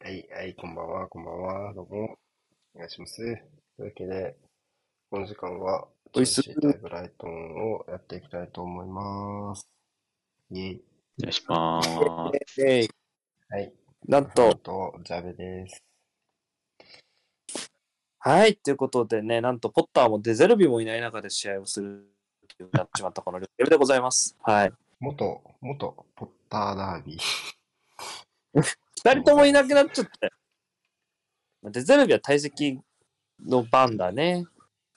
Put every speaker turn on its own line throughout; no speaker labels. はい、こんばんは、こんばんは、どうも、お願いします。というわけで、この時間は、
おいっす
チェルシー対ブライトンをやっていきたいと思います。イェイ。
お願いします。
えい
はい、
なん
あ
と、
と、ジャベです。
はい、ということでね、なんと、ポッターもデゼルビもいない中で試合をするというなってしまったこのレベルでございます。はい。
元、元、ポッターダービー。
二人ともいなくなっちゃって。まあデゼルビは体積の番だね。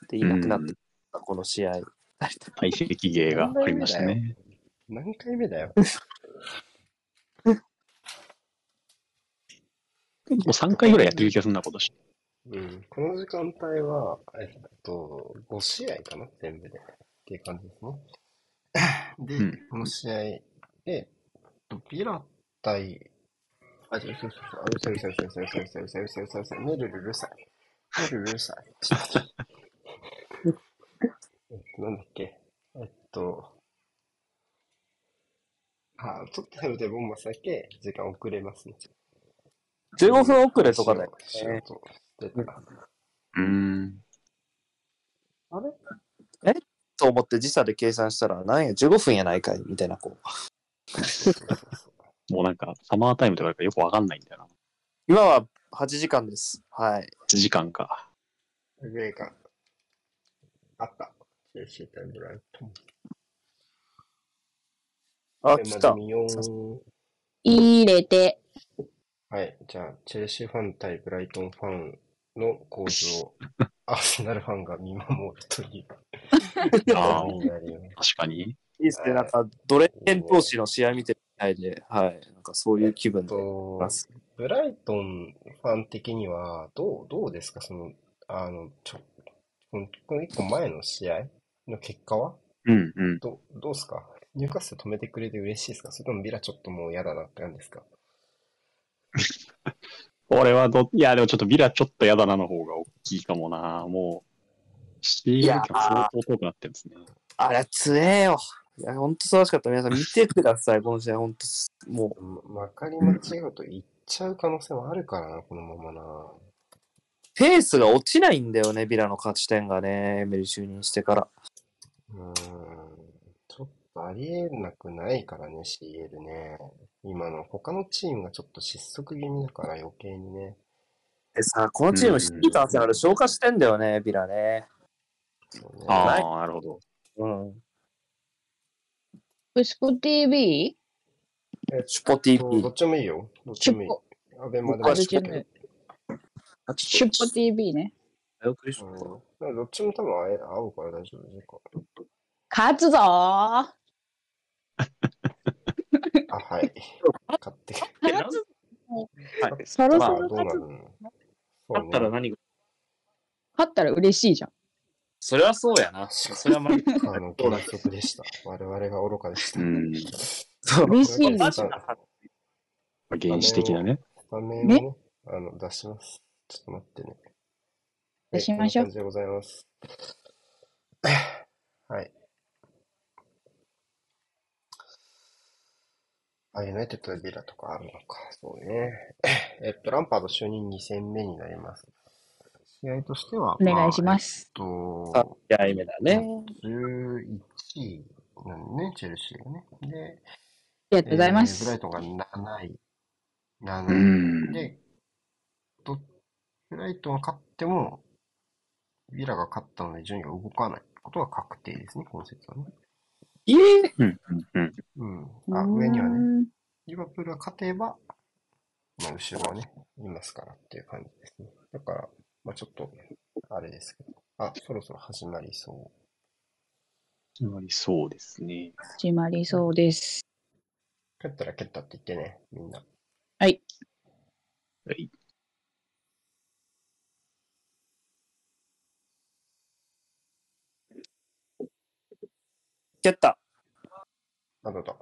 で、いなくなってた、この試合。
相席芸がありましたね。
何回目だよ。
もう3回ぐらいやってる気がするな、今年。
うん、この時間帯は、えっと、5試合かな、全部で。っていう感じ ですね。で、
うん
この試合で、ビラ対、あ、違う違う違う違う、あうるさいうるさいうるさいうるさいうるさいうるさいうるさいうるさいうるさい、めるるるさい。めるるるさい。ちょっと待ってなんだっけ、えっと、あ、ちょっと食べてボンマスだけ時間遅れますね。
15分遅れとかだよ
仕事
ね。
してた。
うーん。
と思って時差で計算したら、なんや、15分やないかい、みたいな、こう。
もうなんか、サマータイムとかだからよくわかんないんだよな。
今は8時間です。はい。
1時間か。
グレー感あった。ジェシータイムブライトン。
あ、
これま
来
で
た。
見よう
さ
入れて、
はい。じゃあ、チェルシーファン対ブライトンファンの構図をアーセナルファンが見守ると いう
あ
ことになります。
確かに。
いいですね、なんか、ドレーン投手の試合見てるみたいで、はい。なんか、そういう気分で。
と
ます
ブライトンファン的には、どう、どうですかその、あの、ちょ、このこの一個前の試合の結果は
うんうん。
どう、どうすか入荷数止めてくれて嬉しいですかそれともビラちょっともう嫌だなって感じですか
俺はど、いや、でもちょっとビラちょっとやだなの方が大きいかもな。もう、シー
や
ンが相当遠くなってるんですね。
あれ、強えよ。いや、ほんと素晴らしかった。皆さん見てください、この試合。ほんとす、も
ままかり間違うと言っちゃう可能性もあるからな、このままな。
う、ペースが落ちないんだよね、ビラの勝ち点がね、エメリ就任してから。
うーん、ちょっとありえなくないからね、CL ね。今の他のチームがちょっと失速気味だから余計にね。
でさ、このチーム、シティとアーセナル消化してんだよね、ビラね。
そうね
ああ、なるほど。
うん。
息子 TV?
シュポティ
そうどっちもいいよ。どっちもいい
チュ。
アベマで
あ
もいっ
僕は出
け
て
ど
ない。
あ、ち
出
ょっと
歩 TV ね。
早送りし
う
よ
ん
う
だ
か
からどっちも多分会え合うから大丈夫ですか。
勝つぞー
あ、はい。買って。
えなん
勝つ
はい
そろ
ま
そ
あ、
ろ
どうな
勝つ
るの
勝
だったら
な。
何が
ったら嬉しいじゃん。
それはそうやな。それはまあ、
あの、原則でした。我々が愚かでした
う。ん。
そう。
嬉しいね
な
マ
ん
ジ
か
な
原始的なね。
スタメンをね、あの、出します。ちょっと待ってね。
出しましょう
はいこんな感じでございます。 はい。あ、ユナイテッドでビラとかあるのか。そうね。えっと、ランパード就任2戦目になります。試合としては、。
お願いします
え
す。
っ
あ
と、
試合目だね。
11位なんでね、チェルシーがね。で、
ありがとうございま
えーブラ
す
イ。トンが7位。7
う
位。
ん。
で、ど、ブライトンが勝っても、ヴィラが勝ったので順位が動かないことが確定ですね、今節はね。
いえ
うんうん
うん。あ、上にはね、
ね。
リバプールが勝てば、まあ、後ろはね、いますからっていう感じですね。だから、まあ、ちょっと、あれですけど。あ、そろそろ始まりそ
うん。なりそうですね。
始まりそうです。
う。蹴ったら蹴ったって言ってね、みんな。
はい。
はい。
蹴った。
あ、どうだ。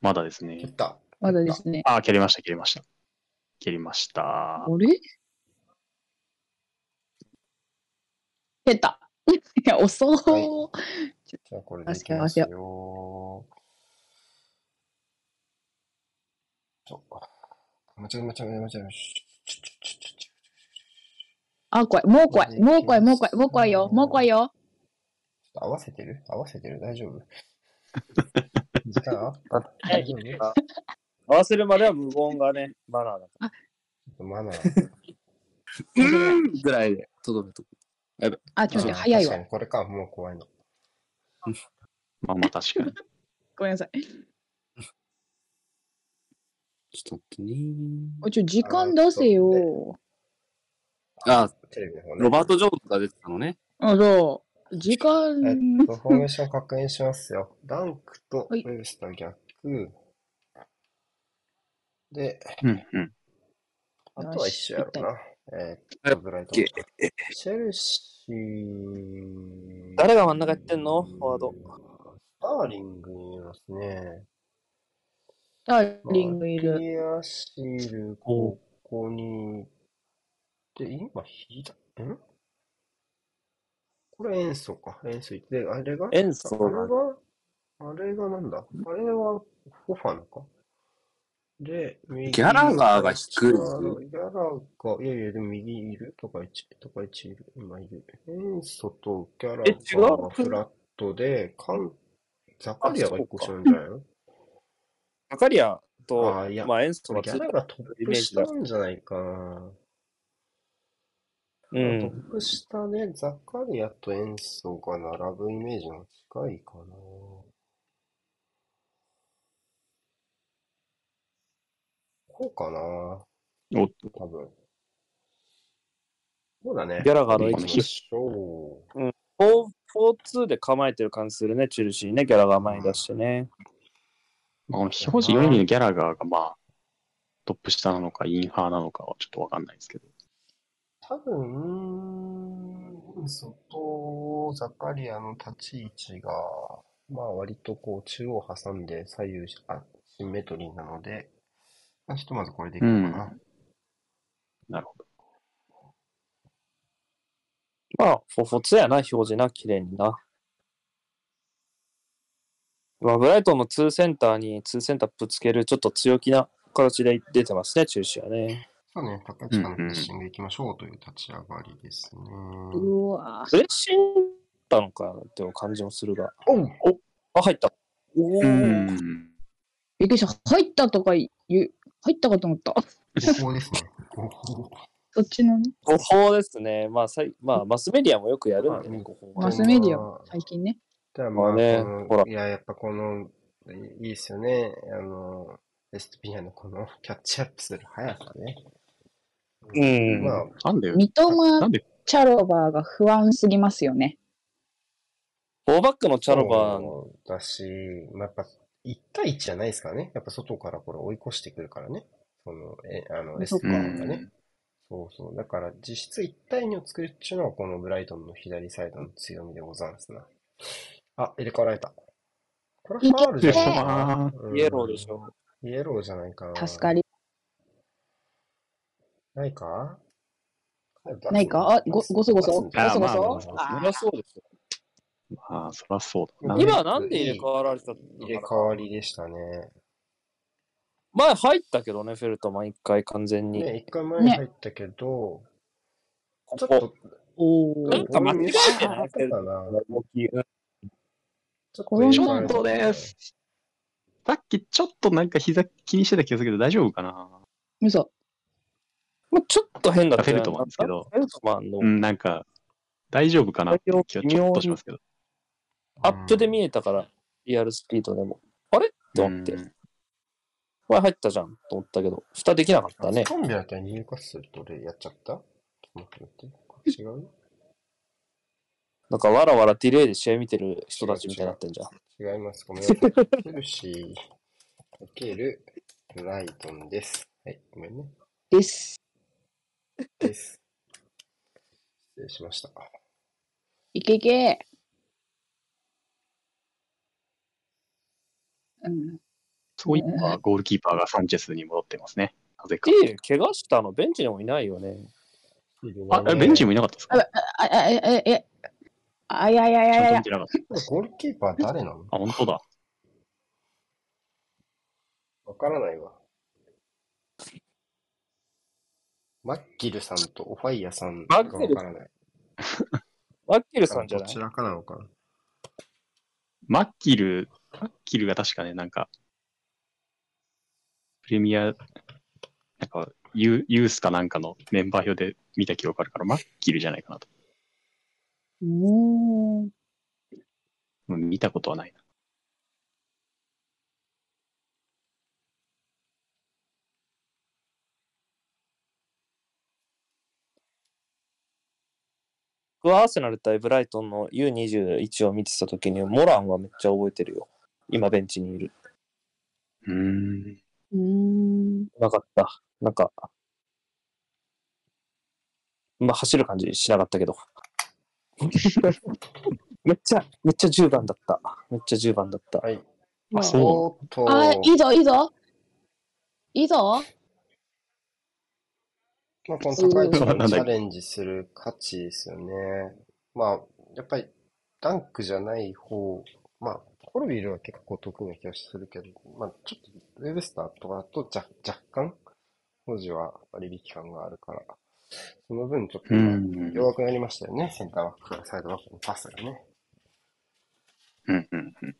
まだです
蹴っ
ね。
た。
まだですね。
ああ、蹴りました、蹴りました。蹴りました
あ。れ蹴った。 いや、遅
はい
ー。
じゃあ、これでいきますよ。よもちろん、もちろん、もちろん。シュッシュッシュッシュッシュッ
あ、怖い。もう怖い。もう怖い。もう怖い。もう怖いよ。もう怖いよ。
ちょっと合わせてる合わせてる大丈夫時間合わ大丈夫ちょ
合わせるまでは無言がね、マナーだか
っとマナー。
ら。うんぐらいで、とどめとく。
あ、ちょっと待っ
あー
て、早い
確
わ。
かにこれか、もう怖いの。
まあまあ確かに。
ごめんなさい。
ちょっと待ってね。
おいちょ、時間出せよ。
あ、
テレビの方ね。
ロバート・ジョーンズが出てたのね。
あ、そう。時間、
えっと、フォーメーション確認しますよ。ダンクとウ
はい
ェブスと逆。で、
うんうん。
あとは一緒やろうな。えっと、ブライトン。チェルシー。
誰が真ん中やってんのフォワード。
スターリングにいますね。
ダーリングいる。
ピアシル、ここに、で、今、左、んこれ塩素か。塩素いて、あれが
塩素
あれ
な
が、あれがなんだあれは、フォファのか。で、右
ギャラガーが低い
ギャラガー、いやいや、でも右いるとか1、とか1いる。今いる。塩素とギャラ
え違
ガー
う
がフラットで、カン、ザカリアが1個下なんじゃないの
カカリア
あ
と
いや、
まあ、エンス
それ
トが
ギ
つ
ャラがトップ下なんじゃないかな。
う
ト
ん。
ップ下でザカリアとエンソが並ぶイメージが近いかな。こうかな、
おっと、
多分。そうだね。
ギャラガー
の位
い
置
きましょう。
4、4-2で構えてる感じするね、チェルシーね、ギャラが前に出してね。
まあ、この表示4位のギャラガーがまあ、トップ下なのか、インハーなのかはちょっとわかんないですけど。
多分、ソとザカリアの立ち位置が、まあ割とこう中央挟んで左右しあシンメトリーなので、まあ、ひとまずこれでいこうかな。
なるほど。
まあ、4-4-2やな、表示な、綺麗にな。まあ、ブライトンの2センターに2センターぶつける、ちょっと強気な形で出てますね、チェルシーはね。
そうね、高市さんの
うんうん
発信でいきましょうという立ち上がりですね。
うわ
プレッシングだったのかなっていう感じもするが。
おう
あ、入った。おお、
うん。
びっくりした。入ったとか言う、入ったかと思った。
誤報ですね。誤報。
そっちのね。
誤報ですね。まあ、さいまあ、マスメディアもよくやるんでね、誤報は
マスメディアも最近ね。
だからまあ、
まあね
この
ほら
いや、やっぱこの、いいですよね。あの、エストピアのこのキャッチアップする速さね。
うん。
まあ、
なんで、
三
な
笘、
んで、
チャロバーが不安すぎますよね。
フォーバックのチャロバーン、
そうだし、まあ、やっぱ1対1じゃないですからね。やっぱ外からこれ追い越してくるからね。その、え、あの、エス
そっ
ト
か
ピアがね
う。ん
そうそう。だから実質1対2を作るっていうのはこのブライトンの左サイドの強みでございますな。あ、入れ替わられた。これファールじゃないか
い
な。うん
イエローでし。ょ。
イエローじゃないかな。
助かり。
ないか
ないかあごごそご
出すん
そ
じゃない
ごそご
そ
まあまあまあ
そり
あ
ゃそうですよ。
まあ、そらそうだ
うん
な。
今なんで入れ替わられたのかな
入れ替わりでしたね。
前入ったけどね、フェルトマン一回完全に。
ね、一回前に入ったけど、
こ
ちょっ、
こと
お
なん
ー。
か間違えてない
あったかな。
動きうん
ちょっ
これ
入
ち
れ替
ょ
わ
っ
り
とです。さっきちょっとなんか膝気にしてた気がするけど大丈夫かな
嘘。
まあちょっと変だったよね
フェルトマンですけど
フェルトマンの
うん、なんか、大丈夫かなって気はちょっとしますけど。
アップで見
え
えたから、リアルスピードでも。あれって思って
う。ん
これ入ったじゃんと思ったけど、蓋できなかったね。
コンビだったら入荷すると俺やっちゃったちょっと待って待って。違う
なんかわらわらディレイで試合見てる人たちみたいになってんじゃん。
違います。ごめんなさい。チェルシー、かける、ブライトンです。はい、ごめんね。
です。
です。失礼しました。
いけいけ。うん。
そういえば、ゴールキーパーがサンチェスに戻ってますね。なぜか。
ディレイ、怪我したのベンチにもいないよね。
あ、えベンチ
も
もいなかったですか
あ、あ、え、え、え、あいやいやい
ち
や
ゃ
い
んと
や
見。てなかった。
ゴールキーパー誰なの
あ、本当だ。
わからないわ。マッギルさんとオファイアさん
マ
が
ッ
わ
ギ
か
ル
らない。
マッキルさんじゃ
ど
ない
ちらかなのかな。
マッキル、マッキルが確かね、なんか、プレミア、なんかユ、ユースかなんかのメンバー表で見た記憶あるから、マッキルじゃないかなと。
おー
うん見たことはないな。
僕はアーセナル対ブライトンの U21 を見てた時に、モランはめっちゃ覚えてるよ。今ベンチにいる。
うーん。
うーん。
なかった。なんか、まあ走る感じしなかったけど。 めっちゃ、めっちゃ10番だった。めっちゃ10番だった。
はい。
あ、そう
おーっと、
あ、いいぞ、いいぞ。いいぞ。
まあ、この高い位置
うん
にチャレンジする価値ですよね。まあ、やっぱりダンクじゃない方、まあ、コルビルは結構得意な気がするけど、まあ、ちょっとウェブスターとかだと若若干、文字は割引感があるから、その分ちょっと
うんうん
弱くなりましたよね、センターバックからサイドバックのパスがね。
うんうんうん。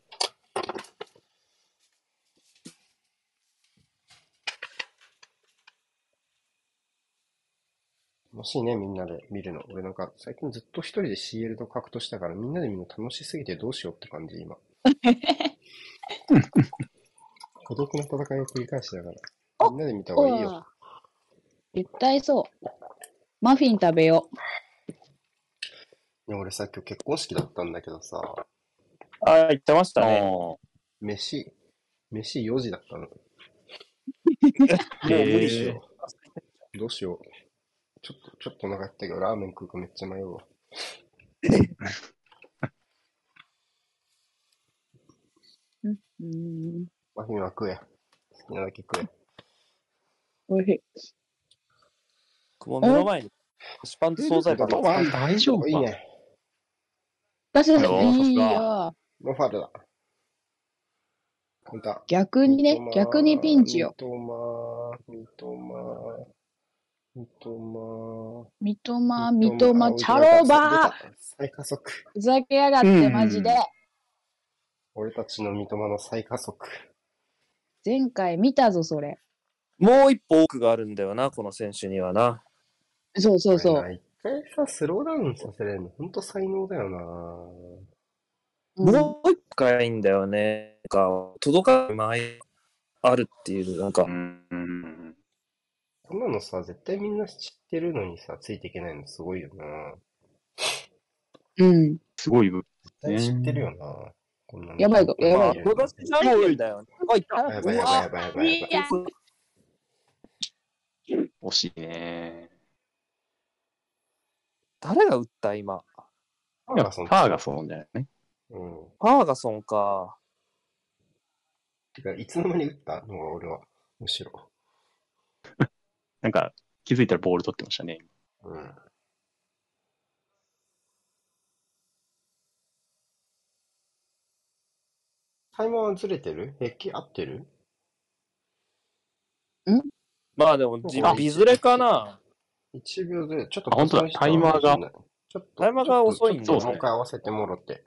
楽しいね、みんなで見るの。俺なんか最近ずっと一人で CL と格闘したから、みんなで見るの楽しすぎてどうしようって感じ、 今。孤独な戦いを繰り返してだから。みんなで見た方がいいよ。
わ絶対そう。マフィン食べよ
いや俺さ、今日結婚式だったんだけどさ、
ああ、言ってました
あ
ね。
ー
飯、飯4時だったの。
もう無理
へ
し
ー
よ
どうしよう。ちょっと、ちょっとお腹減ったけど、ラーメン食うかめっちゃ迷うわ。
う。うーん。
マフィンは食え。好きなだけ食え。
おいしい。
う。もう目の前に、菓子パンと惣菜パンが
ン大
丈夫か
いいね。
私だ
あら
いい
さす
よ。
ノファルだ。本当だ
逆にね
三、笘
逆にピンチよ。
三笘、三笘、三笘。
三笘、三笘、チャローバー
最加速。
ふざけやがっ
う
て、
ん
マジで。
俺たちの三笘の最加速。
前回見たぞ、それ。
もう一歩奥があるんだよな、この選手にはな。
そうそうそ
あれな。一回さ、スローダウンさせれるの、ほんと才能だよな
う。うん
もう一回いいんだよね。なんか、届かない前あるっていう、なんか
う、んうんうん
こんなのさ、絶対みんな知ってるのにさ、ついていけないのすごいよな
うん。
すごい部、
絶対知ってるよな、こんなの。
やばいぞやばい
まあ、私じゃないんだよね。あ、いった。
やばいやばいやばいやばいやばい。
惜しいね。
誰が打った今。
フ
いや、ファーガソンじゃないね。
うん。
ファーガソンか。
てか、いつの間に打ったのが俺は、むしろ。
なんか、気づいたらボール取ってましたね。
うん。タイマーはずれてる平気合ってる
まあでも、じ
あ
ビズレかな。
?1 秒ずれ、ちょっと
あ本当だ
この人
タイマーが
ちょっと、
タイマーが遅いんだ
そ
よ
う
ね
もう一回合わせてもろって。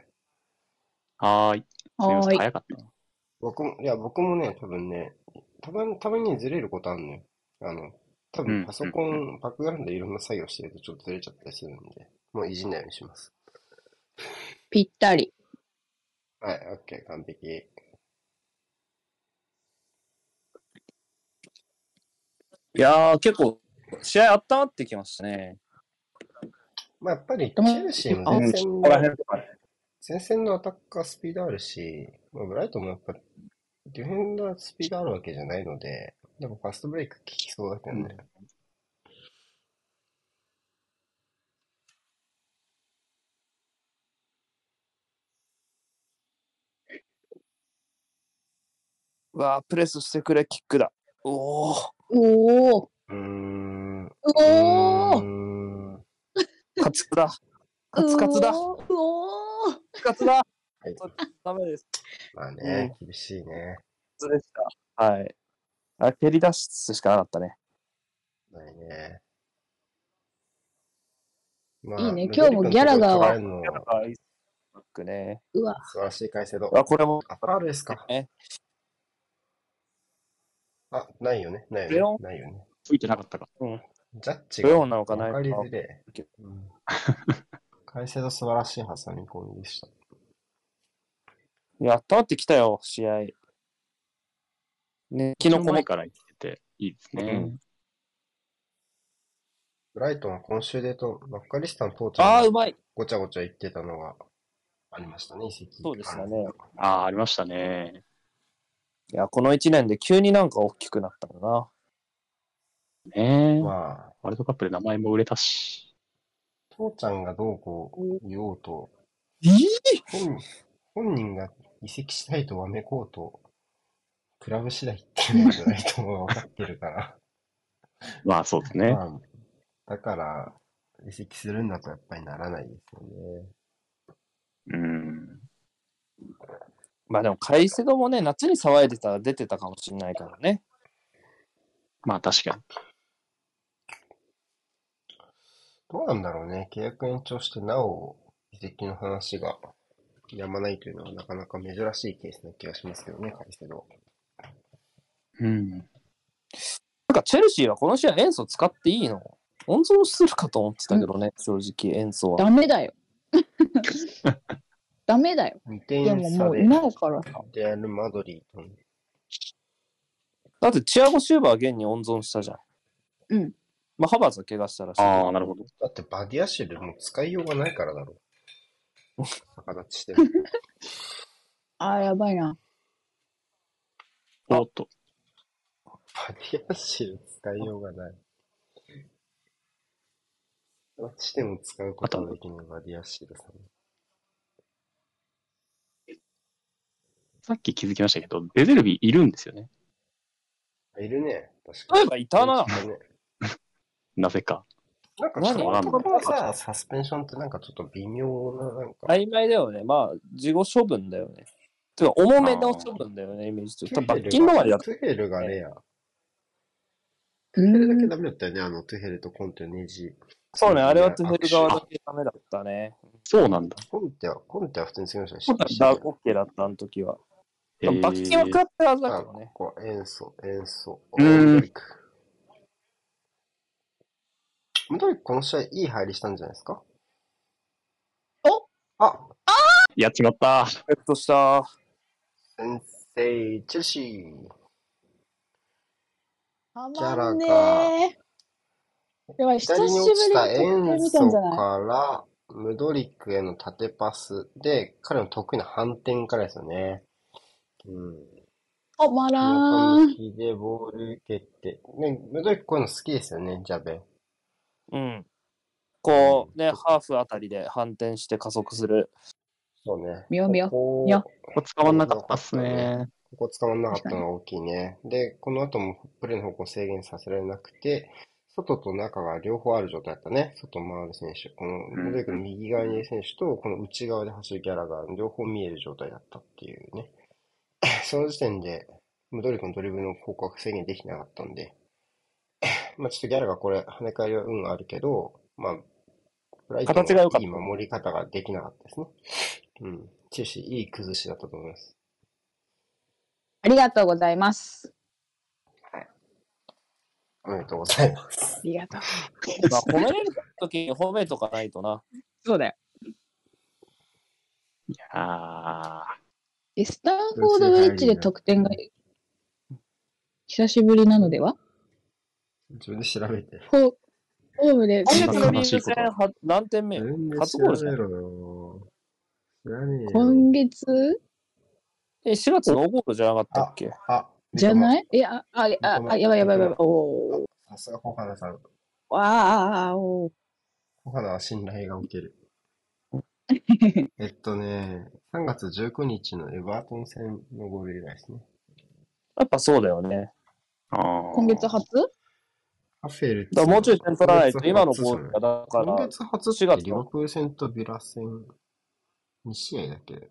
はーい。すみま
は
せん。
ーい。
早かったな。
僕も、いや、僕もね、多分ね、たまに、たまにねずれることあるのよ。あの、多
うん
分パソコン、バックグラウンドでいろんな作業してるとちょっとずれちゃったりするんで、もういじんないようにします。
ぴったり。
はい、OK、完璧。
いやー、結構、試合温まってきましたね。
まあ、やっぱり、チェルシーも前線の、前線のアタッカースピードあるし、まあ、ブライトンもやっぱ、ディフェンダースピードあるわけじゃないので、なんかファストブレイク効きそうだけどね。
うわー、プレスしてくれ、キックだ。おお。
おお。
うーん。
おお。
おは
カツだ。カツカツだ。
うおー。
カツだ。
い。
ダメです。
まあね、厳しいね。
カツでした。はい。あ、蹴り出すしかなかったね。
ないね。ま
いいね今日もギャラガーは
ルドリックのところに取られるの
やっぱいいバックね。
うわ、
素晴らしい解説
あ、これも、
あ、ファールですか。
ね
あ、ないよね。ない
レオ
よ
ン
ね。ないよね。
吹いてなかったか。
ジャッジ
ブヨ
が
ンなのかな
分
い
かり
のか
づれ
け
え。うん、解説素晴らしい挟み込みでした。
いや、温まってきたよ、試合。ね、キノコも
前、から言ってて、いいですね。
うん
ブライトンは今週でと、マッカリスタン父ち
あ
ゃ
あ、
んが
うまい。
ごちゃごちゃ言ってたのがありましたね、遺跡。
そうでしたね。
ああ、ありましたね。
いや、この1年で急になんか大きくなったのな。
ねえ。
まあ、
ワールドカップで名前も売れたし。
父ちゃんがどうこう言おうと、
え
本本人が移籍したいとわめこうと、クラブ次第っていうのじゃないとも分かってるから。
まあそうですね。
まあ、だから、移籍するんだとやっぱりならないですよね。
うん。
まあでも、カイセドもね、夏に騒いでたら出てたかもしれないからね。
まあ確かに。
どうなんだろうね。契約延長してなお移籍の話がやまないというのはなかなか珍しいケースな気がしますけどね、カイセド。
うん。
なんか、チェルシーはこの試合、塩素使っていいの温存するかと思ってたけどね、正直、塩素は。
ダメ だよ。ダメだよ。
2
で
点
も
差
もう
で
今からさ。
レアル・マドリーと
だって、チアゴ・シューバー現に温存したじゃん。
うん。
まあ、ハバーツは怪我したらしい。
ああ、なるほど。
だってバディアシルも使いようがないからだろう。逆立ちしてる。
ああ、やばいな。
おっと。
バディアシル使いようがない。どっちでも使うことのできないバディアシルさん。
さっき気づきましたけど、デゼルビいるんですよね。
あいるね。確か
例え
に。
ば、いたな。
ね。
なぜか。
なんか、
何
このところさ、サスペンションってなんかちょっと微妙な、なんか、
曖昧だよね。まあ、事後処分だよね。てか、重めの処分だよね、イメージとして。多分罰金のまでやっ
トゥヘルがレア。
う
トゥヘルだけ
ん。
ダメだったよね、あの、トゥヘルとコンテネジ。
そうね、あれはトゥヘル側だけダメだったね。
そうなんだ。
コンテは、コンテは普通にすぎましたね。
コンタ
し
ダーオッケーだった、あの時は。でも罰金は食らってるはずだ
あ、
けどね。
こう、塩素、塩素。
うん
ミドリック。ミドリックこの試合いい入りしたんじゃないですか
お
あ、
やっちまった。
えっとした。
先生、チェルシー。
た
ャ
ま
ラ
ん
が
ねー。やばい、久し
左
ぶり
に
に
落ちた
一回
塩
見たん
素
じゃない
から、ムドリックへの縦パスで、彼の得意な反転からですよね。うん。
お、まらー
中
ん。
抜きでボール受けて。ね、ムドリックこういうの好きですよね、ジャベ。
うん。こう、ね、ハーフあたりで反転して加速する。
そうね。
見よう見よう
ここ
見よ
ここ捕まんなかったっすね。
ここ捕まんなかったのが大きいね。で、この後もプレーの方向を制限させられなくて、外と中が両方ある状態だったね。外回る選手。この、
ん
ムドリックの右側にいる選手と、この内側で走るギャラが両方見える状態だったっていうね。 その時点で、ムドリックのドリブルの方向が制限できなかったんで、 まあちょっとギャラがこれ、跳ね返りは運があるけど、まあ、ブライトン
形が良かっ
いい
た
守り方ができなかったですね。うん。チェルシーいい崩しだったと思います。
ありがとうございます。
おめでとうございます。
ありがとう。
まあ、褒めれるときに褒めとかない とな。
そうだよ。
いや
エスタンフォードブリッジで得点が久しぶりなのでは
自分で調べて。
ホホームで
今月
今月
の
の
リ
リ
ーグ
ーグ
戦
戦
何点目
自分で
初
調
ゴールじゃん
べろよ。知らねえよ。
今月
え、4月のゴールじゃなかったっけ
あ、
じゃないいいや、あ、あ、あ、やばいやばいやばい。おー
さすが小花さん。
あーあー、あーおー
小花は信頼が受ける。 えっとね、3月19日のエバートン戦のゴール以来ですね。
やっぱそうだよね。
ー。あー
今月初
ハフェル
だからもうちょい点取らないと、今のゴールがだか
今
ら、
月初
4
って
月
リバプール戦とビラ戦2試合だけ。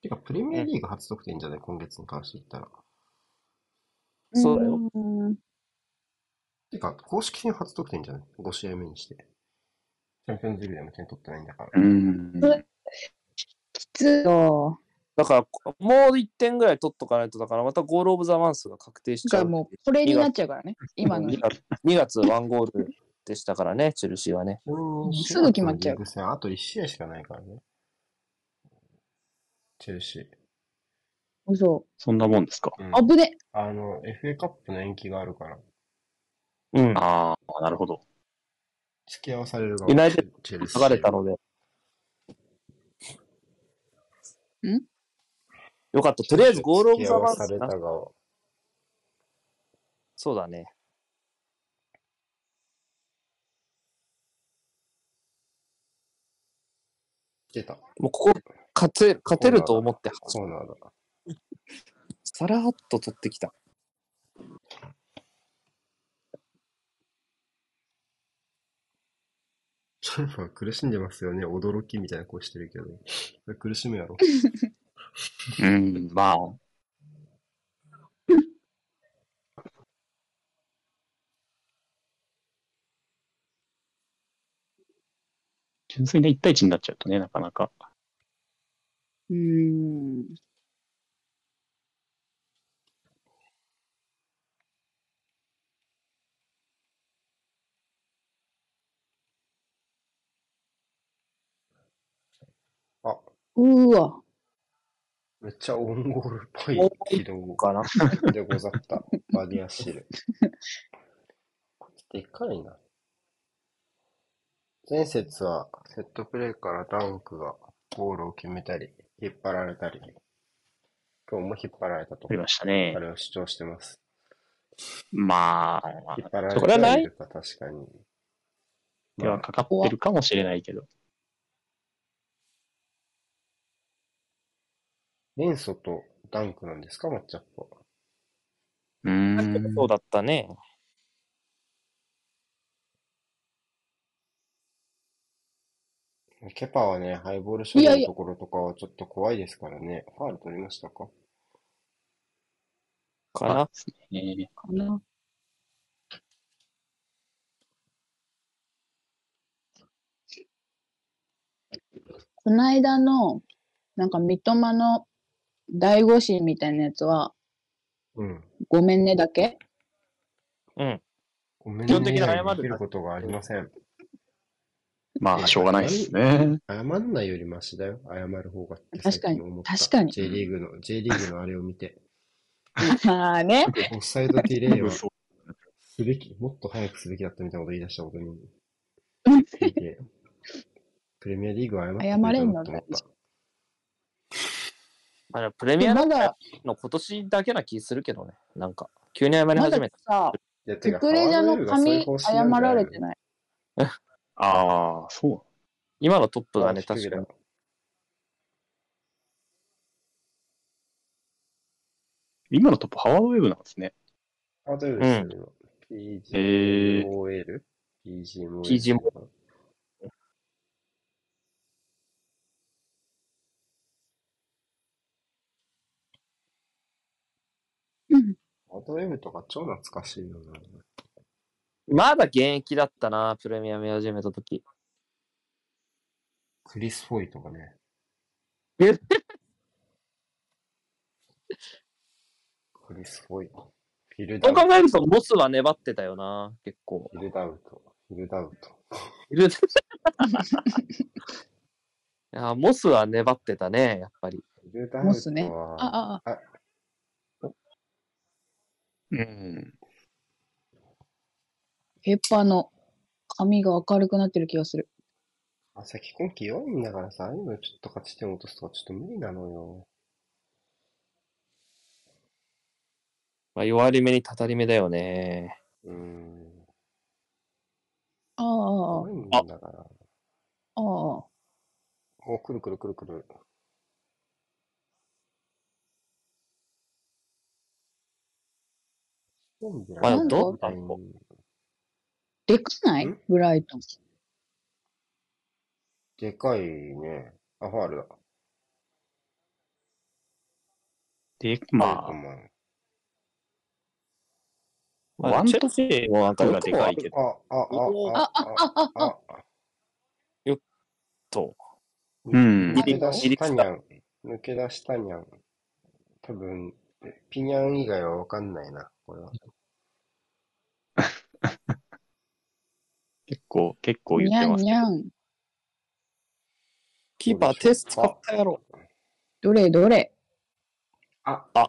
てか、プレミアリーグ初得点じゃない今月に関して言ったら。
そうだよ。
ーん
てか、公式戦初得点じゃない ?5 試合目にして。チャンピオンズリーグでも点取ってないんだから。
うん。
きついよ。
だから、こもう1点ぐらい取っとかないと、だからまたゴールオブザマンスが確定しち
だ
ゃ
か
う。
らもう、これになっちゃうからね。今の
2。月、2月ワンゴールでしたからね、チェルシーはね。
ちなみに
もうすぐ決まっちゃう
4月のリーグ戦あと1試合しかないからね。チェルシー。
嘘。
そんなもんですか。
うん
あぶね。
あの、FA カップの延期があるから、
うん。
ああ、なるほど。
付き合わされるが
ユナイテッ
チェルシ
剥
ー。
がれたので。
ん
よかった。とりあえずゴールオブ
付き
ザ
合
マ
わ
ン
さ
ス
れ
な。
たが、
そうだね。
出た。
もうここ、勝て、勝てると思って、
コーナーだ。
さらっと取ってきた。
チャンファー苦しんでますよね。驚きみたいな顔してるけど。苦しむ やろ。
うん、まあ。純粋な1対1になっちゃうとね、なかなか。
うーん。
あ、
うーわ。
めっちゃオウンゴールっぽい軌道
かな。
でござった。バディアシール。これでかいな。前節はセットプレーからダンクがゴールを決めたり、引っ張られたり、今日も引っ張られたと
あり、ましたね
あ。れを主張してます。
まあ、
引っ張られ
それ
た
はな
り
い
とか確かに。
手は
まあ
かかってるかもしれないけど。
連鎖とダンクなんですか、マッチアップは。
うーん。
そうだったね。
ケパはね、ハイボール処理
いや
の
いや
ところとかはちょっと怖いですからね。ファール取りましたか
かな。
ね。
かな。この間の、なんか三笘の第五審みたいなやつは、
うん。
ごめんねだけ
ごめん
基
ね
本的に謝る
できることがありません。
まあ、しょうがないですね。
謝んないよりマシだよ。謝る方がって
確か
最
に
近思った
確かに
J リーグの、J リーグのあれを見 て。
ああね。
オフサイドディレイは
嘘
すべき、もっと早くすべきだったみたいなこと言い出したことに
うん。
ついて、プレミアリーグは謝ってくれ
謝れ
た
ん
な
の
と思った。
あれプレミア
ま
ム
だ、
の今年だけな気するけどね。なんか、急に謝り
ま
始
だ
めた。
さ、
いや、て
ク
か、
クレジャの髪謝られて
い。
ない。
ああ、そ
今のトップ
そう
が
だ
ね、
ね、
確かに。
う。今のトップハワードウェブなんですね。
あ、大丈夫ですよ、今。
えー
PGMOL? PGMOL?
PGMOL
うん。
アドエムとか超懐かしいよな。
まだ現役だったな、プレミアム見始めた時
クリス・フォイとかね。クリス・フォイ。フィルダ
そ
ウ
う
ト。
考えると、モスは粘ってたよな、結 構。
フィルダウト。フィルダウト。
いるいやモスは粘ってたね、やっぱり。
フィルダウトは。
モスねああ、あ、
うん。
ペッパーの髪が明るくなってる気がする。
あ、先今季弱いんだからさ、ああいうのちょっと勝ち点落とすとかちょっと無理なのよ。
まあ、弱り目にたたり目だよね。
うーん。
ああ、あ
弱いんだから。
あ、ああ。
お、くるくるくるくる。
ま
あ
あ
どう
みたいに
でかない
ん
ブライトン。
でかいね。あ、ファールだ。
で、まあ、
あ、
まあ
ワン
チェ
ト
ルシー
もなんかがでかいけど。
あ、あ、あ、あ、あ、あ、
と、
うん
抜け出し
入り
たにゃん。抜け出したにゃん。多分、ピニャン以外はわかんないな、これは。
結構、結構言
に
って
ゃん
ますけど。
にゃん。
キーパー手使ったやろ。
どれどれ。
あ、
あ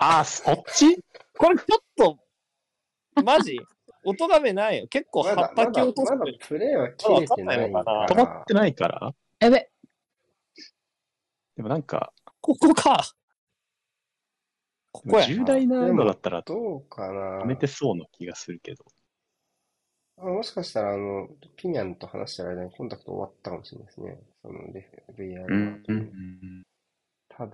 あ、そっち
これちょっと、マジおとがめないよ。結構
ま
葉っ
だ、
ぱ
ま
切
だ、
落とす
まだプレイは切れてないか
まだわ
止まっ
ら。
てないから
やべ。
でもなんか、
ここか。ここや。
重大なのだったら
どうかな
止めてそうな気がするけど。
あもしかしたら、あの、ピニャンと話してる間にコンタクト終わったかもしれないですね。そのレフ、VR の後に。ただ、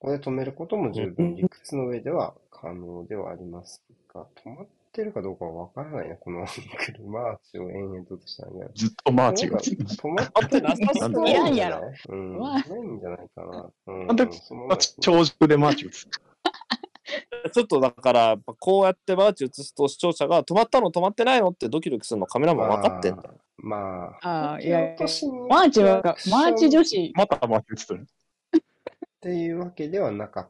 ここで止めることも十分理屈の上では可能ではありますが、止まってるかどうかはわからないな、この車足を延々としてあげる。
ずっとマーチが。
止まっ
あってなさ
な
そ
ん
う
で。
ないんじ
や
ゃ
ろ
ないうん。
まあ
ないんじゃないかな。うん。
なんで
その
あち長熟でマーチ打つ。
ちょっとだから、やっぱこうやってマーチ映すと視聴者が止まったの止まってないのってドキドキするのカメラマン分かってんだ。
まあ、
ああ、い
いや
や、マーチは、マーチ女子。
またマーチ打つとる。
っていうわけではなかっ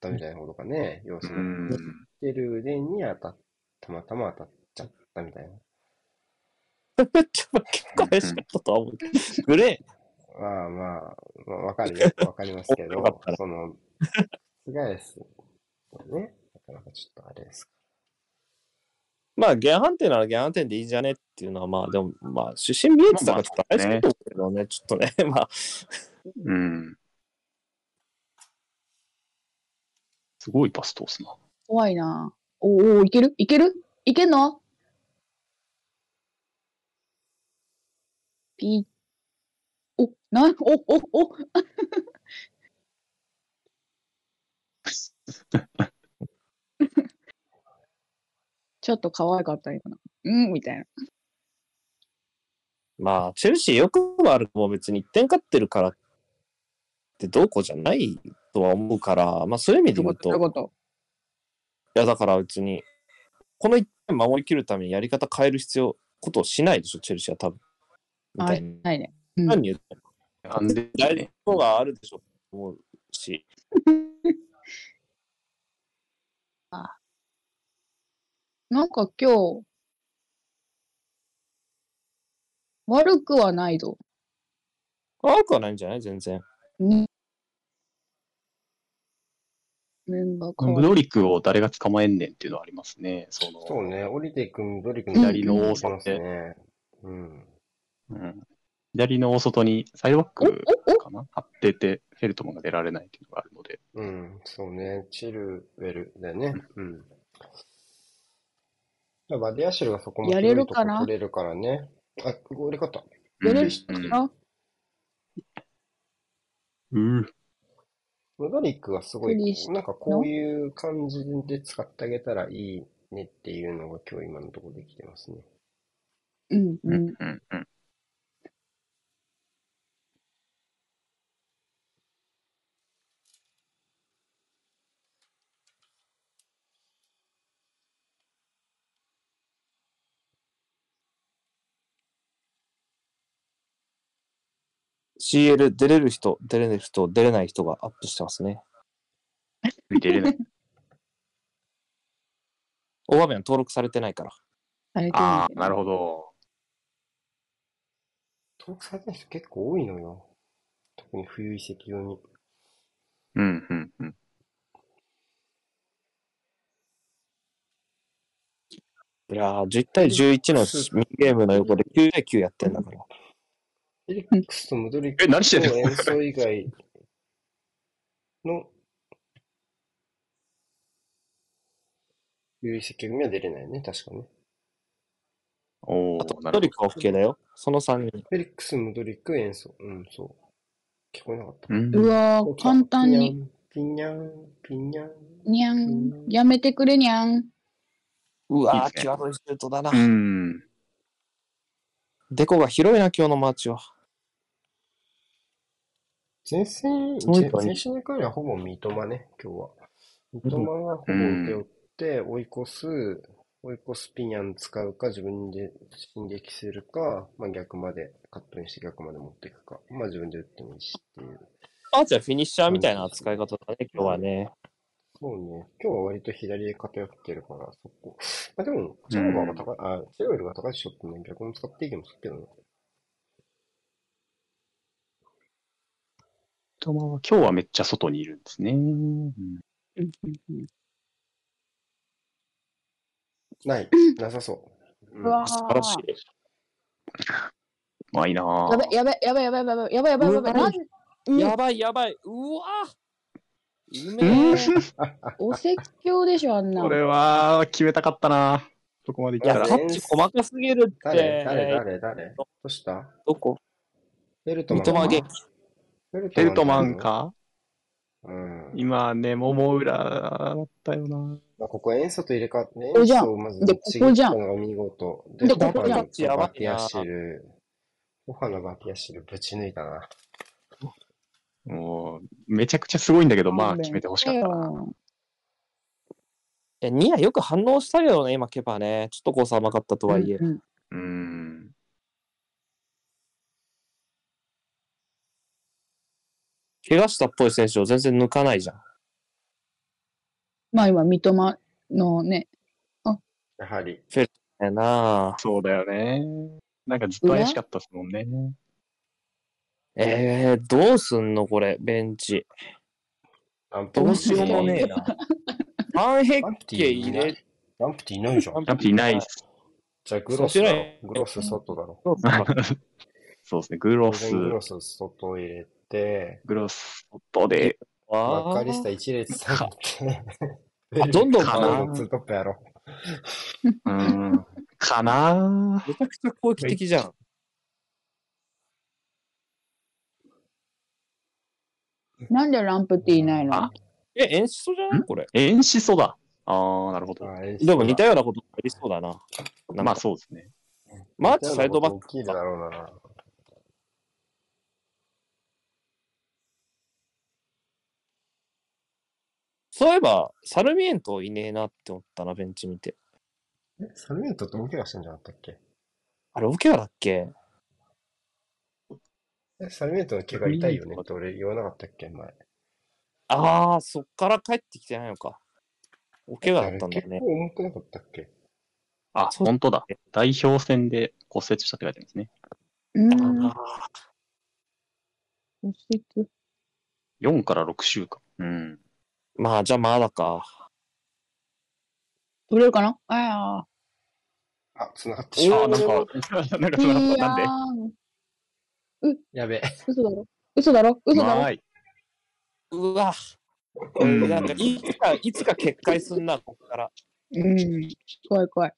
たみたいなことかね。要するに、打ってる腕に当たったまたま当たっちゃったみたいな。
めっちゃ結構怪しかったとは思うけど。グレ
まあまあ、まあ、わかるよ。わかりますけ
よかっ
ど
た、ら
その、覆す。ね。なかなかちょっとあれですか。
ー。まあ、原判定なら原判定でいいじゃねっていうのは、まあ、でも、まあ、主審見えてたからちょっと怪しいと思うけどね、ちょっとね、まあ、
うん。すごいパス通すな。
怖いな。おお、いけるいけるいけんのピー。お、な、お、お、お、ちょっと可愛かったりかな。うん、みたいな。
まあ、チェルシーよくもあるもう別に1点勝ってるからってどうこうじゃないとは思うから、まあ、そういう意味で
どうい
言
う
う
こと
と、
どうい
いう
こと
や、だから別に、この1点守りきるためにやり方変える必要、ことをしないでしょ、チェルシーは多分。みたいな。
ないね。
何言って
なんで
大事なことがあるでしょと思うし、
なんか今日、悪くはないぞ。
悪くはないんじゃない全然。
にメンバー変わ
ム
る
ドリクを誰が捕まえんねんっていうのはありますね。その
そうね。降りていくん、ドリ君
左の
多
多
さ
さ
ま
です
ね。うん。
うん左の大外にサイドバックかな張ってて、フェルトマンが出られないっていうのがあるので。
うん。そうね。チルウェルだよね。うん。だからバディアシュルがそこも
や
広
れ
い
る
とこ
かな
取れるからね。あ、折れ方。
やれる
うん
あ、
うん
ムドリックはすごい
クリス、
なんかこういう感じで使ってあげたらいいねっていうのが今日今のところできてますね。
うん、
う
うん
ん。うんうん
？CL 出れる人、出れない人、出れない人がアップしてますね。
見てれ ない。
大場面登録されてないから。
されて
ああ、なる
ほ
ほど。
登録されてる人結構多いのよ。特に冬移籍用に。
うん、うん、うん。
いやー、10対11のミニゲームの横で9対9やってんだから。
エリックスとムドリック
え、何して
の
んの
演奏以外の冬移籍組は出れないね、確かね。
お
あと、
お、な
ト
るほど
リ。クオフ系だよ。その3人。
エリックス、ムドリック、演奏。うん、そう。聞こえなかった。
うん
うわ
そう
ー、
か
簡単に。。
ピニャン、ピニャン。
にゃん。やめてくれにゃん。
う
いい
わ
で
ー、
すね
際どいシュートだな
う。ん。
デコが広いな、今日のマーチは。
前線、
そうい
前
うのはいい
前週の回はほぼ三笘ね、今日は。三笘がほぼ受け負って追い越す、追い越すピニャン使うか、自分で進撃するか、まあ逆まで、カットインして逆まで持っていくか、まあ自分で打ってもいいしっていう。
あーちゃんフィニッシャーみたいな扱い方だね、今日はね。
そうね。今日は割と左で偏ってるから、そこ。まあでも、チェロバーが高い、あ、チェロよりが高いショットね、逆に使っていいけどするけどね。
三笘は今日はめっちゃ外にいるんですね。うん
うんうん
ない。なさそう。
うわ
ん
ー
素晴らしい。
うまいなぁ
やべやべやべやべやべやべやべやべ
うわ
なん
やばいやばい。うわうめ
うん
え。
お説教でしょあんな
これは決めたかったなぁそこまでいっ
い
た
や、
ら。
タッチ細かすぎるって。
誰誰誰誰どうした
どこ
ベルト
三
マンか
笘元
ヘルトマン。か
うん。
今ね、桃浦だったよな
まあ、ここ、塩素と入れ替わって、
こ
塩
じゃん
素をまず
でここじゃん
ちぎったのが見事。
で
パ
ここじゃ
パ
ん
のバティア
やばいな
シル、オハのバティアシルぶち抜いたな。
もう、めちゃくちゃすごいんだけど、まあ決めてほしかったな。
よ
いや、ニアよく反応したけどね、今、ケパね。ちょっとコース甘かったとはいえ。
うんうん
うん。
怪我したっぽい選手を全然抜かないじゃん。
まあ今三笘のね
やはり、
やなあ
そうだよね。なんかずっと怪しかったですもんね。
えー、どうすんのこれ、ベンチ。
ランプ
どうしようもねえな。ファンヘッ
ランプティ
ケ
ー
入
いな
れ
い。ランプティーいないじゃん。
ランプいないっす。
じゃあ、グロスだ
そちら
ろ
へ。
グロス外だろ。
そうか
そうですね。グロ
当
ス、
然グロス外入れて、
グロス、外で、
わ
バ
あ
カリスタ一列下って、ベ
あ
ル
どんどん
カ
か
ナの
な
ツートップやろ。
うん、かな
めちゃくちゃ攻撃的じゃん。
なんでランプティいないの
あ
え、演出じゃないこれ。
えんしそだ。ああ、なるほど。
あ演出
でも似たようなことありそうだな。なん
まあ
か
そうですね。
マーチサイドバック
大きいだろうな。
そういえば、サルミエントいねえなって思ったな、ベンチ見て。
え、サルミントって大怪我してんじゃなかったっけ
あれ、オケガだっけ
え、サルミントの怪我痛いよねって俺言わなかったっけ前。
ああ、そっから帰ってきてないのか。オケガだったんだよ
あれ結。
ね
構重くなかったっけ
あ、
そう
本当だ。代表戦で骨折したって書いてあるんですね。
うん
あ
骨折
4から6週間。うん。
ーまあ、じゃあまだか。
取れるかなあ
あ、繋がってしま
あ
う
あ、。なんか、なんか そんなことなんで。
ん
やべえ。
嘘だろ嘘だろ嘘だろ
まあいい。
うわ。
うん
なんかいつか、いつか決壊すんな、ここから。
うん怖い怖い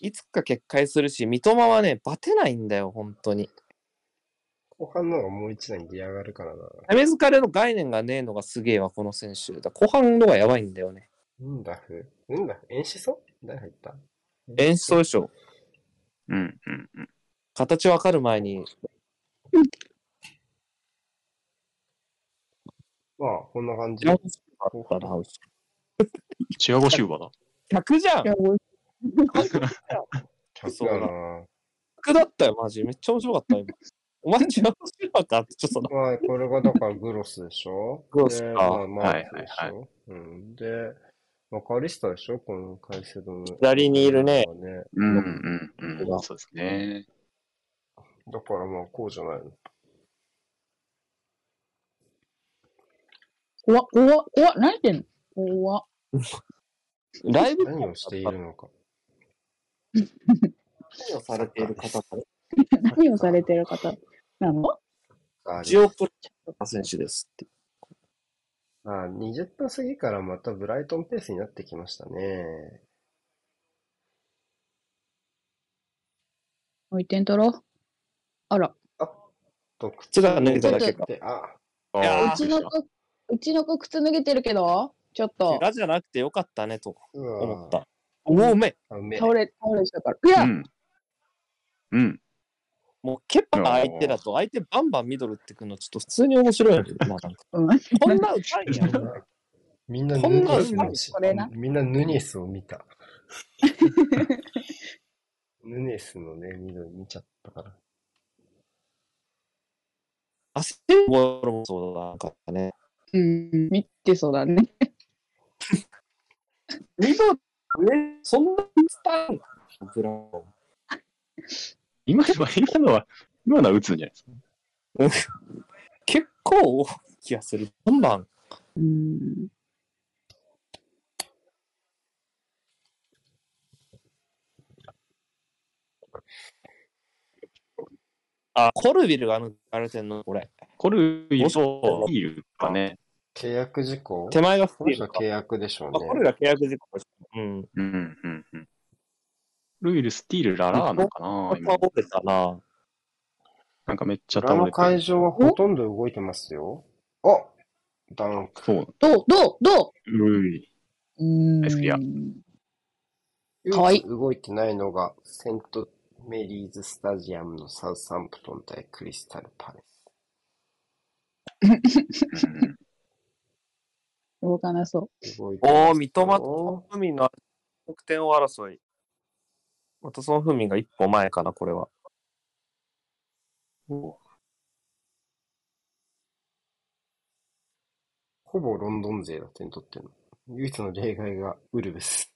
いつか決壊するし、三笘はね、バテないんだよ、本当に。
後半のがもう一段ギア上がるからな。
メズカレの概念がねえのがすげえわ、この選手。だ後半のがやばいんだよね。
うんだふ。うんだふ。演出そ誰入った
演出でしょ。
うん、うん、うん。
形わかる前に、
まあ、こんな感じ。
あったな
チアゴシューバーだ。
100じゃん
いやおい
客だな。
100だったよ、マジ。めっちゃ面白かった、今。お前、違うバーかって、ちょっとな。
まあ、これがだからグロスでしょ
グロスか
でまあ、マークでし
はいはい
ょうん。で、まあ、カリスタでしょこのカイセドの。
左にいるね。
うん、うん、うん。そうですね。
だからまあ、こうじゃないの。
怖っ怖っ怖っ何言ってんの怖っ
ライブ
何をしているのか。
何をされている方かね。
何をされてる方なの
あ
ジオプロ選手ですって。
あ20分過ぎからまたブライトンペースになってきましたね。
もう一点取ろうあら
特
ちょっと抜けただけか
で、あ、
あ
いやー
あ
うちの子うちの子靴脱げてるけどちょっと
怪我じゃなくてよかったね、と
う
思
わ
った。おお、うめえ
あ、うめえ
倒れ倒れしたからいや、
うん。うん。
もうケッパが相手だと、相手バンバンミドル打ってくるの、ちょっと普通に面白いよ ね。まあなんか
うん
こんなうまいんやろな。
みんな
こ
ヌ
ん
ニ
な
エスの
これな
みんなヌニエスを見た。 ヌネスのね、緑見ちゃったから。
焦るものもそうだなんかね。
うん、見てそうだね。
リゾね、そんなに伝えるブラウ
今のは、今のは、今のは打つんじゃないですか。
ン。結構多い気がする。どんどん
うん。
あ、コルビルが抜かれてんの、これ。
コルビル
そ
と
う
いるかね。
契約事項
手前が
こ
フ
の
リー
人
ル
は
か。
契約でしょう
あ、コルビル
ね。
は契約事項うん。
うんうんうん。ルイル、スティール、ララーのかな今
倒れたな。
なんかめっちゃ
裏
倒れ
の
て
会
る。
場はほとんど動いてますよ。あダウン。
そう。
どうどうど
ルイ。
うう
ナイスクリア
ーん。かわいい
唯一動いてないのが、セントメリーズスタジアムのサウサンプトン対クリスタルパレス。
うん
動かなそ
動いて
お
ま
ー、
す
三笘
よ
とフミの得点王争い。またそのフミが一歩前かな、これは。
ほぼロンドン勢だ点取ってるの。唯一の例外がウルブ ス。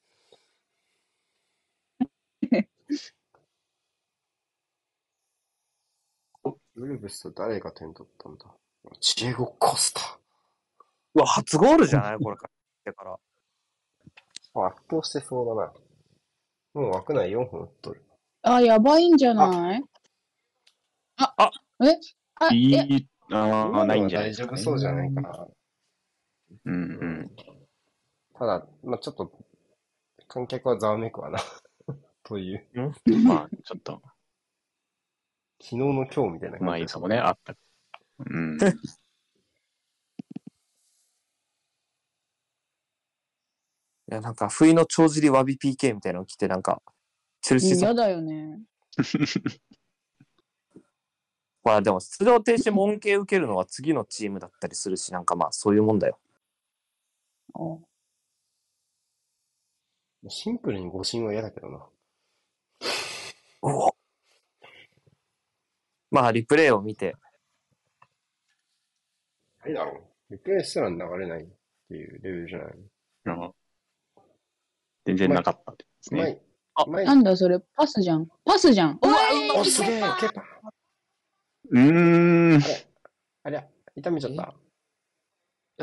ウルブスと誰が点取ったんだチエゴ・コスタ。
うわ、初ゴールじゃないこれから。だから。
あ圧倒してそうだな。もう枠内4本打っとる。
う。あ、やばいんじゃないあ、
あ
えあ、
い
え、
い、
今
あ
の
あ、
は
ないんじゃない
大
です
丈
か、
夫
ね。
そうじゃないかな。
うんうん。
ただ、まあちょっと、観客はざわめくわな。 という、
まあ、ちょっと、
昨日の今日みたいな
まあ、
感
い
じ
いさもね、あった。 うん。
いや、なんか、不意の帳尻わび PK みたいなの来て、なんか、チェルシーさん、
嫌だよね。
まあでも、出場停止も恩恵受けるのは次のチームだったりするし、なんかまあ、そういうもんだよ。
あ
シンプルに誤審は嫌だけどな。
おおまあ、リプレイを見て、
何だろう。リプレイしたら流れないっていうレベルじゃない。
あ全然なかったですね。
前、
あ
前
なんだそれ、パスじゃん。パスじゃん。うわ、うま
お、
く
すげえ、
蹴った
蹴った。
うーん。
ありゃ、痛めちゃった。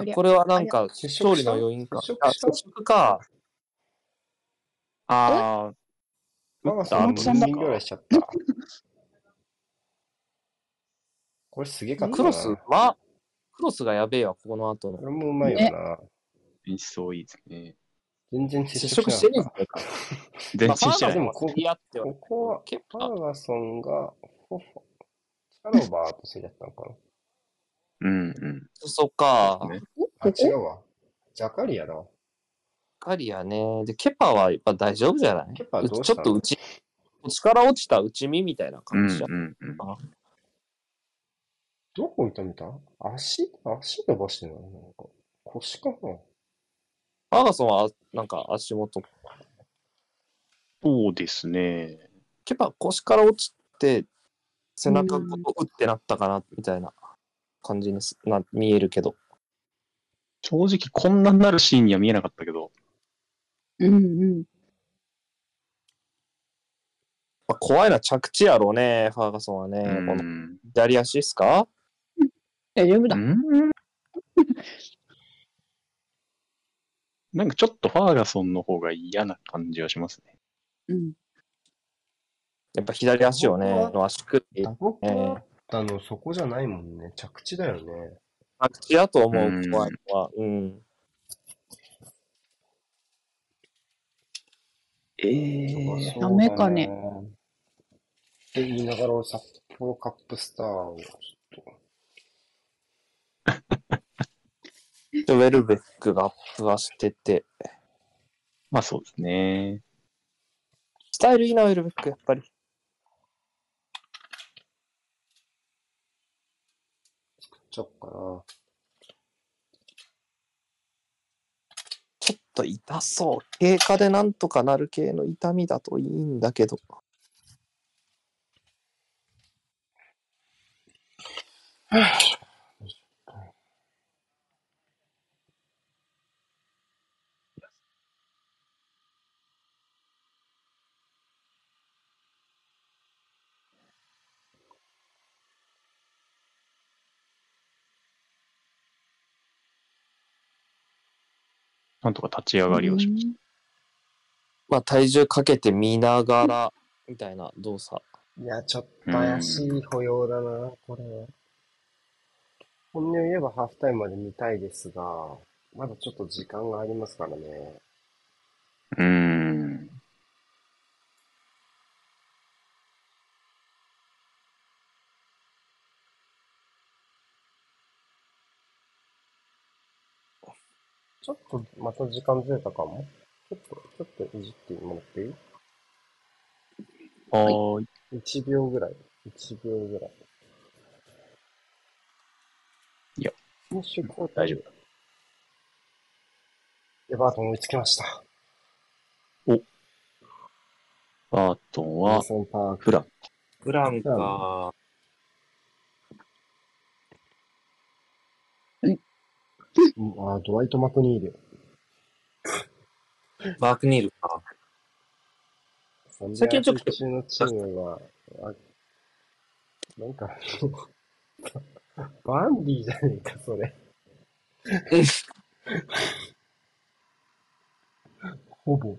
ありゃ
これはなんか、
接触した
勝利の要因か。
接触した
あ接触か。
ああ、
マガ
打っ
ソ
た
ン
後
の
松さんだ
人ぐらいしちゃった。これすげえかった
クロス
な。
は、クロスがやべえわ、ここの後の
こ。れもうまいよな。
演出多いですね。
全然接
接
触
触
し
してて
なか
ね
っ
えんか。
全
まあ、
然
ファ
して
ーガ
な
で
い。
も
ンも競り合っ
た。
ては
こ、こは、
結
マ
構、
ガソンが、ほほ、カロバーと競り合ったのかな。
うんうん。
そうか。
あ、
ね
ここ
違うわ。ジャカリアだわ。
カリアね。で、ケパはやっぱ大丈夫じゃない
ケパどう
ち
し
ょ
たの
っとうち、力落ちた内身みたいな
うん
感
う
じじゃん。
んうん。
どこ痛めた足足伸ばしてないなんか。腰かな
ファーガソンは、なんか足元、
そうですね。
ケパ腰から落ちて、背中ごと打ってなったかな、みたいな感じにすな見えるけど。
正直こんなになるシーンには見えなかったけど、
うんうん。
まあ、怖いのは着地やろうね、ファーガソンはね。
う
この
ん。
左足ですか
大丈夫
う
だ。
ん なんかちょっとファーガソンの方が嫌な感じはしますね。
うん。
やっぱ左足をね、の足首。
僕
え
は、あの、そこじゃないもんね。着地だよね。
着地やと思
う
う、
ん
怖いのは。うん。
え
そうだ
ダメかね
って言いながら、札幌カップスターを、
でウェルベックがアップはしてて、
まあそうですね。
スタイルいいな、ウェルベック、やっぱり。
ちょっかな。
ちょっと痛そう。経過でなんとかなる系の痛みだといいんだけど。
なんとか立ち上がりをしました。
まあ体重かけて見ながらみたいな動作。
いや、ちょっと怪しい保養だな、これ。本音を言えばハーフタイムまで見たいですが、まだちょっと時間がありますからね。
うーん。
ちょっとまた時間ずれたかも。ちょっと、ちょっといじってもらっていい
はーい。
?1 秒ぐらい。1秒ぐらい。
いや。
フィニッシュ交代。
大丈夫。
エバートン追いつきました。
バート
マ
ンは、
ソンパーク。
フラン。
ブラン
か。うんあー、ドワイト・マクニール。
マークニールか。
最
最
近
近
ち
ち
ょ
ょ
っ
っ
と。
と
中のチームは、あなんか、バンディじゃねえか、それ。ほぼ、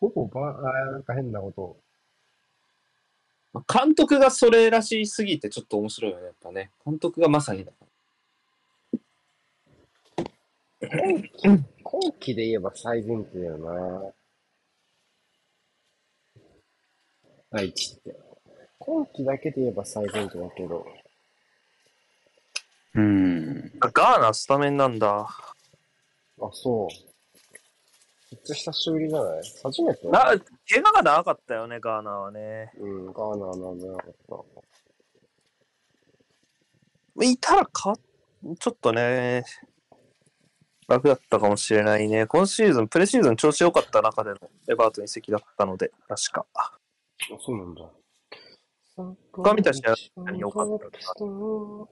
ほぼバン、あーなんか変なことを。
まあ監督がそれらしすぎてちょっと面白いよね、やっぱね。監督がまさにだ。
今期で言えば最前提だよな。第一って。今期だけで言えば最前提だけど、
うーん。
ガーナスタメンなんだ。
あ、そう。めっちゃ久しぶりじゃない初めて
な怪我が長かったよね、ガーナはね。
うん、ガーナはなんでなかった。
いたらか、ちょっとね、楽だったかもしれないね。今シーズン、プレシーズン調子良かった中でのエバートン移籍だったので、確か。
あ、そうなんだ。
他見た試合は確かに良かったな
ウ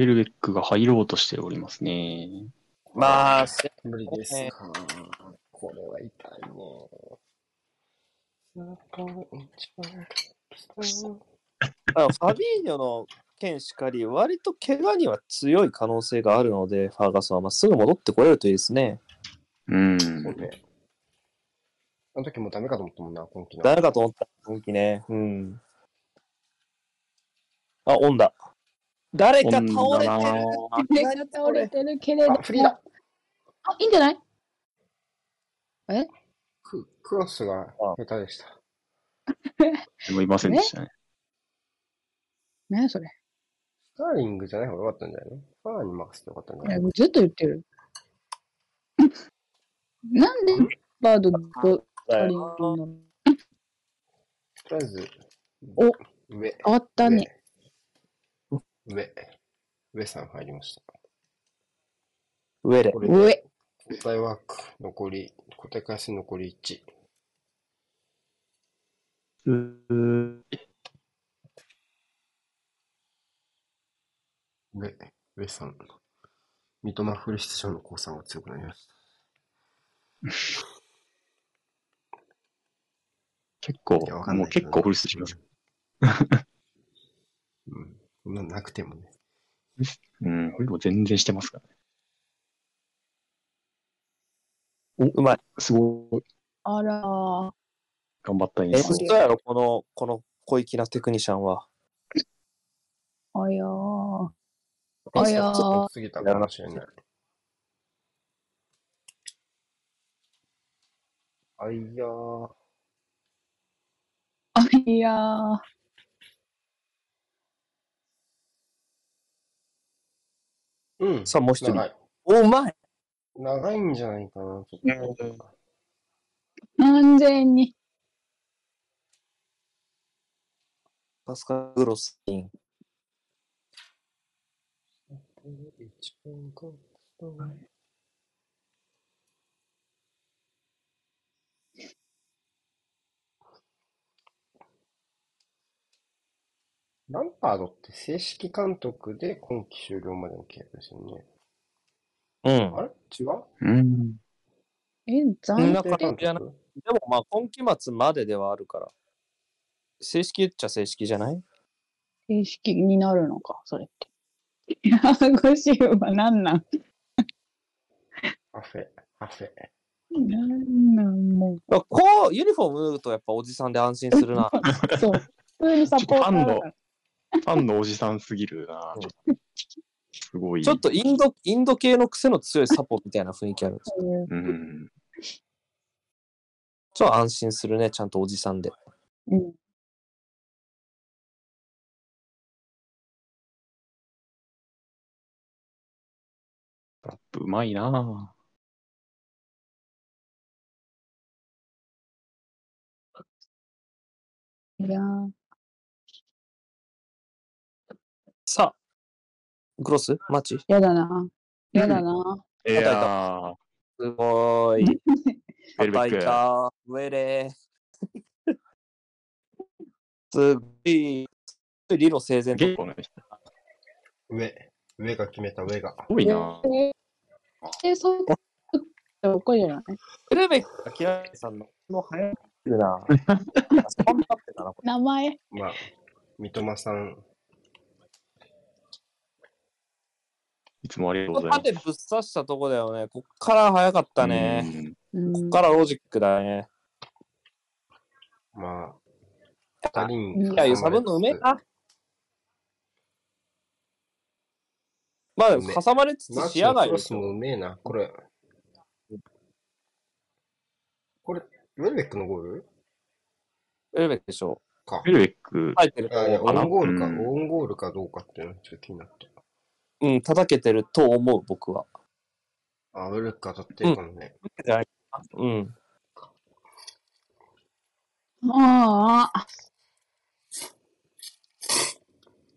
ェルベックが入ろうとしておりますね。
まあ、
無理ですか。これは痛いね。
あのファビーニョの件しかり、割と怪我には強い可能性があるので、ファーガソンはまあすぐ戻ってこれるといいですね。
うー。
そうんね。あの時もうダメかと思ったもんな、今季の。
誰かと思った雰囲気ね。うん。あ、オンだ。誰か倒れて
女
る。
だな
めっちゃ倒れてるけれども
あ、。フリーだ。
あ、いいんじゃない
ククロスが下手でした。
でもいませんでしたね。
何それ
スターリングじゃない方が良かったんじゃないのファーに任せてよかったんじゃ
い
な
や
い
ずっと言ってる。 なんでバードと
だ
タリン
よな
の
とりあえず、
お
上。
変わったね。
上。上。上さん入りました。
上で
こ。れで
上。
交代ワーク、残り、交代回数残り1。
うー
上、上さん。三笘フル出場の降参が強くなりました。
結構、
いやわかん
も
な
う
いけ
結
どね
構フルスします。
うん。そんなのなくてもね。
うん。俺も全然してますからね。
うまい。
すごい。
あらー。
頑張った
え
ね。
ー、そうやろ、この、この小粋なテクニシャンは。
あやー。あや
ちょ
ー
っと。過ぎたかもしれない。あいやー、
あやー。
うん。
さあ、もう一人。
長い。
お、うまい。
長いんじゃないかな、ちょっと。
完全に。
パスカグロスキン。
ランパードって正式監督で今季終了までの契約ですよね。
うん
あ。れ違う
うん。
え、
うん
暫
なんか
定
監
じゃな
督
でもまあ今期末までではあるから、正式っちゃ正式じゃない
形式になるのか、それって。 いや、ゴシウは何なん
アフェ、アフェ。
なんなんも
まあこう、ユニフォーム脱ぐとやっぱおじさんで安心するな。
う。そう。普通にサポーターだ
ちょっと
から。
ファンのおじさんすぎるな。ちょっとすご い。
ちょっとインド、インド系の癖の強いサポみたいな雰囲気あるんです
そういう
うん。
ちょっと安心するね、ちゃんとおじさんで。
うん。
ラップうまいな。
いやー
さあ、クロスマッチ
やだな。やだな。
い
いた
やー、
すごーい。
ベル
叩
ベッ
い
ク。
た、ウェレー。すごい、すごい理路整然と
結構ね、す
上、上が決めた、上が。
ごいな。
ええ、そうって怒るじゃない
クレベックが嫌いさんの、もう早くる な。そんなってたな、これ。
名前。
まあ、三笘さん、
いつもありがと
こ
うご
こ
ざい
ま
ます。
でぶっ刺したとこだよね。こっから早かったね。
うん。
うん
こっからロジックだね。
まあ、二人に
い
いや、揺さぶんのうめえな。まあ、でも挟まれつ
マー
つ
ク
仕上
のク
がりで
ロ
す
ス
よ
もうめえな、これ。これ、ウェルベックのゴール
エルベックでしょ。
か
ベ。ルベック、
入ってる
あいや、
と
オ
思
ウン
う。
ゴールか、
う
オ
ん
ウンゴールかどうかっていうのがちょっと気になって
うん、叩けてると思う、僕は。
あ、ウェルベック当たってるかもね。
うん。
ああ、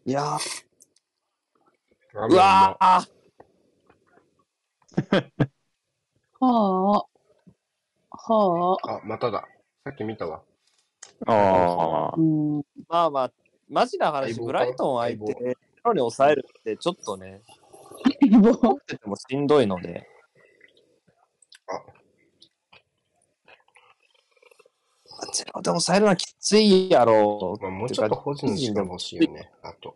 いやー、
あ
うわー
ああ、はあ、
あ、まただ。さっき見たわ。
ああ、
うん。
まあまあ、マジな話、
相棒か
ブライトン相手で、ゼロに抑えるってちょっとね、
も
持っててもしんどいので、ゼロで抑えるのはきついやろ
まあ、もうちょっと保持の時間欲しいよね。あと。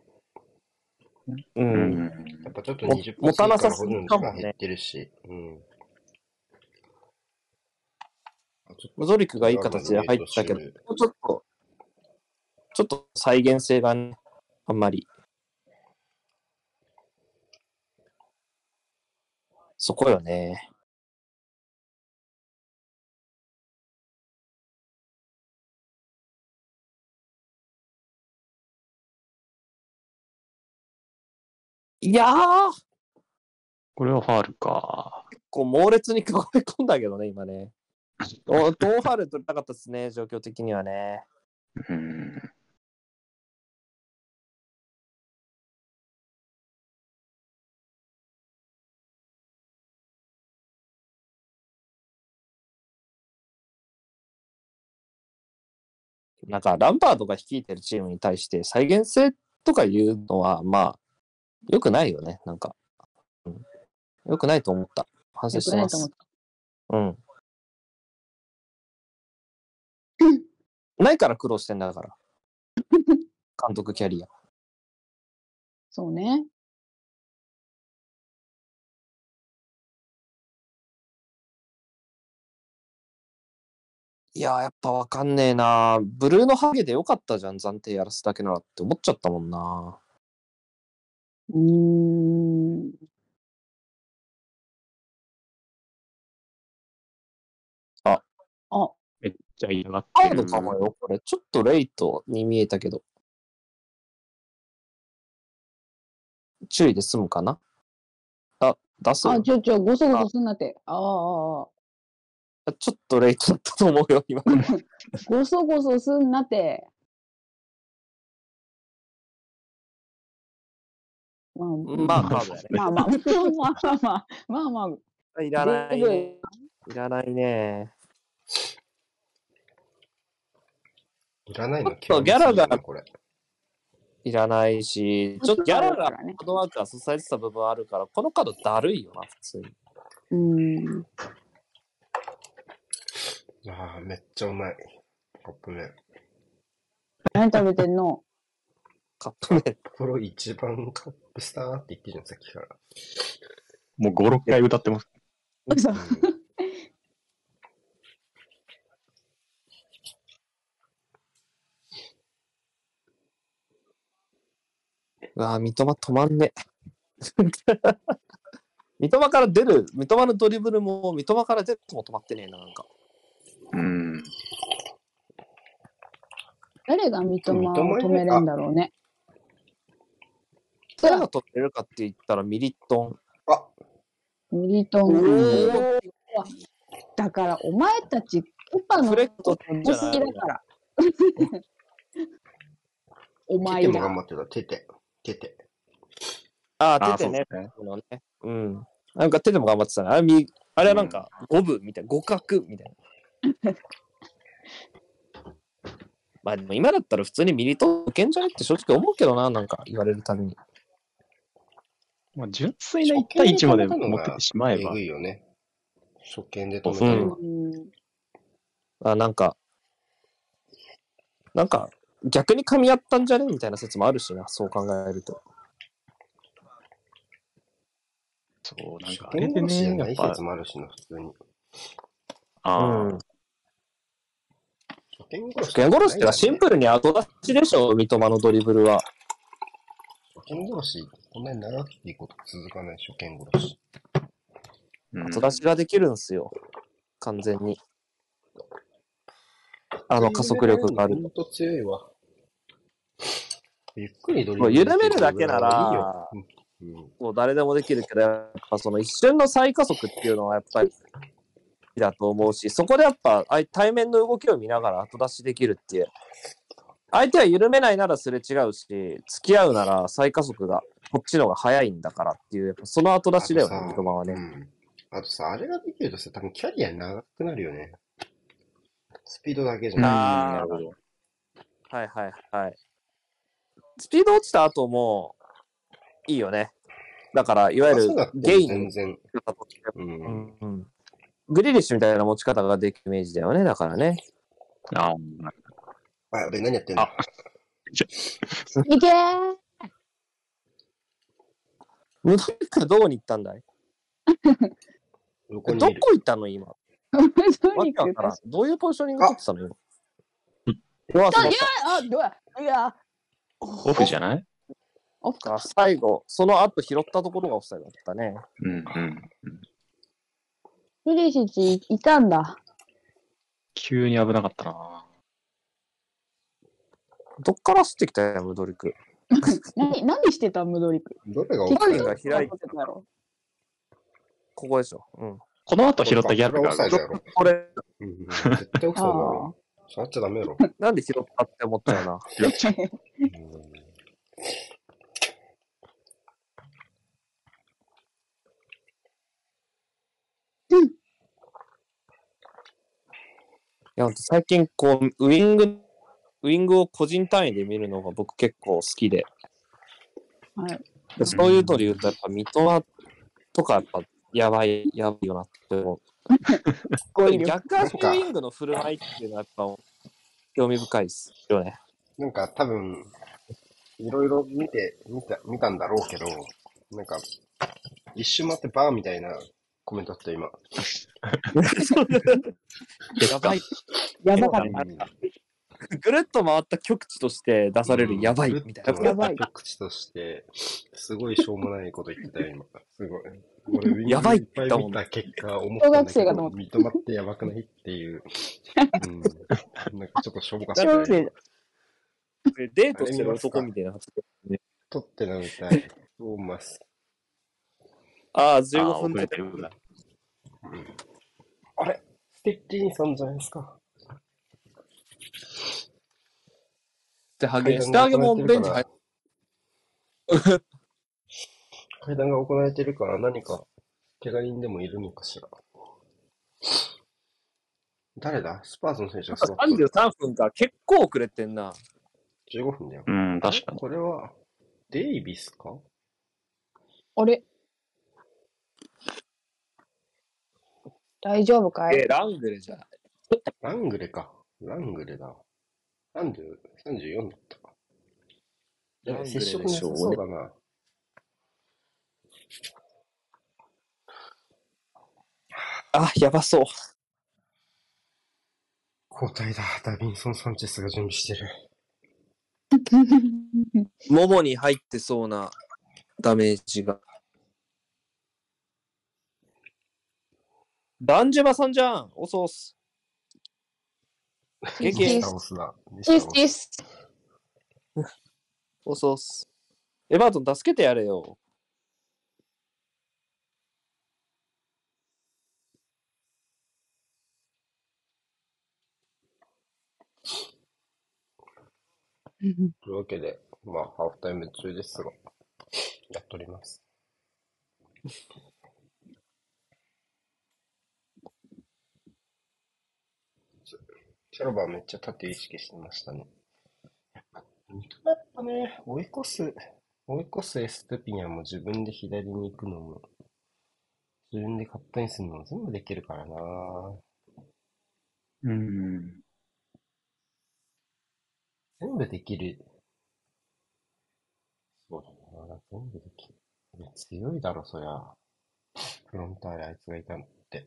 う。う。
うんん。
やっぱちょっと
も
20分
持たなさ
保
す
持の時
ぎかもね
間減ってるし。うん。
ゾリックがいい形で入ったけど、もうちょっと、ちょっと再現性がね、あんまり。そこよね。いやー、結
これはファールか。
構猛烈に囲い込んだけどね、今ね。おトーファール取りたかったですね、状況的にはね。
うん。
なんか、ランパードが率いてるチームに対して再現性とかいうのは、まあ、良くないよね、なんか。うん良くないと思った。反省
よ
し
く
て
な
ま
いと思っ
す。
た。
うん
うん。
ないから苦労してんだ から。監督キャリア。
そうね。
いやー、やっぱわかんねえなブルーのハゲでよかったじゃん、暫定やらすだけならって思っちゃったもんな
うーん。
あ。
あ、
めっちゃ嫌がっ
ハ
て
ード。
る
かもよ、これ。ちょっとレイトに見えたけど。注意で済むかなあ、出す
あ、ちょちょ、ごそごそすんなって。ああ、ああ、あ
ちょっとレイトだったと思うよ、今。
あごそごそすんなって。まあ
まあ、カードやね。
まあまあまあまあまあまあまあま
い
あ
らない
出
ね
る。
いらないね。
いらないの
ちょっとギャラが
極めすぎるねこれ。
いらないし、ちょっとギャラが
らね。
このワークは支えてた部分あるから、このカードだるいよな、普通に。
うん。
ああ、めっちゃうまい。カップ麺。
何食べてんの
カップ麺。
これ一番カップスターって言ってるじゃん、さっきから。
もう5、6回歌ってます。
嘘
うん
うわぁ、三笘止まんね。 三笘から出る、三笘のドリブルも、三笘から出るも止まってねえな、なんか。
うん。
誰が三笘を止めれんだろうね。そう
誰が取れるかって言ったらミリトン。
あ
ミリトン君。だから、お前たち、コパの
フレット
多すぎだから。お
テ
前
テも 頑
だ。
張ってた、テテ。テテ。
あ
あ
あ、
あ、
手で
そう
ね
で。すね。
このね。うん。なんか手でも頑張ってたね。あれみあれはなんか五分みたいな、五角みたい な。まあでも今だったら普通にミリトンいけんじゃねって正直思うけどな、なんか言われるたびに。
まあ、純粋な1対1まで
初見
持っててしまえ
え
ば
ぐ、いよね。初見で止め
う
た
ん
のは
うん
あなんか、なんか逆に噛み合ったんじゃねみたいな説もあるしな、そう考えると。
そう、なん
初
かあれ
見
で
同士じゃ
ね、
な
やっ
い
ぱ
説、もあるしな、普通に。
ああ、
初見
初見殺しってかシンプルに後出しでしょ、三笘のドリブルは。
初見殺し、こんなに長くいいこと続かない、初見殺し。
うん
後出しができるんすよ。完全に。あの加速力がある
ほ。んと強いわ。ゆっくりドリ
もう緩めるだけなら、
いいよ。
こう誰でもできるけど、やっぱその一瞬の再加速っていうのはやっぱり、だと思うし、そこでやっぱあい対面の動きを見ながら後出しできるっていう。相手は緩めないならすれ違うし、付き合うなら再加速がこっちの方が早いんだからっていう、やっぱその後出しだよね
あと、さ
三笘は
うん。う
ね。
ん。あとさ、あれができるとさ、多分キャリア長くなるよね。スピードだけじゃ
うん
な
あー
なるほど。
はいはいはい。スピード落ちた後もいいよね。だから、いわゆ
くて。
る
そうだって
ゲイ
全
ン
然。う。
うんんうんグリリッシュみたいな持ち方ができるイメージだよね、だからね。
ああ、
あ、やべ、何やってんだ
あ
いけー
ムドリッどこに行ったんだい
横
え
に
ど
いる。
こ行ったの今。
と
わけ
にか
わ
く
からん。どういうポジショニング取ってたの今。うわ、す
あ
ご
い
い
や。あ、どうや、いや、
オフじゃない
オフか
あ。最後、その後拾ったところがオフサイドだったね。
うんうん。
プリシッチいたんだ。
急に危なかったな。
どっから走ってきたよ、ムドリック。
何、何してたムドリク。
どれが
キ
オフ
ック
サイ
が
ド
開いて
ただろ
ここでしょ。うん。
この後拾ったギャル
これオフサイ、
が
ドやろ。
これ、
うんうん絶対オフサイドだ
あ
ろ。触っちゃダメやろ。
なんで拾ったって思ったよな。
ー
いや、最近、こう、ウイング、ウイングを個人単位で見るのが僕結構好きで、
はい。
でそういうので言うと、やっぱ三笘とか、やっぱ、やばい、やばいよなって 思う。これ逆足ウイングの振る舞いっていうのは、やっぱ、興味深いですよね。
なんか多分、いろいろ見て、見た、見たんだろうけど、なんか、一瞬待ってバーみたいなコメントだったよ、今。
やばい。
やばかっ
ぐるっと回った極地として出されるやばいみたいな。
やばい
口として、すごいしょうもないこと言ってたよ、今。すごい。俺、ウィング
やばい
いっぱい見た結果、思った
小
んだ
学
け
生
ど、
がと思っ。
認まってやばくないっていう。うん。なんかちょっとしょぼかったた
小
よ
学。生だ。
デートしてる男みたいな。
撮ってなみたい。トーマス。
ああ、
あ
15
ー
分
遅
で
れてるぐらい。
あれステッキーさんじゃないですか。
ってハゲ。
階段
下
が
上げ
行
も
われて
ベ
る
ンチ
か
入
ら階段が行われてるから何か怪我人でもいるのかしら。誰だスパーズの選手が座ってる。
33分か。結構遅れてんな。
15分だよ。
うん、確かに。
これは、デイビスか
あれ大丈夫か
え、
い
ラングルじゃない。
ラングレか。ラングレだ。30、34だったか。やばい
ラング
接
レでしょ
触なさ
うね
そうだな。
あ、やばそう。
交代だ。ダビンソン・サンチェスが準備してる。
ももに入ってそうなダメージが。ダンジェバさんじゃん。おそおす。ゲゲ
西
で
田
す
オスだ。西
で
田
す
オス
です。
おそおす。エバートン助けてやれよ。
というわけで、まあ、ハーフタイム中ですが、やっております。チャロバーめっちゃ縦意識してましたね。やっぱね、追い越す、追い越すエストゥピニャンも自分で左に行くのも、自分でカットインするのも全部できるからな
うん。
全部できる。そうだな、全部できる。いや強いだろ、そりゃ。フロンターレあいつがいたのって。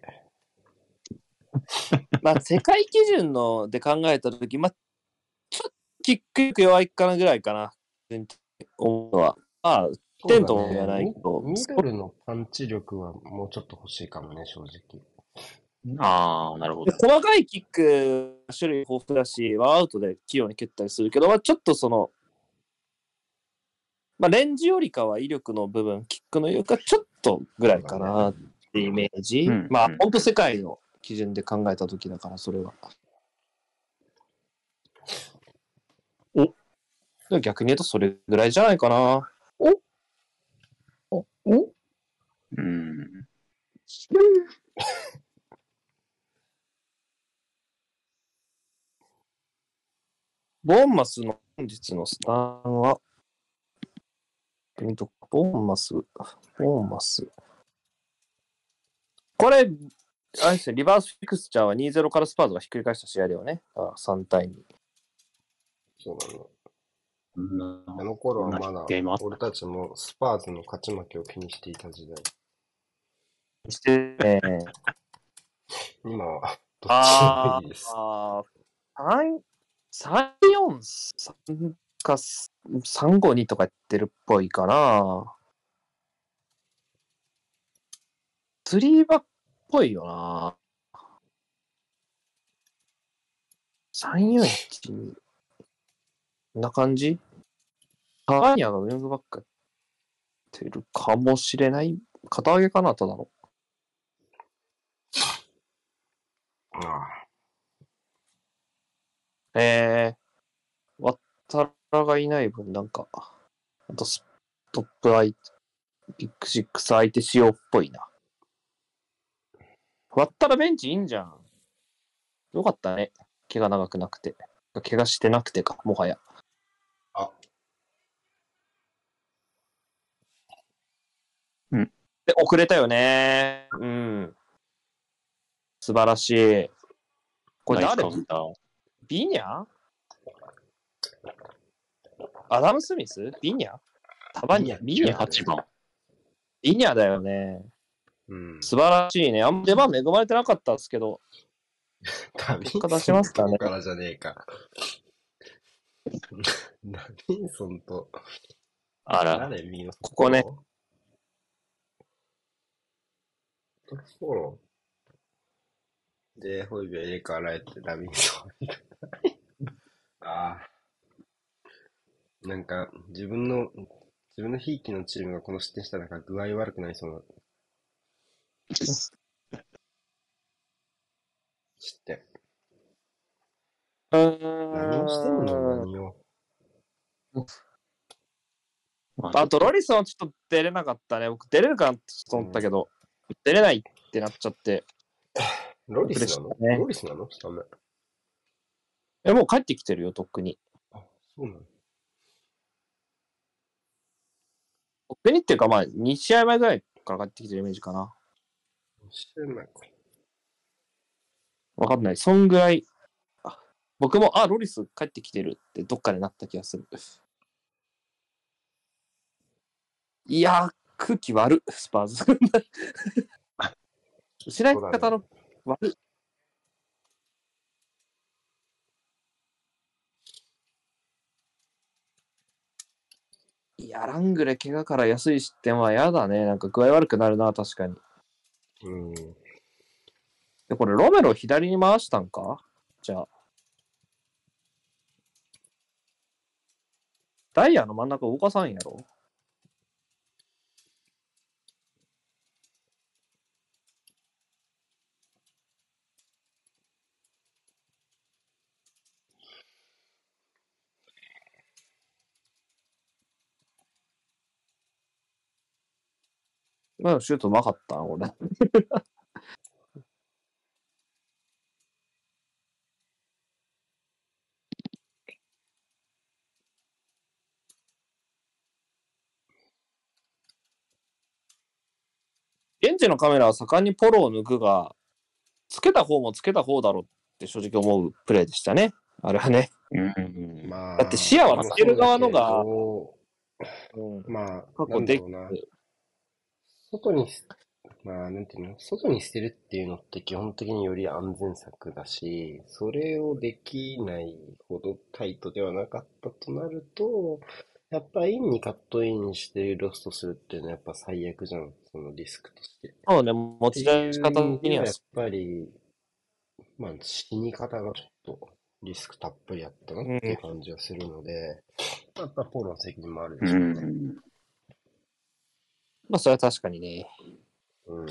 まあ、世界基準ので考えたとき、まあ、ちょっとキック力弱いかなぐらいかな。思うのは。まあ、テントもやらないと
ミミドルのパンチ力はもうちょっと欲しいかもね、正直。
ああ、なるほど。
細かいキック、種類豊富だし、ワンアウトで器用に蹴ったりするけど、まあ、ちょっとその、まあ、レンジよりかは威力の部分、キックの威力がちょっとぐらいかなってイメージ。
うん
まあ
うん、
本当世界の基準で考えたときだから、それは。
お
でも逆に言うとそれぐらいじゃないかな。
おお
うん。
ボーンマスの本日のスタンは、見とくボーンマス、ボーンマス。これ、あれですね、リバースフィクスチャーは2-0からスパーズがひっくり返した試合だよね。あ3対2。
そうだね。あ
な
の頃はま
同
だ
じゲームあっ、た
俺たちもスパーズの勝ち負けを気にしていた時代。
して、えー、
今は、どっち
あ
もいいです。
あ、3、3、4、3か、3、5、2とかやってるっぽいかな。3バックっぽいよな。3、4、1、2。こんな感じタガニアがウィングバックやってるかもしれない。片上げかな、ただの。
ああ
えー、ワッタラがいない分、なんか、あとストップ相手、ビッグシックス相手仕様っぽいな。ワッタラベンチいいんじゃん。よかったね。毛が長くなくて。怪我してなくてか、もはや。
あ
うん。
で、遅れたよね。うん。素晴らしい。これ
ナイス
誰
カウンター。
ビニャアダム・スミスビニャタバニャビニャ
18番。
ビニャだよね。
うん。
素晴らしいね。あんま出番恵まれてなかったんですけど、
ダビンソ
果
ン
出しま
の
す
と
か
こ
ね
からじゃねえか。ダビンソンと、
あら、
誰見よ
ここね。
フォロー。で、ホイビは入れ替わられてダビンソン。 ああ。なんか、自分の、自分のひいきのチームがこの失点した中、具合悪くなりそうな失点。
う
何をしてんの
ーん。
何を。
まあ
あと、ロリソンはちょっと出れなかったね。僕、出れるかなと思ったけど、出れないってなっちゃって。
ロリスなの
プレッシャーね
ロリスなのダメ。
え、もう帰ってきてるよ、とっくに。
あ、そうなの
特にっていうか、まあ、2試合前ぐらいから上がってきてるイメージかな。
してないか。
わかんない。そんぐらい、あ僕も、あ、ロリス帰ってきてるってどっかでなった気がする。いやー、空気悪っ、スパーズ。失い方の悪っ。いや、ラングレ怪我から安い失点は嫌だね。なんか具合悪くなるな、確かに。
うん。
で、これ、ロメロ左に回したんかじゃあ。ダイヤの真ん中動かさんやろまだシュートうまかったな、俺。現地のカメラは盛んにポロを抜くが、つけた方もつけた方だろうって正直思うプレーでしたね。あれはね。
うん。
まあ。
だって視野はつける側のがうん
まあ、
過
な
去
ん
で
だろうな。外にす、まあ、なんていうの、外に捨てるっていうのって基本的により安全策だし、それをできないほどタイトではなかったとなると、やっぱインにカットインしてロストするっていうのはやっぱ最悪じゃん、そのリスクとして。
そうね、持ち出し方的には
やっぱり、まあ、死に方がちょっとリスクたっぷりやったなっていう感じはするので、まあやっぱポールの責任もあるで
う
しょうね。
ん。
まあそれは確かにね。
うん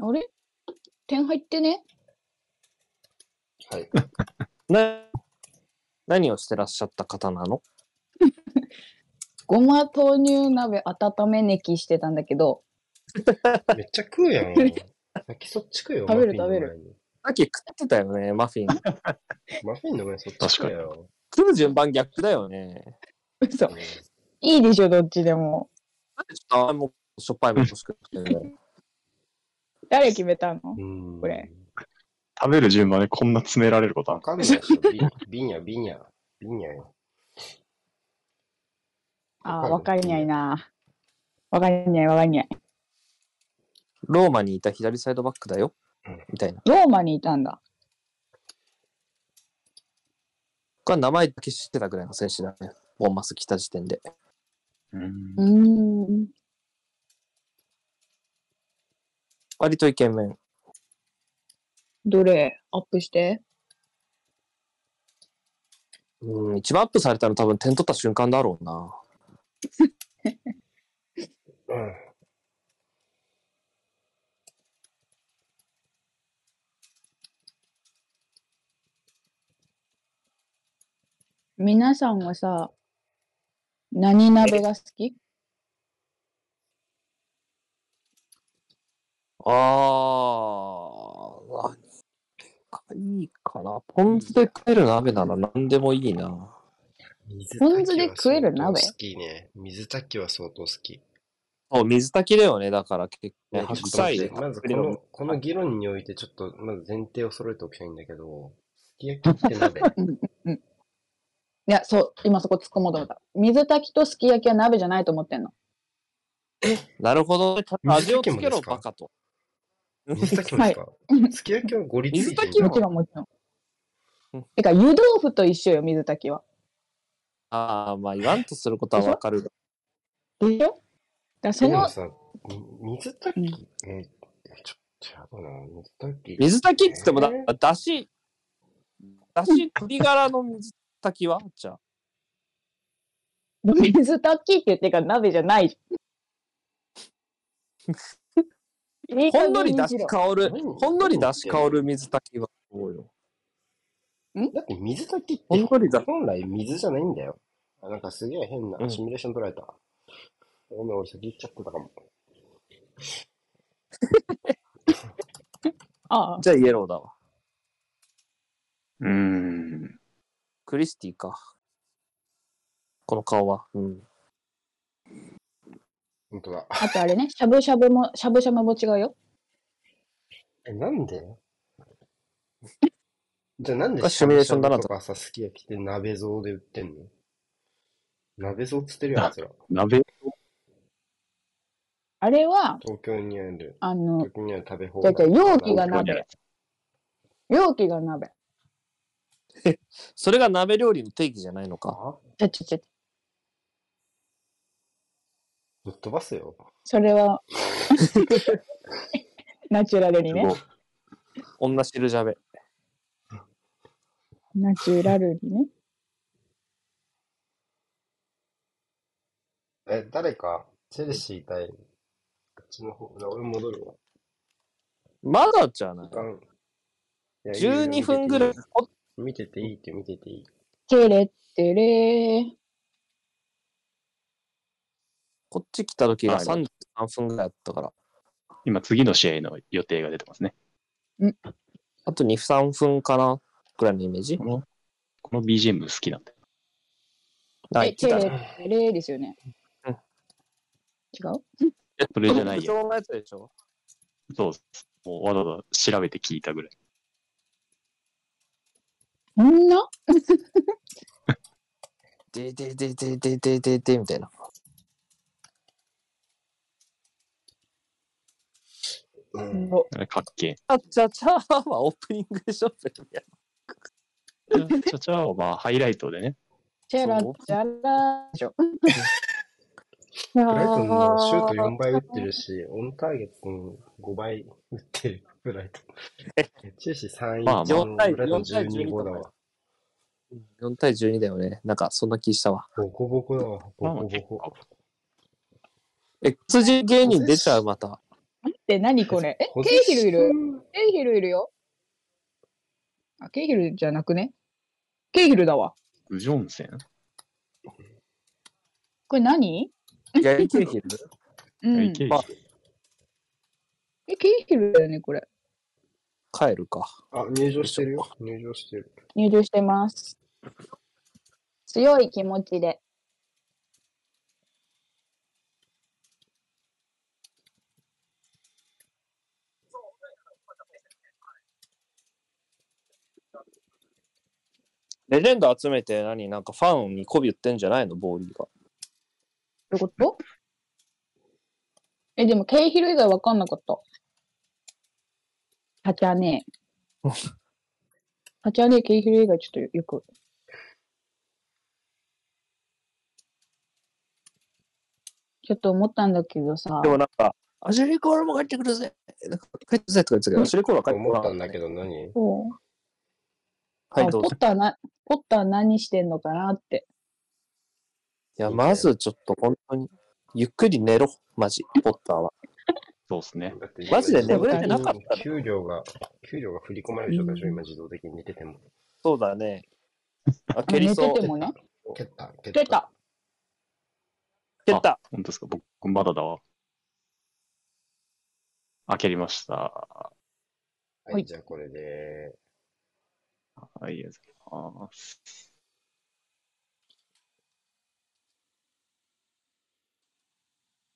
あれ点入ってね
はい。
な何をしてらっしゃった方なの
ごま豆乳鍋温めネキしてたんだけど、
めっちゃ食うや ん。先そっち食えよ。
食べる
マフィンの前に。
さっき食ってたよね、マフィン。
マフィンの前にそっち食えよ。
食う順番逆だよね。
嘘。いいでしょ、どっちでも。
なんでちょっとあんましょっぱいもの欲しくなってんの
誰決めたの
うん。うん
これ。
食べる順番でこんな詰められることあ
わ
ん
かんないでしょ。ビビンや、ビンや。ビンやよ。
あ
わ
あ、わ
か
か
る
りないな。わかりない、わかりない。
ローマにいた左サイドバックだよ
うん。
みたいな。
ローマにいたんだ。
これは名前だけ知ってたぐらいの選手だね。ボーンマス来た時点で。
うん
うーん。
割とイケメン。
どれアップして。
うん、一番アップされたの多分点取った瞬間だろうな。
うん。
皆さんはさ、何鍋が好き
あー、何がいいかな。ポン酢で食える鍋なら何でもいいな。
水
ポン酢で食える鍋
炊きは相当好きね。水炊きは相当好き。
そう、水炊きだよね。だから結構、
ね
白菜
ちょ
で
っとまずこの、この議論においてちょっと、まず前提を揃えておきたいんだけど、すき焼きって 鍋。
いや、そう、今そこ突っ込もうと思った。水炊きとすき焼きは鍋じゃないと思ってんの。
なるほどね。ただ味をつけ
水炊きもで
ろ、
すか
バカと。
水炊きもですかすき焼きはご立
水炊き
も
は
ちろんもちろ
うん
ん。てか、湯豆腐と一緒よ、水炊きは。
ああ、まあ言わんとすることはわかるが。
でしょだからそ
でも
の、
さ、み水炊き、え、ちょっとやだな。水炊き。
水炊きっつってもだ
え、
だし、だし、鶏ガラの水炊きはじゃあ。
水炊きって言ってから鍋じゃないじいい加
ほんのり
減に
出
し
し
ろ。
香る、
何
ほんのり出し香る水炊きはどうよ。
だって水炊きっ
ほん
て
のりだ。
本来水じゃないんだよ。あなんかすげえ変な
うん
シミュレーション取られた。ごめん、俺先言っちゃってたかも。
ああ、
じゃあイエローだわ。
うーん。
クリスティか。この顔は。うん。
本当だ。
あとあれね、しゃぶしゃぶも、しゃぶしゃぶも違うよ。
え、なんで じゃあなんで
あシミュレーションだなと
しゃぶしゃぶとかさ、すき焼きって鍋像で売ってんの鍋像っつってるやん、あいつら。
鍋、
あれは、
東京にある、
あの、
東京にある食べ放
じゃじゃ
題。
容器が
な
鍋。容器が鍋。
それが鍋料理の定義じゃないのか。
あ
ちょちょちょ、
ぶっ飛ばすよ。
それは、 ナチュラルにね。
女汁じゃべ。
ナチュラルにね。
え、誰か、チェルシー対、あっちの方、俺戻るわ。
まだじゃない
時。間。いや
12分ぐらい。。お
見てていい見てていいって見てていい。
テレッテレー。
こっち来た時が
はい
33分ぐらいだったから。
今、次の試合の予定が出てますね。
あと2、3分かなぐらいのイメージ
こ。の、この BGM 好きなんで。
はい
え、テレッテレーですよね。
うん
違う
それじゃないよ。
よ。のやつでしょ
そうです。もうわざわざ調べて聞いたぐらい。
そんな
ででででででででみたいな。
うん
あれかっけ
あちゃちゃーはオープニングでしょ
え。ちゃちゃちゃをまあ、ハイライトでね。
チェラチャラでしょ。 ブ
ブライトンのシュート4倍打ってるし、オンターゲットも5倍打ってる、ブライトン。チェルシー3、
まあ
1、
4対
ブライトン
4対
12、5だ
と
わ。
4対12だよね。なんかそんな気したわ。
ボコボコだわ、
まあ
ボ
まあ
コ
結
ボ
構
コ。。
え、羊芸人出ちゃうま た。
って何これえ、
ポジ
ケイ
シ
ヒルいる
ョン
ケイヒルいるよ。あ、ケイヒルじゃなくねケイヒルだわ。
ウジョンセン
これ何
やりきるヒル
うん。
池
まあ
え、ケイヒルだよね、これ。
帰るか。
あ、入場してるよ。入場してる。
入場してます。強い気持ちで。
レジェンド集めて何なんかファンに媚び売ってんじゃないのボーリーが。
どういうことえ、でも、ケイヒル以外わかんなかった。タチ ャネ。タチャネ、ケイヒル以外ちょっとよく。ちょっと思ったんだけどさ
で、もなんか、アシュリー・コールも帰ってくるぜなんか帰ってくるぜとか言ってたけど、アシュリー・コールは帰ってこ
思
な
っ
か
た
っ
ん
た
だ
ね、
けど何
こう
はい、
あ
どう
ポ
ぞ
ッ。ターな、ポッター何してんのかなって。
いや、まずちょっと本当に、ゆっくり寝ろ、マジ、ポッターは。
そうですね。
だって
マジで
眠れて
なかった
給料が、給料が振り込まれる状態でしょ、今自動的に寝てても。
そうだね。あ、蹴り
寝
そ
て
う。
てもね。
蹴った、蹴
出。た
蹴った。
本当ですか僕、まだだわ。開けりました。
はい、じゃあこれで、
はい、ありがとうございます。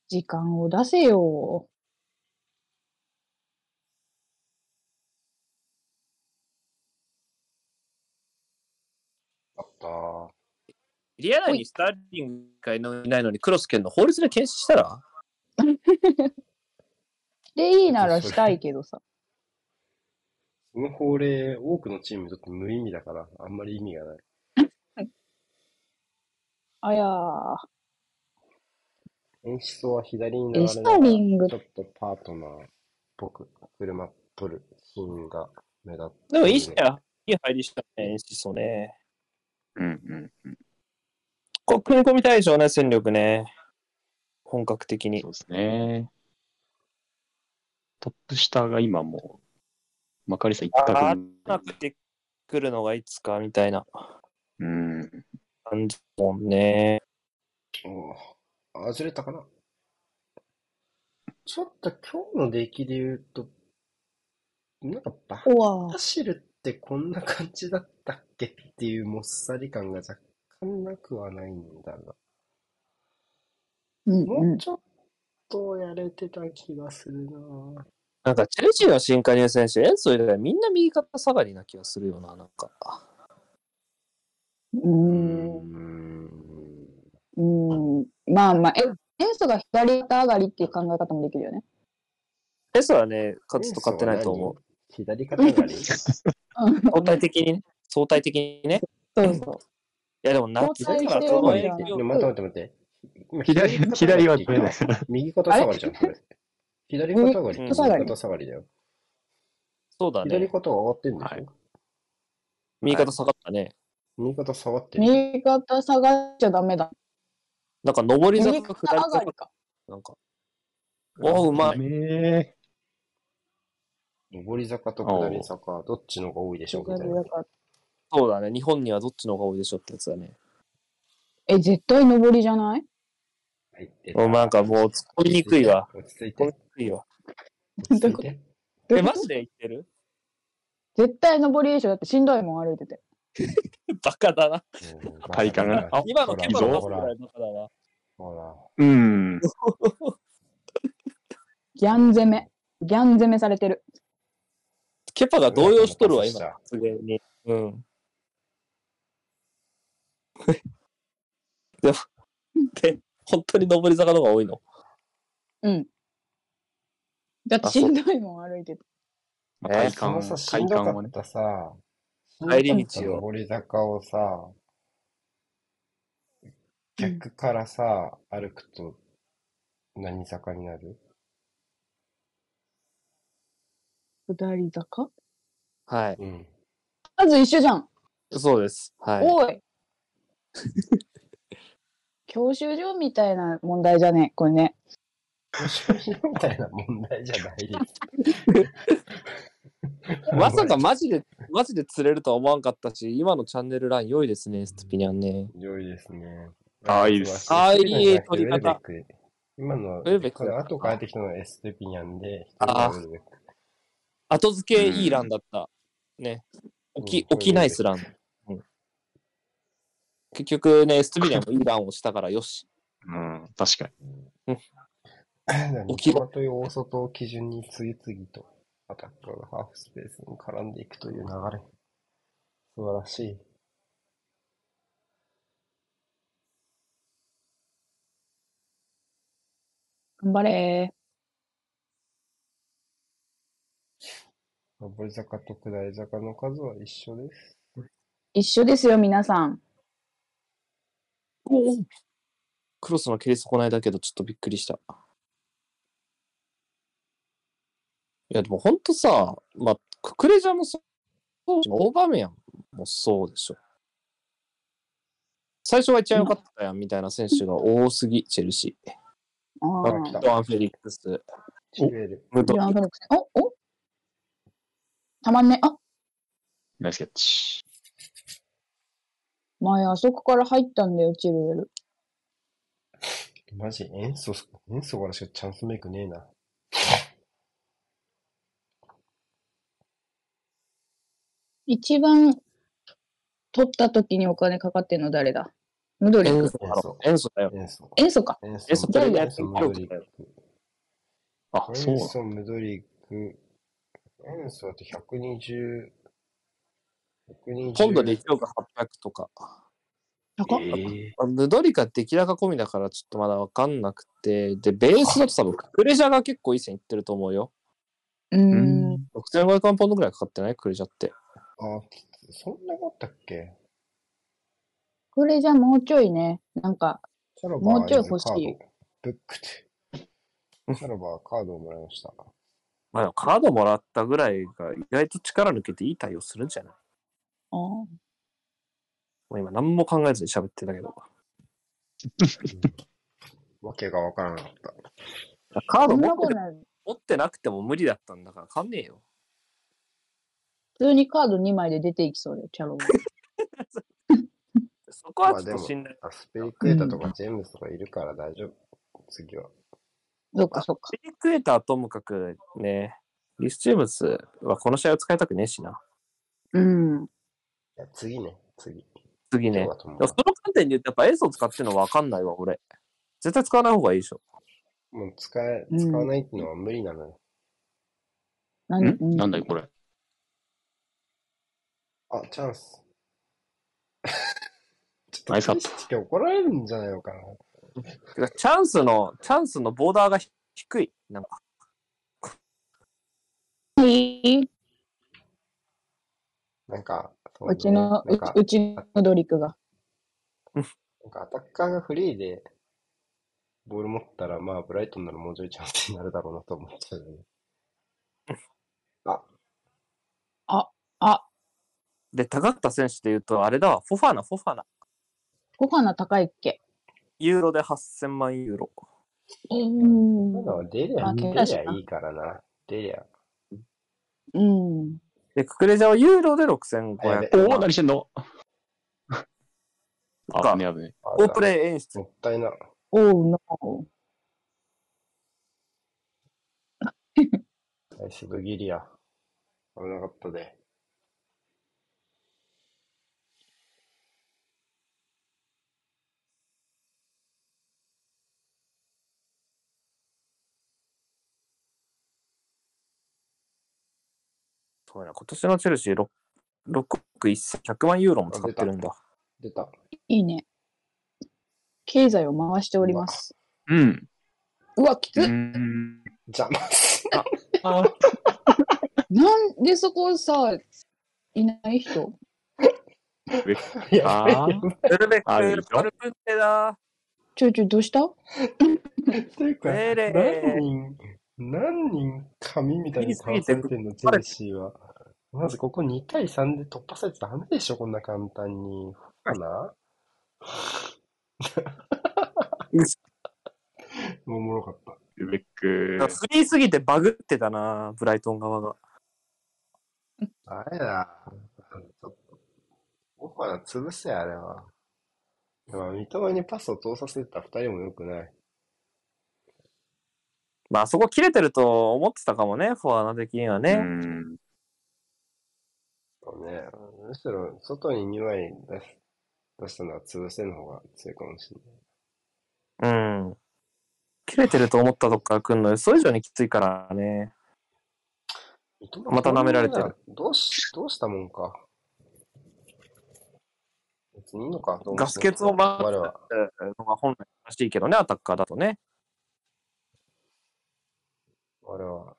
時間を出せよ。
あったー。
リアナにスターリングがいないのにクロス剣の法律で検視したら
で、いいならしたいけどさ。
この法令、多くのチームにとって無意味だから、あんまり意味がない。
あやー。
演出は左に流
エ
れ
ス
なが
タ
ら、
リ
ち
ング
ょっとパートナーっぽく車取るシーンが目立って
で
る
もいい試合、いい入りしたね、演出ね。
うんうんうん。
こう、組み込みたいでしょうね、戦力ね。本格的に
そう。ですね。トップ下が今もう、マカリサ一択
あ
に
なってくるのがいつかみたいな
うん。
感じだもんね。
おあずれたかなちょっと今日の出来で言うと、なんかバ
うわ
カシルってこんな感じだったっけっていうもっさり感が若干なくはないんだな。
うん
も
う。
うんちょっとやれてた気がするなぁ
なんか、チェルシーの新加入選手、エンソ以外みんな右肩下がりな気がするよな、なんか。
う
うん。
ん。
うん、まあまあ、え、エンスが左肩上がりっていう考え方もできるよね。
エンソはね、勝つと勝ってないと思う。
う。左肩上が り
うん、
相対的にね、相対的にね。
そう
そういや、でも夏
相対
から
して
そ
る
の
わけ
影
ではない
響
ね待って待って待って。
左、左はダメだよ。
右肩下がりじゃん、それ。左肩上がりって
右
右
肩
下がり
肩下がりだよ。
そうだ
左
ね。
肩上がってんでしょ、
はい
右肩下がったね。
右肩下がってる。
右肩下がっちゃダメだ。
なんか、上り
右
坂、
肩
下り
上がり
坂、
か。
なんか。おう、うまい。
い。ね
上り坂と下り坂、どっちの方が多いでしょうみたいな。
そうだね。日本にはどっちの方が多いでしょってやつだね。
え、絶対上りじゃない
入って
もうなんかもう、突っ込みにくいわ。
落ち着い
突っ込み
て。
にくいわ。
落ち着いて。
ど
え、
ういうこ
マ
と
ジで言ってる
絶対上りでしょ。だってしんどいもん歩いてて。
バカだな。
うん
体幹があ
今のケパ
ほ
の
ら
パスぐらいバカだな。
ほら、
うん。
ギャン攻め。ギャン攻めされてる。
ケパが動揺しとるわ、
うん
今。すげえに。うん。 でも、で、本当に上り坂の方が多いの。
うん。だってしんどいもん歩いてて。
ま
え
あ、
そ
体
の
幹、
さ、し
体
ん
幹
どか
は
っ
ね。
たさ、
帰り道を。
上り坂をさ、逆からさ、歩くと何坂になる
下り坂
はい。
うん。
まず一緒じゃん。
そうです。はい。
おい 教習所みたいな問題じゃねこれね。
みたいな問題じゃないです。
まさかマジで、マジで釣れるとは思わんかったし、今のチャンネルライン良いですね、ストゥピニャンね。
良いですね。
ああいいです
ああいい取り方
ウェルベック今の、
ェルベック
この後帰ってきたのはエステピニャンで、
ああ
一人がウェルベック
後付けいいランだった。ね。起き、
うん
起きナイスラン。うん結局ね、エストゥピニャンもいいランをしたから、よし。
うん、確かに。
三
起きろ
笘という大外を基準に次々とアタッカーがハーフスペースに絡んでいくという流れ。素晴らしい。
頑張れ
上り坂と下り坂の数は一緒です。
一緒ですよ、皆さん。
おおクロスの蹴り損ないだけど、ちょっとびっくりした。いや、でもほんとさ、まあ、ククレジャもそう、オーバーメヤンもそうでしょ。最初は一番良かったやんみたいな選手が多すぎ、チェルシー。
あ
あ
あ。
来た。
ドアン・フェリックス、
チュエル。
ム
ジ
ト
ョアン・フェリックスおおたまんね。あ
ナイスキャッチ。
前あそこから入ったんだよ、チルウェル。
マジ、塩素、塩素からしかチャンスメイクねえな。
一番取った時にお金かかってんの誰だムドリ
エ
ッ
ン
ク。
ソだろ。エンソだよ。
塩素。
エンソか。
塩素。
エンソ
プレイ
ヤー
塩素、ム
や
ド
って
リッ
たよ
ク。
あ、そう
塩
なの
素、ムドリック。塩素だって120、120。
今度で1億800とか。
高っ
ええ
あムドリカ出来高込みだからちょっとまだわかんなくて、で、ベースだと多分、クレジャが結構いい線いってると思うよ。
うーん。
6500万ポンドぐらいかかってないクレジャって。
あ、そんなことあったっけ
これじゃもうちょいね。なんか、
サラ
も
バ
うちょ
ー
い
イズ
欲しい
カード、ブックで。サラバーカードをもらいました。
まあ、カードもらったぐらいが意外と力抜けていい対応するんじゃない
あー
もう今何も考えずに喋ってたけど。
わけがわからなかった。
カー
そ
ド
ん
持
な
っ
こ
て
と
る
ない。
持っってなくても無理だったんだから、かんねえよ。
普通にカード2枚で出ていきそうだよ、チャロが。
そこはちょっと信頼。
アスペリクエタとかジェームスとかいるから大丈夫。次は。
そっかそっか。
ピリクエタはともかくね、リス・ジェームズはこの試合を使いたくねえしな。
うん。
いや次ね、次。
次ね。
今
で
日
も
はと
その観点で言うと、やっぱエースを使ってるのわかんないわ、俺。絶対使わない方がいいでしょ。
もう使え、
うん
使わないってのは無理なのよ。
なんう
なんだよ、これ。
あ、チャンス。 ちょ
ナイスカット
っと、怒られるんじゃないのかな。
てかチャンスの、チャンスのボーダーが低い。なんか、
はい。
なんか、そうね
うちの、
な
うんち
か、
うちのドリクが。
なんかアタッカーがフリーで、ボール持ったら、まあ、ブライトンならもうちょいチャンスになるだろうなと思っちゃうよね。あ、
で、高った選手で言うと、あれだわ、フォファナ、フォファナ。
ご飯の高いっけ
ユーロで8000万ユーロ。
うん
ただは出りゃ、
負け
出
たし
り
な
ゃいいからな。出りゃ。
うん。
で、ククレジャはユーロで
やべ
6500
おお、
万。
何してんの
っか
あ、危ねえ危ね
あ
オープレイ演出
も。ったいな。
おうの。
ナイスドギリア。危なかったで。
そうやな今年のチェルシー6、6億1100万ユーロも使ってるんだ。
出た。
いいね。経済を回しております。
え。うん。
うわ、き
う
つっ
ん。
邪魔。
あ
なんでそこさ、いない人
やべえ
あー。
ベルベック、
あ
パ
るで
ル
しょ
プンテだ。
ちょいちょいどうした
というか、
えれ
何人、何人紙みたいに倒されてんの、チェルシーは。まずここ2対3で突破されてダメでしょ、こんな簡単に。かなもうおもろかった。
ルベック。
フリーすぎてバグってたな、ブライトン側が。
あれだ。ちょっとオファー潰せ、あれは。でも、三笘にパスを通させた2人も良くない。
まあ、そこ切れてると思ってたかもね、フォアナ的には
う
ね。
ん。
そうね。むしろ、外に2枚出す出したのは潰せの方が強いかもしれない。
うん。切れてると思ったとこから来んのよ。それ以上にきついからね。また舐められてる。
どうし、どうしたもんか。別にいいのか、どうも
ガス欠を待
我は。
つのが本来らしいけどね、アタッカーだとね。
我は。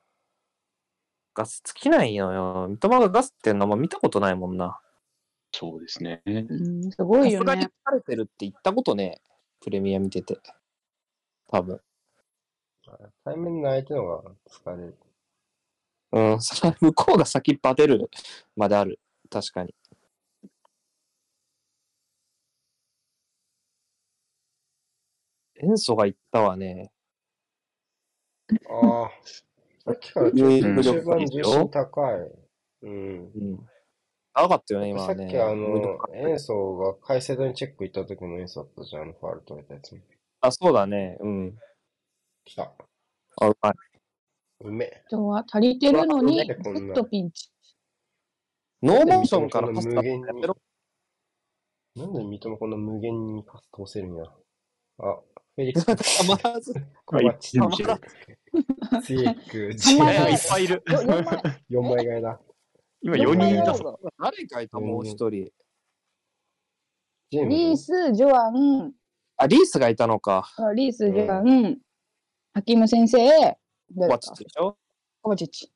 ガス尽きないのよ。三笘がガスってんのあんま見たことないもんな。
そうですね。
うん、すご
さ
いよ
すがに疲
ね。
れてるって言ったことね。プレミア見てて。多分。
対面の相手の方が疲れる。
うん、それ は向こうが先っぱ出るまである。確かに。塩素が言ったわね。
ああ。さっきからちょっと中盤重心高い。うん。
うん。長かったよね、今
さ
は
っ
ね。
きあ
ムード
の
か、
演奏が解説にチェック行った時の演奏だったじゃん、あのファウル取れたやつ。
あ、そうだね。うん。
来た。
あ、うまい。
うめえ。
人は足りてるのに、
なん
ず
でこんな
っとピンチ。
ノーモーションからパス
なん
が
で三笘こんな無限
やめ
になんで三笘こんな無限
ろ。
にパス通せるんや。あ、フェリックス、
たまず、
コバチ、
た
まら
ツイック、ジ
たまら
ェ
ない
イ
い
ク
っぱ
いいる。
よ4
4枚
枚。
替えだ。
今
四
4人い
枚
た
だ
ぞ。
ぞ。
誰かいた、もう一人。
ジェームズ
リース、ジョアン、
あ、リースがいたのか。
あリース、ジョアン、ハキム先生、
コ
誰
バ
か
チッチでしょ
コバチッチ。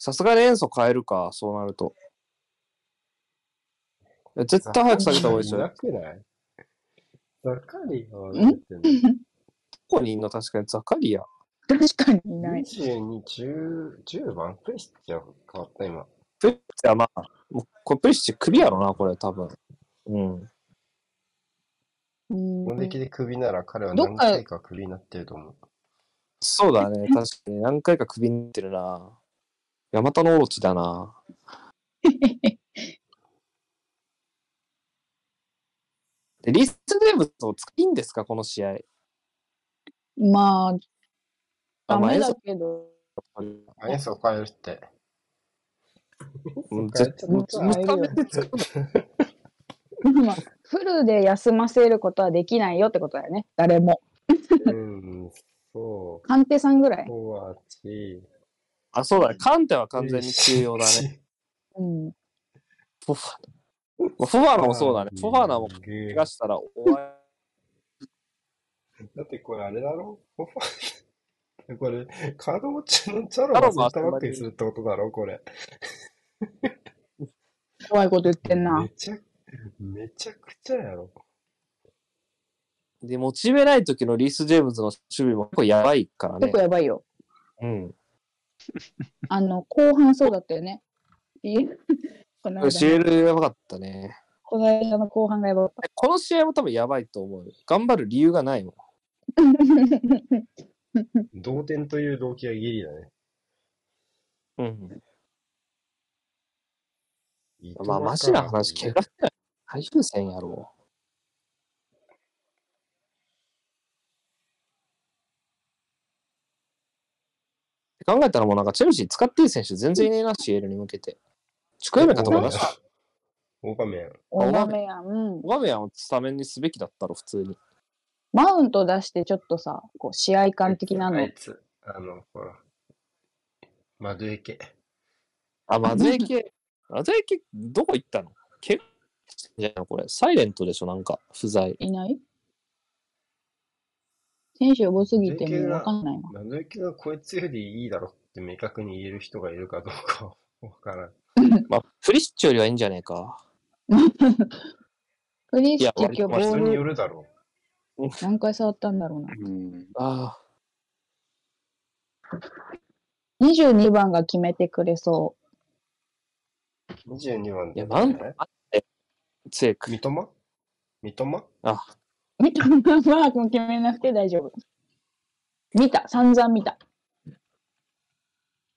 さすがに塩素変えるか、そうなると。絶対早く下げた方がいいですよ。
な
ど
くないザカリアは
ん
出てんの
こにいんの確かにザカリア。
確かにいない。
22、10、10番プレスティア変わった今。
プリッチはまあ、もうこれプリッチクビやろな、これ多分。うん。
うん
攻撃でクビなら彼は
どっ
何
か
回かクビになってると思う。
そうだね。確かに何回か首になってるな。ヤマタノオロチだ な。で、リスデブスを使いいんですかこの試合。
まあ、ダ
あまあ
メ
遠
だ
足
けど、
あ、やつを変えるって。
うん
使え
絶
る
もう
使えるよ
見た目で使う
まあフルで休ませることはできないよってことだよね。誰も。
うん、そう。
鑑定さんぐらい。
コアチ。
あ、そうだね。カンテは完全に休養だね。
ね。
うん。
フォファナ。フォファナもそうだね。フォファナも
怪
怪我したら終わり。
だってこれあれだろ オファーこれ、カード持ちのチャロ
チャロ
が
が
センターバックにするってことだろこれ。
怖いこと言ってんな
め。ちゃ、めちゃくちゃやろ。
で、モチベない時のリース・ジェームズの守備も結構やばいからね
結構。やばいよ。
うん。
あの、後半そうだったよね。 いこの
シ
間
エ
の
ルやばかったね。
この間の後半がやばかっ
この試合も多分やばいと思う。頑張る理由がないもん。
た。
同点という動機はギリだね。
うん。ま
三笘か
あ、マジな話、怪我してない。最優先やろう。考えたらもうなんかチェルシー使っていい選手全然いねえな、シエルに向けて。チクエメカとか出した。
オーバメン。
お豆やん。うん
ワメヤンをスタメンにすべきだったろ、普通に。
マウント出してちょっとさ、こう試合感的な
あ
の
い。つ、あの、ほら。マドエケ。
あ、マズエケ、マズエケ、どこ行ったの怪我してんじゃん、これ。サイレントでしょ、なんか、不在。
いない選手多すぎ
マ
て
ズエケ
もう
が
わかんないな。
マドエケがこいつよりいいだろって明確に言える人がいるかどうかはわからん。
まあ、フリッチよりはいいんじゃねえか。
フリース
いや
結局
ま
ボ
あ人
ー
に
ル
よるだろ。
何回触ったんだろうな。
うん。
あ
22番が決めてくれそう
22番
あ、いや、マウント、
ね
待って。強く。
三笘三笘
あ、
う。見たマー君決めなくて大丈夫。見た、散々見た。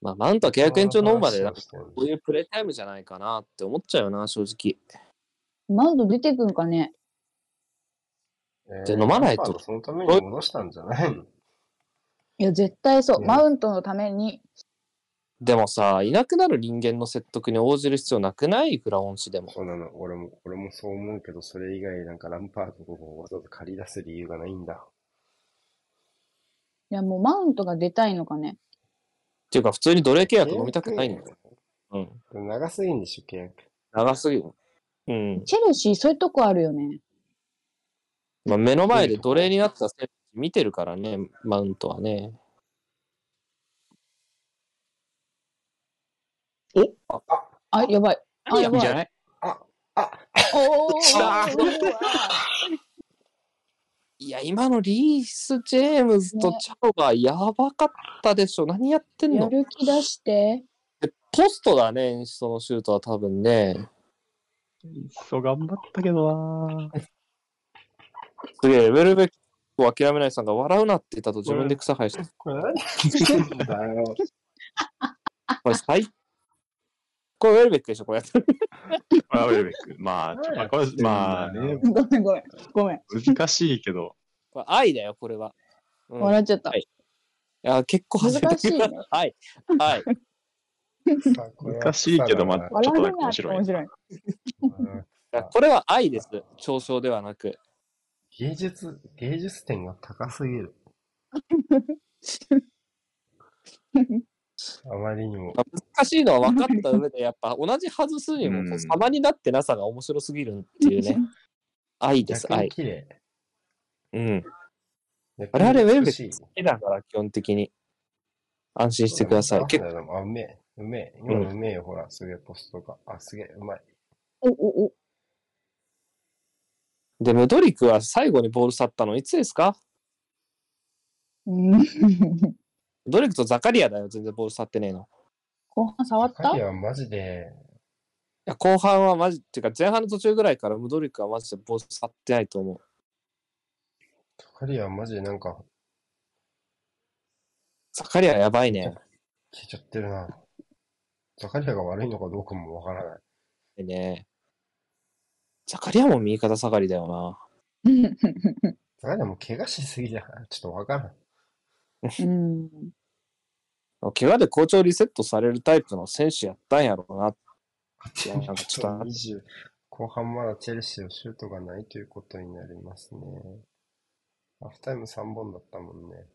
まあ、マウントは契約延長ノーマで、
そ
なん
う
か
そうそう
こういうプレイタイムじゃないかなって思っちゃうよな、正直。
マウント出てくんかね
で飲まないと
えーそのために戻したんじゃないの
いや、絶対そう。
うん
マウントのために。
でもさ、いなくなる人間の説得に応じる必要なくないいくら恩師でも。
そうなの。俺も、俺もそう思うけど、それ以外なんかランパードをわざわざ借り出す理由がないんだ。
いや、もうマウントが出たいのかね
っていうか、普通に奴隷契約飲みたくないんだよ。
契
うん。
約長すぎんでしょ、契約。
長すぎる。うん。
チェルシー、そういうとこあるよね。
まあ、目の前で奴隷になった選手見てるからね、マウントはね。
あ、やばい。あ、やば
いい
い。
んじゃない
おーお
来た
ーおーおーあ
いや、今のリース・ジェームズと
ね
チャオがやばかったでしょ。何やってん
ーや
の
る気出して。
ポストだね、そのシュートは多分ね。
いっそ頑張ったけどな
すげえ、ウェルベックを諦めないさんが笑うなって言ったと自分で草生えして
これ何してんだよ。
これ最これウェルベックでしょ、これ。
あウェルベック。まあ、まあ、これまあね、
ごめんごめん。ごめん。
難しいけど、
これ愛だよ、これは。うん
笑っちゃった。
はいいや結構恥ずかしい
難しいね
はい。はい。
さあこれは
難しいけど、まあ、ちょっ
笑
とな
うなん
か面白い
面。白い。
うん
これは愛です。嘲笑ではなく。
芸術、芸術点が高すぎ る。あまりにも。
難しいのは分かった上で、やっぱ同じ外すにもこ
う
う、
ん
様になってなさが面白すぎるっていうね。愛です、
逆に
愛。
綺麗。
うん。
逆に
我々ウェルベ
美
ッ
しい
ク好きだから、基本的に。安心してください。
そう
結構
だねあ、うめえ。うめえ。今のうめえよ、ほら。すげえ、ポストが。あ、すげえ、うまい。
おおお。
で、ムドリクは最後にボール去ったのいつですか
うん
ドリクとザカリアだよ、全然ボール去ってねえの。い
後半触っ
カ
た
リアはマジで、
や、後半はマジ、っていうか前半の途中ぐらいからムドリクはマジでボール去ってないと思う。
カリアはマジでなんか、
サカリアやばいね。
聞いちゃってるな。ザカリアが悪いのかどうかもわからない。
ねザカリアも右肩下がりだよな。
ザカリアも怪我しすぎじゃないちょっとわからん。
うん。
怪我で校長リセットされるタイプの選手やったんやろうな。いや、なんかちょっと、
20後半まだチェルシーのシュートがないということになりますね。ハーフタイム3本だったもんね。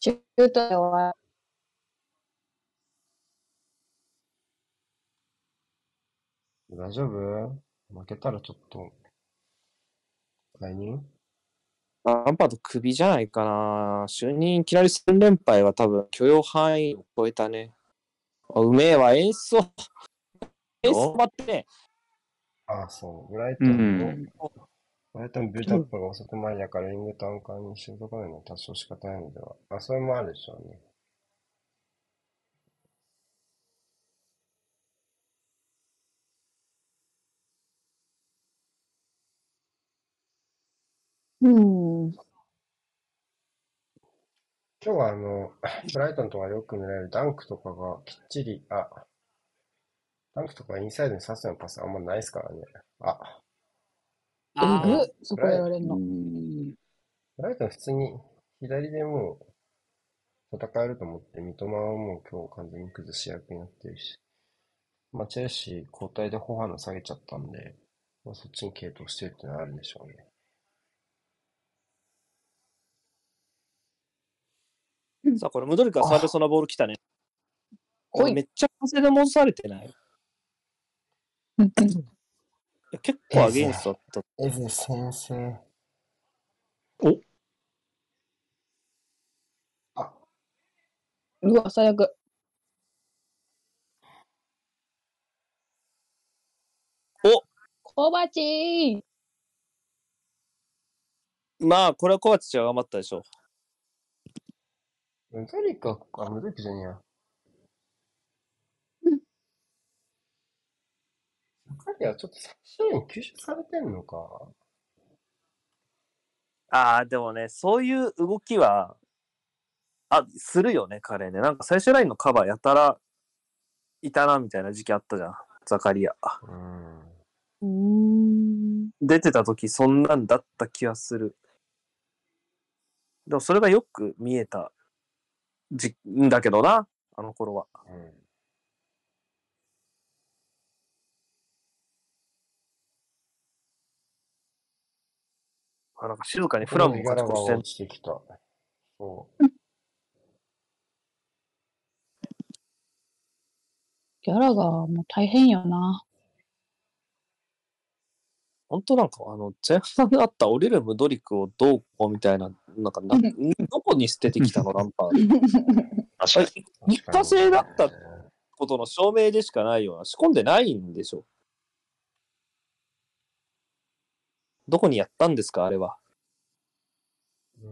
シュートで終わ
大丈夫負けたらちょっと、来人
ランパードクビじゃないかな。就任いきなり3連敗は多分許容範囲を超えたね。あうめえわ、演出を。演出待ってね。
ああ、そう。ブライトンの、
うん
ブライトンビルドアップが遅く前だから、リングとアンカーにしとかないのは多少仕方ないのでは。あ、それもあるでしょうね。
うん。
今日はあの、 ブライトンとかでよく見られるダンクとかがきっちり、あ、ダンクとかインサイドに刺すようなパスあんまないですからね。あ、
え
あ
ぐそこ言われるの。
ん。
ブライトン普通に左でもう戦えると思って、三笘はもう今日完全に崩し役になってるし、まあチェルシー交代でフォハンの下げちゃったんで、まあ、そっちに傾倒してるってのはあるでしょうね。
さあ、これ、ムドリカサーベソなボール来たね。こ
お
れ
い
め。っちゃ風で戻されてないいや結構アゲインストだった。
エゼ先生。
お
あ、
うわ、最悪。
お
コバチ
まあ、これはコバチッチが頑張ったでしょう。
ムドリカ、あ、ムドリカじゃねえや。
うん
彼はちょっと最初に吸収されてんのか。
ああ、でもね、そういう動きは、あ、するよね、彼ね。なんか最終ラインのカバーやたら、いたな、みたいな時期あったじゃん。ザカリア。
うん。
ーうーん。
出てた時、そんなんだった気がする。でも、それがよく見えた、じ、んだけどな、あの頃は。
うん
あなんか静かにフランも勝ち越してん
落ちてきた。そう。
ギャラがもう大変よな。
本当なんかあの前半にあった降りるムドリクをどうこうみたいな、なんかなどこに捨ててきたの、ランパード。
確かに。
一過性だったことの証明でしかないような、仕込んでないんでしょ。どこにやったんですか、あれは。
うん。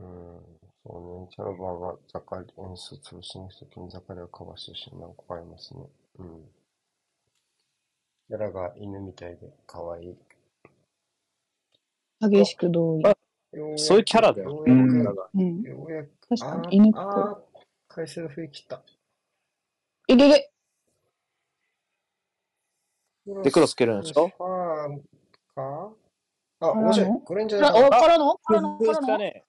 そうね。チャラバーがザカリ、演出を潰しに行くときにザカリをかわしてしまう怖いますね。うん。ギャラが犬みたいで可愛い。
激しく同意。
そういうキャラだよ
ようやく。
うん
ようやくよ
うん。
うやく。
確か
あー
に犬っぽい
あー、回数が増えきった。
いけいけ
で、クロス蹴るんでしょ
ファンかあ、
らの
面白い。これんじゃ
か
ない
ら
かな
お、からのからの
工夫
から
した
の
ね。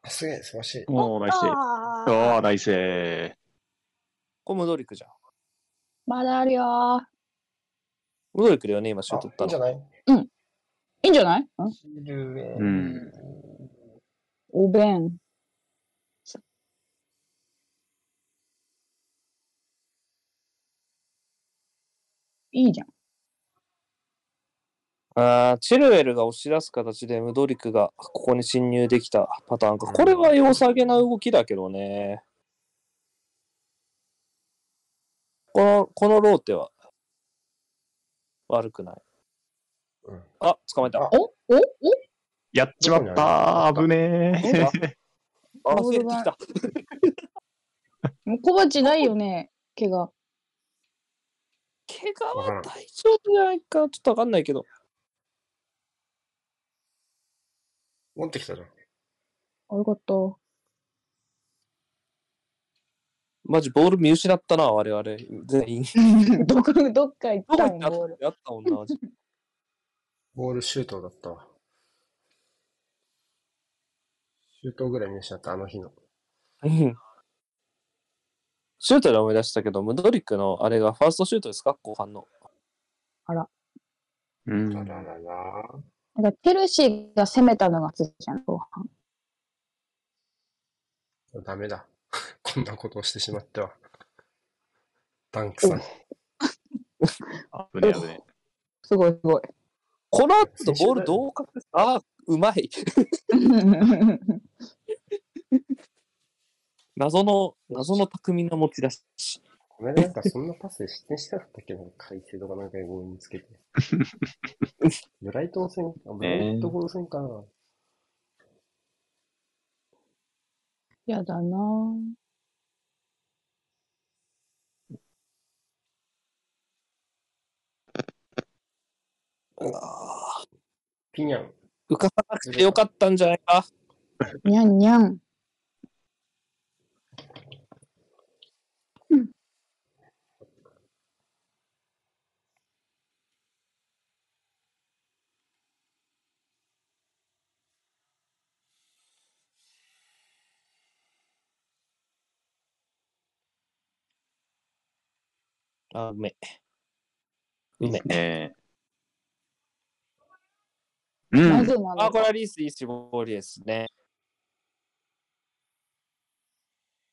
あすげえ、素晴らしい。
おー、大勢。
あ
お
ー
ー、大勢。
これムドリクじゃん。
まだあるよー。
ムドリクだよね、今シュ
あ
ート、
いいん
取
じ
っ
ゃない
いいんじゃないん
シルエ
うん
お弁。いいじゃん。
たの。ああー、チルエルが押し出す形でムドリクがここに侵入できたパターンか。これは良さげな動きだけどね。この、このローテは悪くない。
うん
あ、捕まえた。
あ
おおお
やっちまったー。危ねえ。
あ、
ボ
増
ー
え
ル
て
が
きた。
もう小鉢ないよね、怪我。
怪我
わから
は
ん
大丈夫じゃないか、ちょっとわかんないけど。
持ってきたじゃん。
あよかった。
マジボール見失ったな、我々。全員。
どこ、どっか行っ
どこ
た
行
もん、ボー
っ
ル。
たやったもんな、マジ
ボールシュートだったわ。シュートぐらい見失った、あの日の。
うん シュートで思い出したけど、ムドリックのあれがファーストシュートですか後半の。
うん。
あららら。
なんか、チェルシーが攻めたのがつじゃん、後半。
ダメだ。 こんなことをしてしまって は。ダンクさん。
危ねえ危ね
すごい、すごい。
この後とボールどうかけああ、うまい。謎の、謎の巧みな持ち出し。
この間なんかそんなパス失点してなかったっけど、改正とかなんかゴにつけて。ブライトン戦、あブライトン戦かな。
やだなぁ。
ああ
ピニャン。
浮かさなくてよかったんじゃないか。
にゃんにゃん。
あ、うめ。
え。
うめ。
ねえ。う。
なんぜな
あ、
の
これはリースいい絞りですね。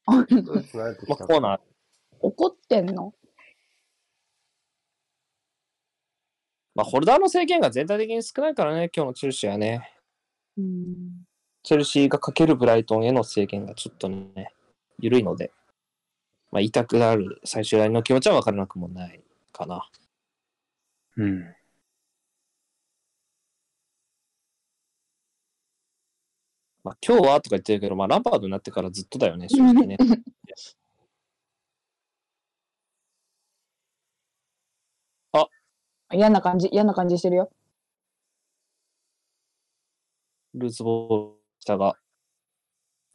ドイツ慣れて
ま
き
あ、
た。
コーナー。
怒ってんの
まあ、ホルダーの制限が全体的に少ないからね、今日のチェルシーはね。
うん。
チェルシーがかけるブライトンへの制限がちょっとね、緩いので、まあ、痛くなる最終ラインの気持ちは分からなくもないかな。
うん。
まあ、今日はとか言ってるけど、まあ、ランパードになってからずっとだよね、正直ね。
嫌な感じ、嫌な感じしてるよ。
ルーズボールでしたが。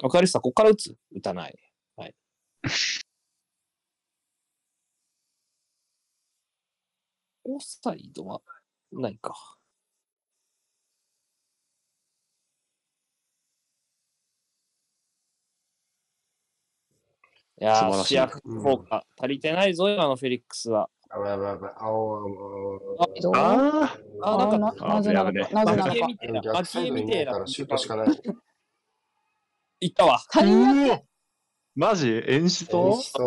わかりさ、ここから打つ打たない。はい。 オフサイドはないか。いや
素
ー、
晴らしい
視野効果、足りてないぞ、今のフェリックスは。
あばやばいやばい。あおあおあお。
どう
あ
あなんか
な
あ
なぜなの
危ね
か、
え
なぜな
バ
の
キエ
か。
みてえな、バ
逆
キ
サイ
エ
ド
み
に
てえ
見た
な
ら。シュートしかない。
いったわ。
あ。
最悪
うおマジ演出
演出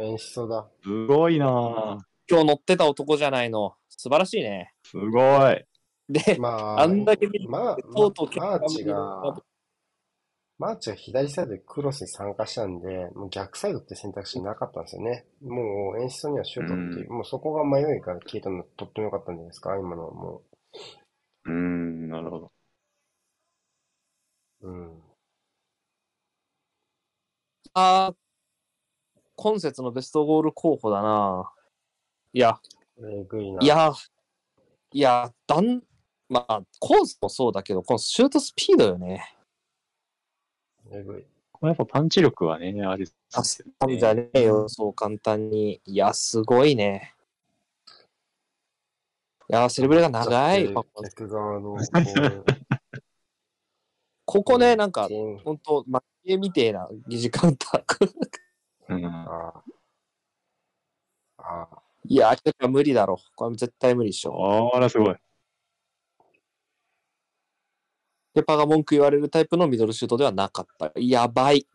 演出だ。
すごいな
今日乗ってた男じゃないの。素晴らしいね。
すごい。
で、
まあ、
あんだけ見て
まあ、
とうとう
マーチ
結
が、マーチは左サイドでクロスに参加したんで、もう逆サイドって選択肢なかったんですよね。もう演出にはシュートっていう、もうそこが迷いから消えたのとっても良かったんじゃないですか、今のはも
うん、なるほど。
う。うん。
あー今節のベストゴール候補だな。いや、
えぐいな。
い、や、いや、だん、まあ、コースもそうだけど、このシュートスピードよね。
えぐい。
これやっぱパンチ力はね、あれですよ
なんじゃねえよ、そう簡単に。いや、すごいね。いや、セレブレが長い。パフォーマンス
逆 側のボール。
ここね、なんか、本当負けみてえな疑似カウンター。
うん
あ。あああ。
いや、明らか無理だろ。これ絶対無理でしょ。
あら、すごい。
ペパが文句言われるタイプのミドルシュートではなかった。やばい。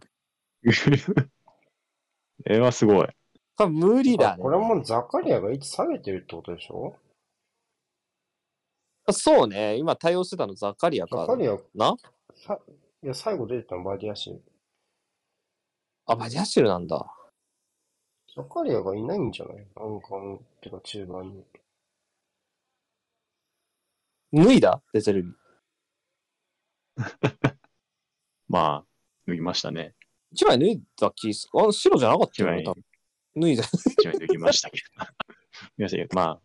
えはすごい。
これ無理だ
あ
ね。
これもザカリアが位置下げてるってことでしょ
そうね。今対応してたのザカリア
ザ
か
カリア、
な
さいや最後出てたのバディアシー。
あ、バディアシルなんだ。
ザカリアがいないんじゃないなんかもう、てか中盤に。
脱いだデゼルビ。
まあ、脱ぎましたね。
一枚脱いだ気すあ、白じゃなかった
一
よ
枚
ね、多分。脱いだ。
一枚脱ぎましたけど。脱ぎましたけど、まあ、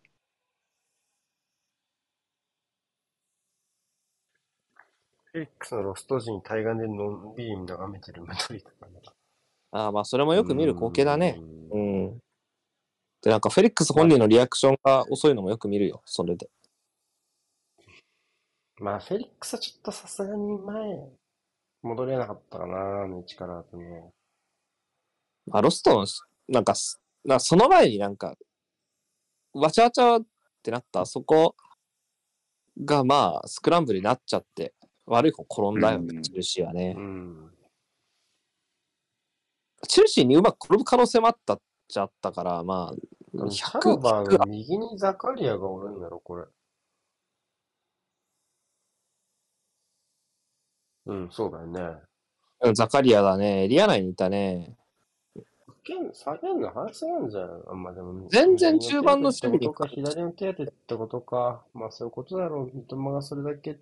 フェリックスのロスト時に対岸でのんびり眺めてるムドリとかね。
ああ、まあ、それもよく見る光景だね。
うん
うん。で、なんか、フェリックス本人のリアクションが遅いのもよく見るよ、それで。
まあ、フェリックスはちょっとさすがに前、戻れなかったかな、あの位置からだとね。
まあ、ロストの、なんかす、なその前になんか、わちゃわちゃってなった、そこが、まあ、スクランブルになっちゃって、悪い方転んだよ
う
ね、
ん
チェルシーはね
う。ん。
チェルシーにうまく転ぶ可能性もあったっちゃあったから、まあ、
サラ
100、
バ
100
の右にザカリアがおるんだろ、これ。うん、そうだよね。
うんザカリアだね、リア内にいたね。
けん下げんの反省なんじゃないのあんまあでも
全然中盤の守備
右
に
の手当てってことか、左の手当てってことか。まあそういうことだろう。三笘がそれだけ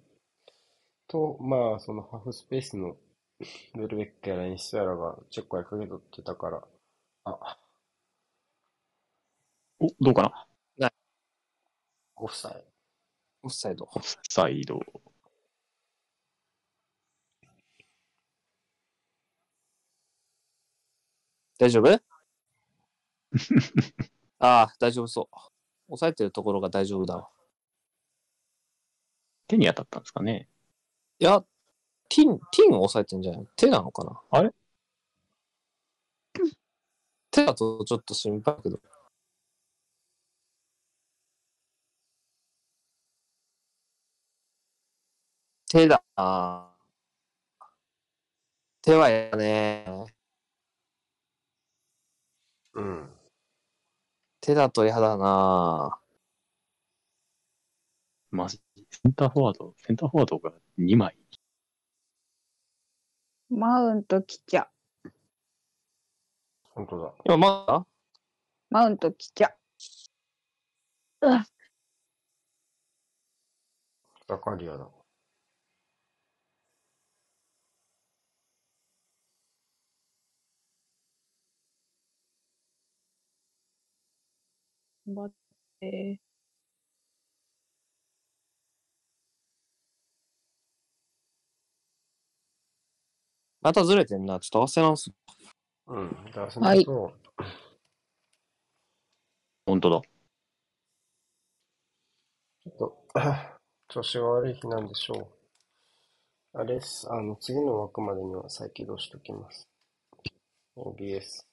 と、まあそのハーフスペースのベルベックやらにしてやらがチェックはかけとってたから。あ、
お、どうかな
オフサイ
オフサイド。
オフサイド。
大丈夫 ああ、大丈夫そう。抑えてるところが大丈夫だわ。
手に当たったんですかね
いや、ティン、ティンを抑えてんじゃない手なのかな
あれ
手だとちょっと心配だけど。手だな。手はやだね。
ド。うん。
手だとやだな。
マジ。センターフォワード、センターフォワードが2枚。
マウント来ちゃ。
本当だ。
今まだ
マウント来ちゃ。うわ
ザカリアだ。
頑張って。
またずれてんな。ちょっと忘れ直す。
うん。だからそ
はい
と、
本当だ。
ちょっと、調子が悪い日なんでしょう。あれです。あの、次の枠までには再起動しておきます。OBS。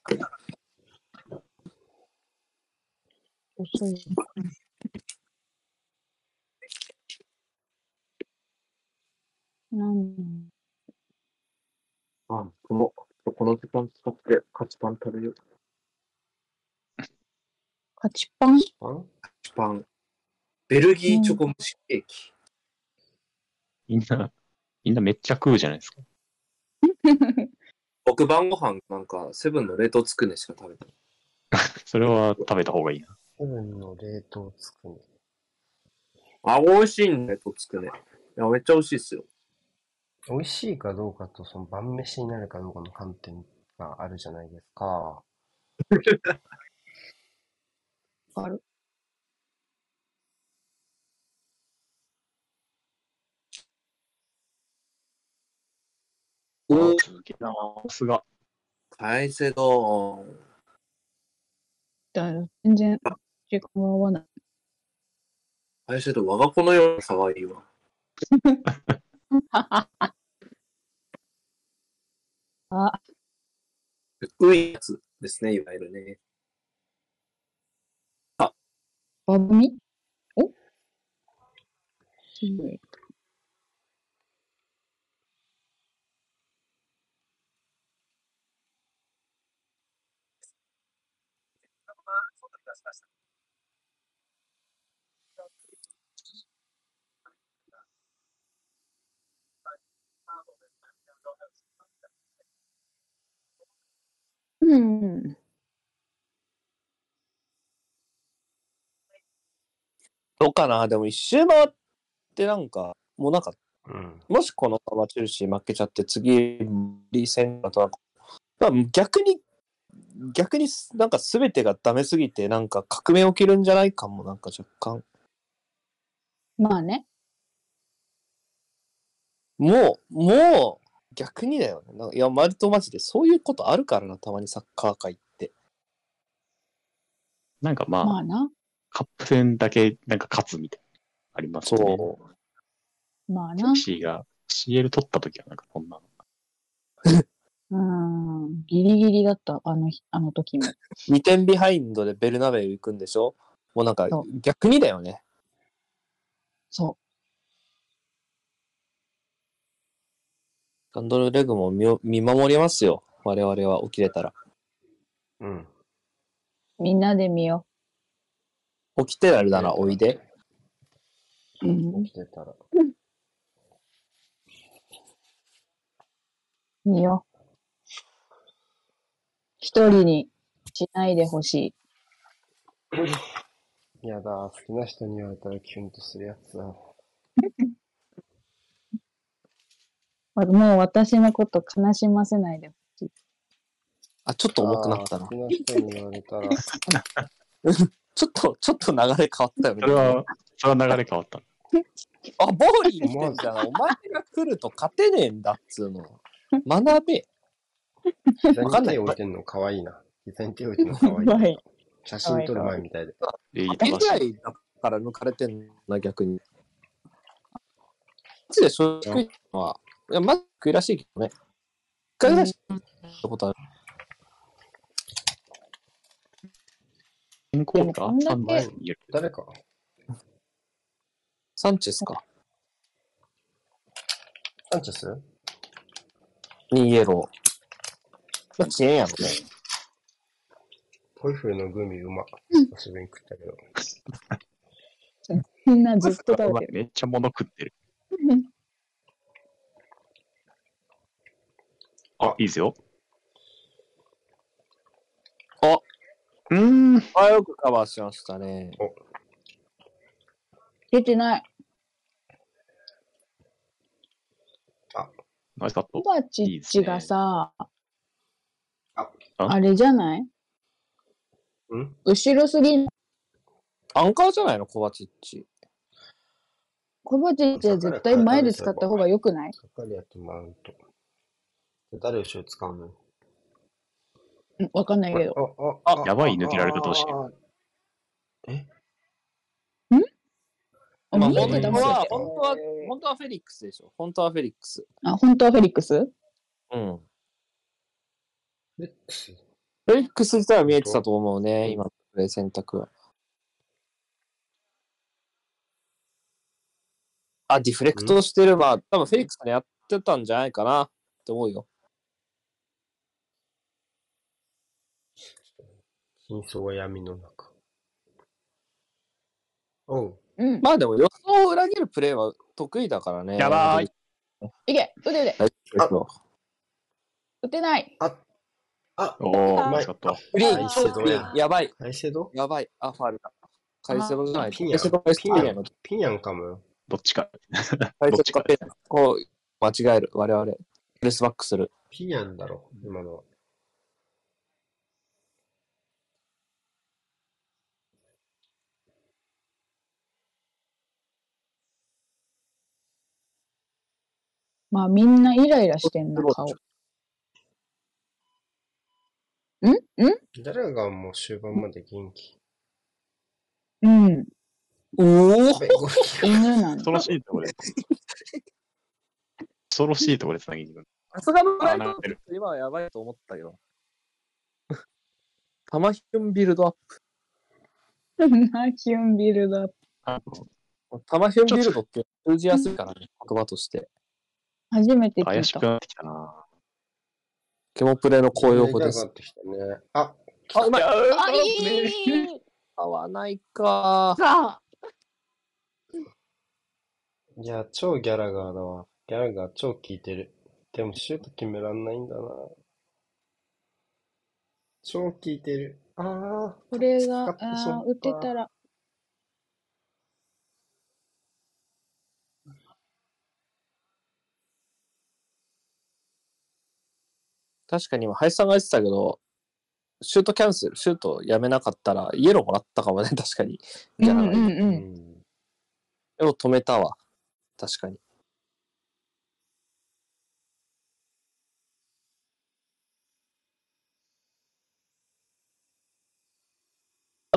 遅い。なんなん
あ、この、この時間使ってカチパン食べよう。カ
カチパン
あん
チパン。ベルギ
ーチョ
コ蒸しケーキ。
みんな、みんなめっちゃ食うじゃないですか。
僕晩ご飯なんかセブンの冷凍つくねしか食べてない。
それは食べた方がいいな。
セブンの冷凍つくね。
あ、美味しいんだよ、冷凍つくね。いや、めっちゃ美味しいっすよ。
美味しいかどうかと、その晩飯になるかどうかの観点があるじゃないですか。
ある。
おー、
すげえなさすが。
大セドン。
だよ全然、時間が合わない。
大セドン、我が子のような差がいいわ。
あ、
ういやつですね、いわゆるね。
バブミおすごい。うん。
どうかなでも一周回ってなんか、もうなんか、
うん。
もしこのままチェルシー負けちゃって、次、リー戦だとなんか、まあ、逆に、逆になんか全てがダメすぎて、なんか革命起きるんじゃないかも、なんか若干。
まあね。
もう、もう、逆にだよね。なんかいや、割とマジでそういうことあるからな、たまにサッカー界って。
なんかまあ、
まあな、
カップ戦だけなんか勝つみたいな、ありますよね。
そ
まあ
チェ
な
ル。シーが CL 取った時はなんかそんなの。
うん。ギリギリだった、あの日、あの時も。
2点ビハインドでベルナベウ行くんでしょもうなんか
そ
逆にだよね。
そ
サンドルレグも見よ見守りますよ。我々は起きれたら。
うん。
う。みんなで見よ
起きてられるならおいで。
う。うん
起。きてたら。
見よう。一人にしないでほしい。
やだ、好きな人に言われたらキュンとするやつだ。
もう私のこと悲しませないで。
あ、ちょっと重くなった
あー
な
好。きな人に言われたら、
ちょっと、ちょっと流れ変わったよね。
それは、それは流れ変わった。
あ、ボーリーしてんじゃん。お前が来ると勝てねえんだっつうの。学べ。
膝
わかん
に
ない
手置いてんの可愛いな。膝に手置いてんの可愛い
可愛い
な。写真撮る前みたいで。
で、いい
勝て
正
ぐら
しい。
いだから抜かれてんな、逆に。マジで正直いのは、いや、マジ悔いらしいけどね。一回ぐらいしかしたことある。
健康か
でもこんだけ
前にいる。
誰か
サンチェスか。
サンチェス
にイエロー。まあ、遅延やろね。
ポイフルのグミうま。久しぶりに食ったけど。
みんなずっと食 べてる。
めっちゃ物食ってる。 あ、いいですよ。
あ、
うーん。
あよくカバーしましたね。
出てない。
ナイスカット。
コバチッチがさ、
あ
あれじゃない
うん
後ろすぎん。
アンカーじゃないの、コバチッチ。
コバチッチは絶対前で使った方が良くない
サカリアとマウント。誰後ろ使うの
うんわかんないけど。
あ、あ、あ、
やばい抜けられ方をしてる
ああ
あ、
まあ、
見
本当
えてた
ダ
も
メ
ん
だ
だ
は
っ、け
本当は、本当はフェリックスでしょ。本当はフェリックス。
あ、本当はフェリックス
うん。
フェリックス
フェリックス自体は見えてたと思うね、今のプレー選択は。あ、ディフレクトしてれば、多分フェリックスがやってたんじゃないかなって思うよ。
真相は闇の中。おう。
うん。
まあでも予想を裏切るプレーは得意だからね。
やばい。
いけ打て打て
大丈夫
打てない
あ、あ、
お
う
ー、ナ
ま
イ
い
スカット。
フリー
カイ
ち
セ
ょっと
ド
フリ
や
ー。。やばい。
カイセド
やばい。あ、ファールだ。カイセドじゃない。カ
ピン
イ
や
セドかペ
ピンや
ナの。
ピンやんかもよ。
どっちか。
カイ
ど
セ
っち
ド
か
かペナ。こう、間違える。我々。プレスバックする。
ピンやんだろ、今のは。
まあみんなイライラしてんな、顔。んん
誰がもう終盤まで元気。
うん。
お
や
お
べゴールキーパー
犬なんだ
恐。ろしいとこで。恐ろしいとこでつなぎに行く。
さすがのライ
あ
ト
なってる
今はやばいと思ったよ。 タマヒョンビルドアッ
ナキュンビルドアップ。
あ
プ。タマヒョンビルドって通じやすいからね、言葉として。
初めて聞
怪
い
したく。なってきたな。
ケモプレの公用語で
見た
す。
くなってきたね。あ、
あ、うまい。
あい
合わないか。
か。
いや、超ギャラガーだわ。ギャラガー超効いてる。でもシュート決めらんないんだな。超効いてる。ああ、
これ
使っ
が、
てしま
あ
っ
ー打てたら、
確かに今、林さんが言ってたけど、シュートキャンセル、シュートやめなかったら、イエローもらったかもね、確かに。
う
ギャ
ん
ラ
う
がイ
ん
う
うん。
ん。
エロー止めたわ。確かに。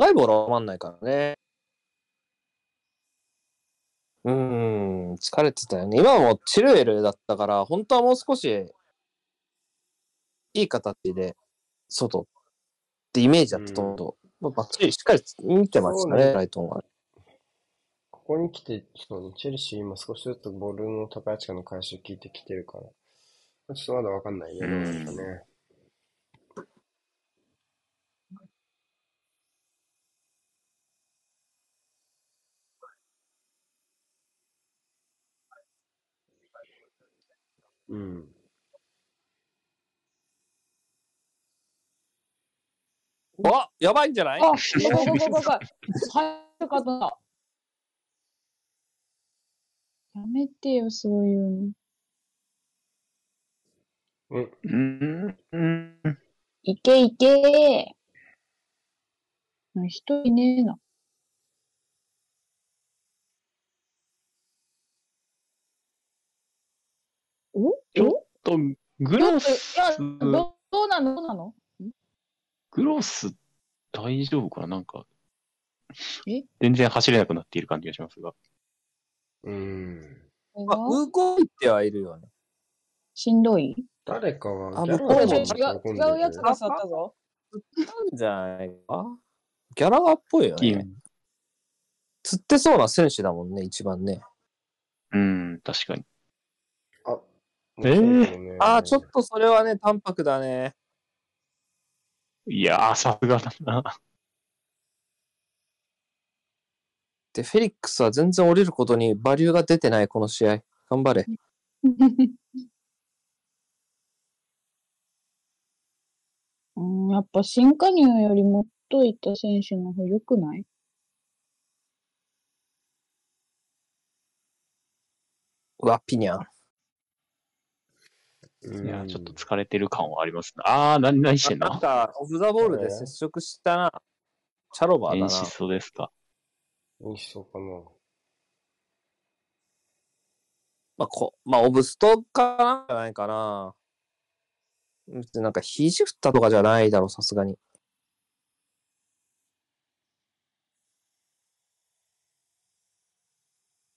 ライブはロマんないからね。うーん、疲れてたよね。今はもうチルエルだったから、本当はもう少し、いい形で、外ってイメージだったと思うと、まあバッチリしっかり見てました
そう
ね、
ね
ライトンは。
ここに来て、そうね、チェルシー今少しずつボールの高い地下の回収聞いてきてるから、ちょっとまだわかんないね、どうなるかね。うん。
あやばいんじゃない
あ、ごごごごごご。早かった。やめてよ、そういう
う
の。
ん。
うん。うん。
いけいけー。人いねえな。お
ちょ
お
と、グ
ちょ
ロ
っとい
ス、
やどどうなのどうなの
グロス大丈夫かななんか
え、
全然走れなくなっている感じがしますが。
うん。
これ
あ
は
動いてはいるよね。
しんどい
誰かは
あ
ギャラ
向こ
が
う
違
も
う
なん
ち
か喜んで
違うやつ
て
が去ったぞ。
なんじゃないかギャラガーっぽいよ
いいよ
ね。釣ってそうな選手だもんね、一番ね。
うん、確かに。
あ、
えー
もう
ああ、ちょっとそれはね、淡白だね。
いやー、さすがだな。
で、フェリックスは全然降りることにバリューが出てない、この試合。頑張れ。
うん、やっぱ新加入よりもっといった選手の方が良くない
うわ、ピニャン。
そうね
いやー、ちょっと疲れてる感はありますね。あー、何、何してん
なん
の
か、オフザボールで接触したな。チャロバーだ
演
な。
出ですか。
うん。いい人かな。
まあ、こまあ、オブストかなんじゃないかな。別になんか、肘振ったとかじゃないだろう、さすがに。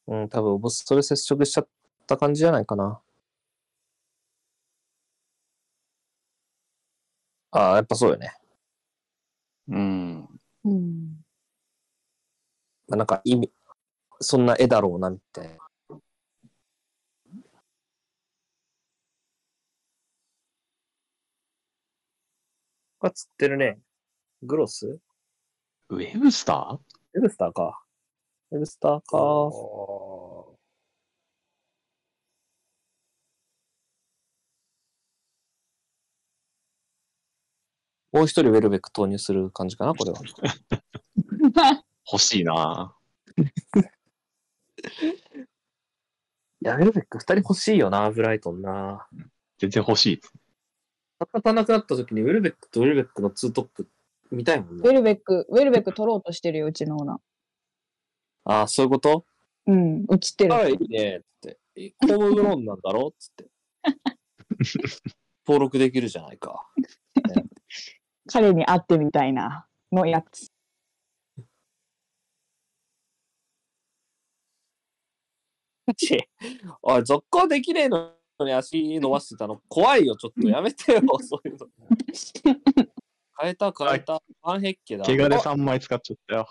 うん、多分、オブストで接触しちゃった感じじゃないかな。ああ、やっぱそうよね。
うん。
うん。
まあ、なんか、意味、そんな絵だろうな、みたいな。これ釣ってるね。グロス
ウェブスタ
エルスターか。エルスターか。
あ
もう一人ウェルベック投入する感じかな、これは。
ー欲しいな
や、ウェルベック二人欲しいよな、ブライトンな。
全然欲しいです。
戦たなくなった時にウェルベックとウェルベックのツートップ見たいもん
ウェ
ね。
ルベック、ウェルベック取ろうとしてるよ、うちのオーナー。
ああ、そういうこと
うん、映ってる。
ああ、いいね、って。えホームグローンなんだろつっ て。登録できるじゃないか。
彼に会ってみたいな、のやつ。
ちおい、続行できねえのに足伸ばしてたの怖いよ、ちょっとやめて よ、そういうの。変えた、変えた。アンヘッケだ。
怪我で
あ
3枚使っちゃったよ。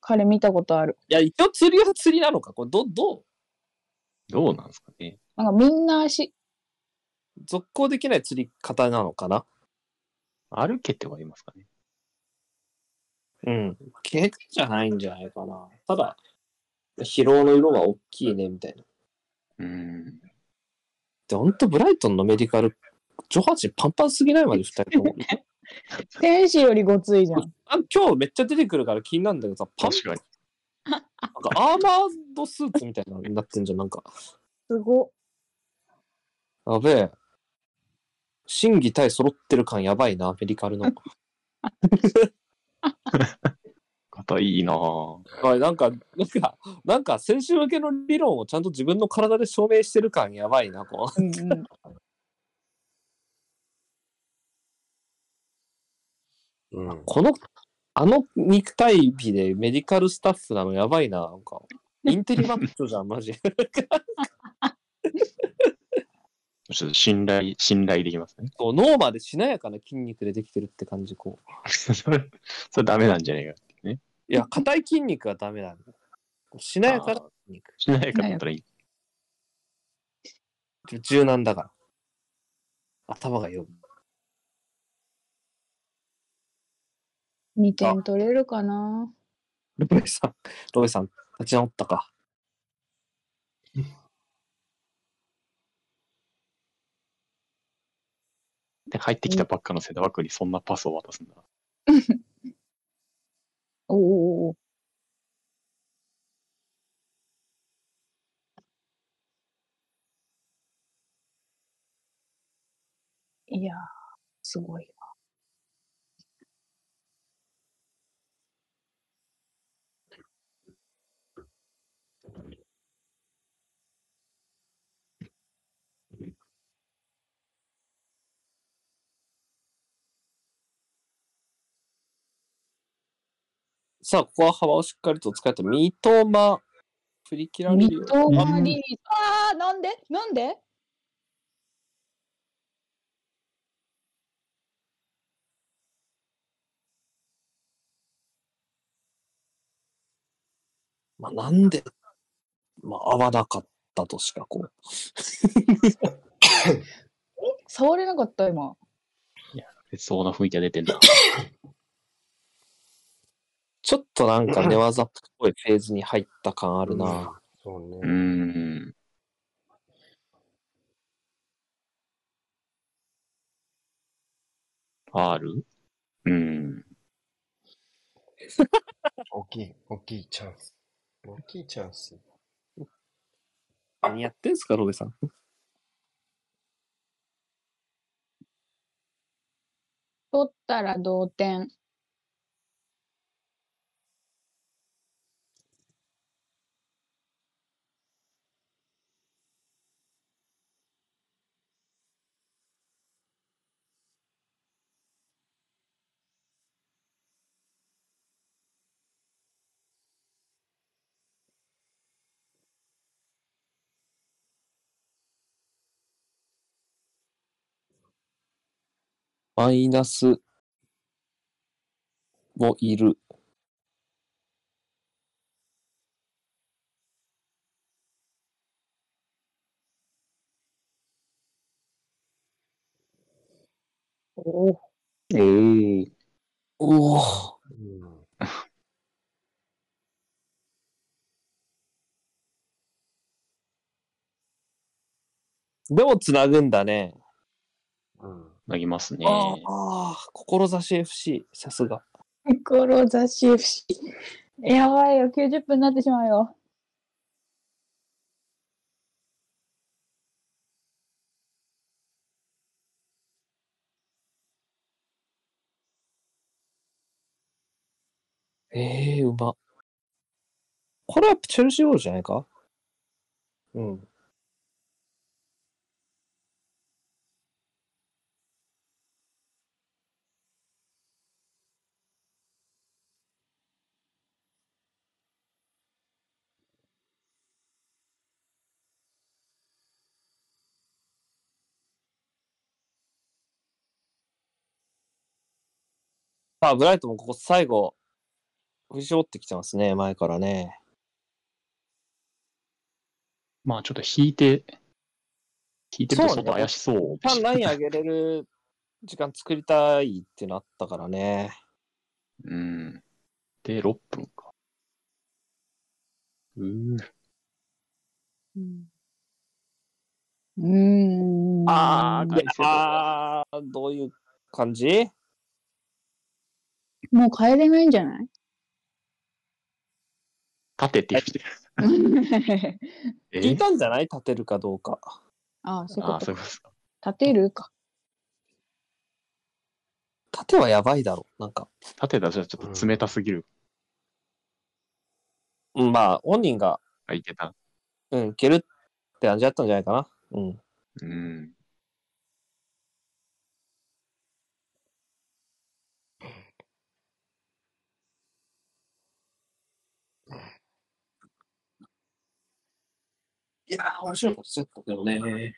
彼見たことある。
いや、一応釣りは釣りなのか。これ、ど、どう
どうなんですかね。
なんかみんな足、
続行できない釣り方なのかな
歩けてはいますかね。
うん。怪我じゃないんじゃないかな。ただ、疲労の色が大きいね、みたいな。
うん。
で、ほんと、ブライトンのメディカル、上半身パンパンすぎないまで、二人とも。
天使よりごついじゃん。
あ今日めっちゃ出てくるから気になるんだけどさ、パン
確かに。
なんかアーマードスーツみたいなのになってんじゃん、なんか。
すご。
やべえ。審議対揃ってる感やばいな、メディカルの。
肩いいなぁ。
おいなんか、なんか、なんか、選手向けの理論をちゃんと自分の体で証明してる感やばいな、こう。
うんうん。
うん。
この、あの肉体美でメディカルスタッフなのやばいな、なんか。インテリマッチョじゃん、マジ。
ちょっと信頼、信頼できますね。
こう脳までしなやかな筋肉でできてるって感じ、こう。
それ、それダメなんじゃねえか。
いや、硬い筋肉はダメなんだ。しなやかな筋肉。
しないかだったらいい。
柔軟だから。頭がよく。
2点取れるかな
ロベさん、ロベさん、立ち直ったか。
で、入ってきたばっかのセダワクにそんなパスを渡すんだ。
おおおおいやー、すごい。
さあ、ここは幅をしっかりと使えた三笘、振り切られ
三
るよ。
笘リリース。ああ、なんでなんで
まあ、なんで、まあ、合わなかったとしか、こう。
触れなかった今。
絶そうな雰囲気が出てんだ。
ちょっとなんか寝技っぽいフェーズに入った感あるな。
うんそう
うー
ね。
ん。あるうん。
大きい、大きいチャンス。大きいチャンス。
何やってんすか、ロベさん。
取ったら同点。
マイナスもいる。
おお。
ええ
おお。
うん。
でも繋ぐんだね。
うん。
なぎますね。
ああ、志 FC、さすが。
志 FC。やばいよ、90分になってしまうよ。
ええうま。これはチェルシーゴールじゃないかうん。さあ、ブライトもここ最後、振り絞ってきてますね、前からね。
まあちょっと引いて、引いてると
そうね
外怪しそう。
一旦ライン上げれる時間作りたいってなったからね。
うん。で、6分か。うーん。
うん。うーん。
あー
いやあー、どういう感じ
もう帰れないんじゃない
立てって言ってる。え
聞いたんじゃない立てるかどうか。
ああ、そうい
あ
うこ
あ、そ
と
ういうことですか。
立てるか。
立てはやばいだろ。なんか、
立てたらちょっと冷たすぎる。
うんまあ、本人が、
あ、いけた。
うん、いけるって感じだったんじゃないかな。うん。
うん。
いやー、面白いことしちゃったけどね。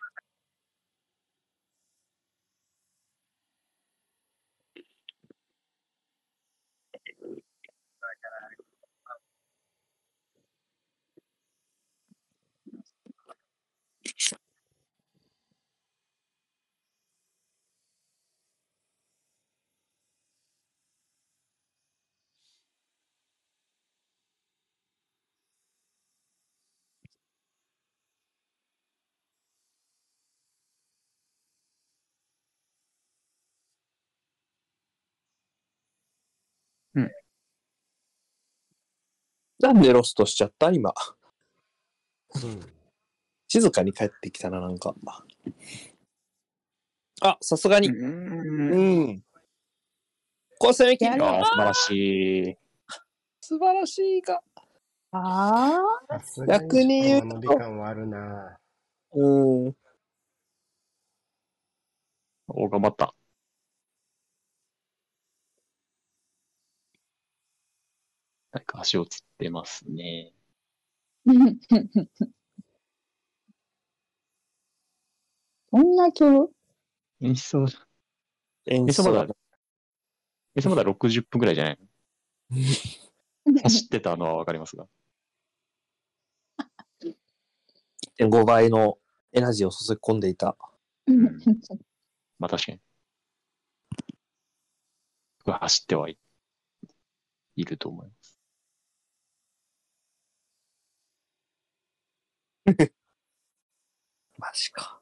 なんでロストしちゃった今。静かに帰ってきたな、なんか。あ、さすがに。
うん。
うん。こ攻め切
い
り
やー
が
素晴らしい。
素晴らしいが。
ああ。
さすが
逆に言う
10
と
分は伸び感はあるな
うん。
お、頑張った。なんか足をつってますね。
そんなつる
演奏、
演
演奏まだ、演奏まだ60分くらいじゃないの 走ってたのはわかりますが。
1.5倍のエナジーを注ぎ込んでいた。
んまあ確かに。僕は走ってはい、いると思います。
マジか。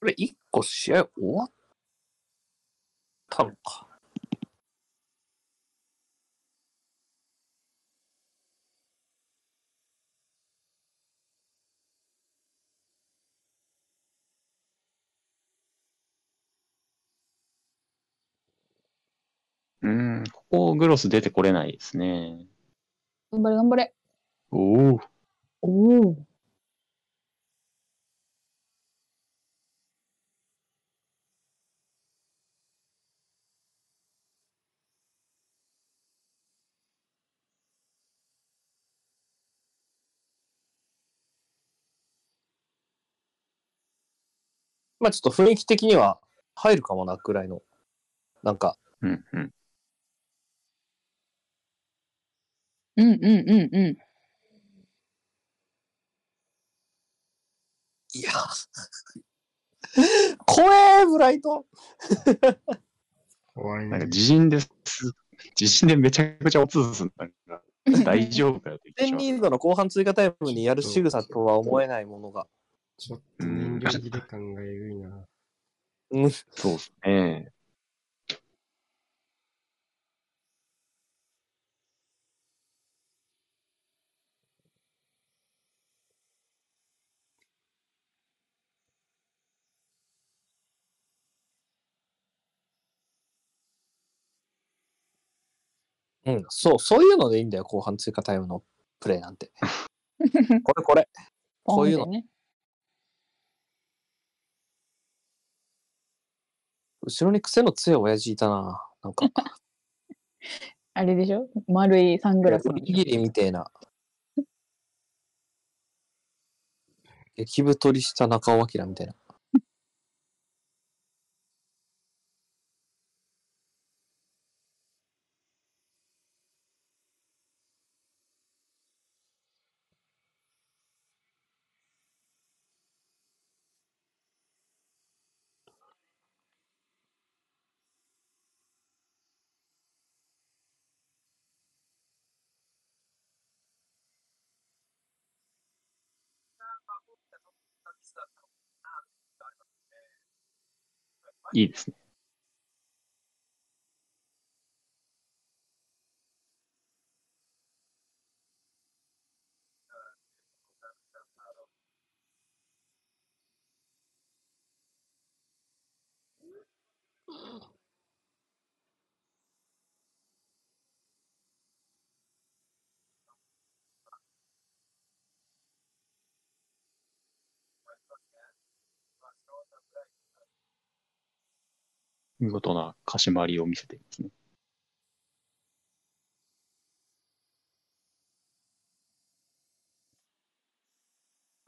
これ一個試合終わったのか。
うん、ここグロス出てこれないですね。
頑張れ頑張れ。
おお、
おお。
まあちょっと雰囲気的には入るかもなくらいの、なんか、
うん、うん。
うんうんうんうん。
いや、 怖え、ブライトン。
怖い
なんか
ね。
自陣です。自陣でめちゃくちゃ落とすんだから、大丈夫かよって言ってし
点
まう。
リードの後半追加タイムにやる仕草とは思えないものが。
ちょっと人間切れ感がえぐいな。
そうですね。
うん、そう、そういうのでいいんだよ、後半追加タイムのプレー なんて。これこれ。こういうの
ポンでね。
後ろに癖の強い親父いたな。なんか、
あれでしょ丸いサングラスの
お。にぎりみてえな。激太りした中尾明みたいな。
いいですね。見事なかしまりを見せていますね。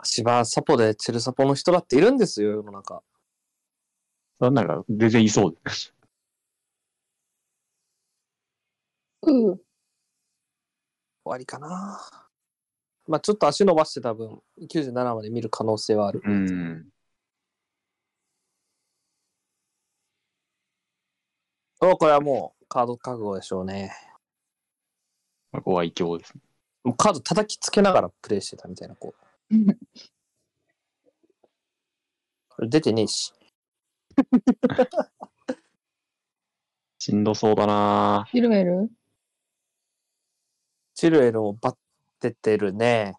芝サポでチェルサポの人だっているんですよ、世の中。
あなんか、全然いそうで。
うん。
終わりかな。まあちょっと足伸ばしてた分、97まで見る可能性はある。
うん。
おこれはもうカード覚悟でしょうね。
まあ、ご愛嬌ですね。
もうカード叩きつけながらプレイしてたみたいな、こう。これ出てねえし。
しんどそうだな
シルエル
チルエルもバッててるね。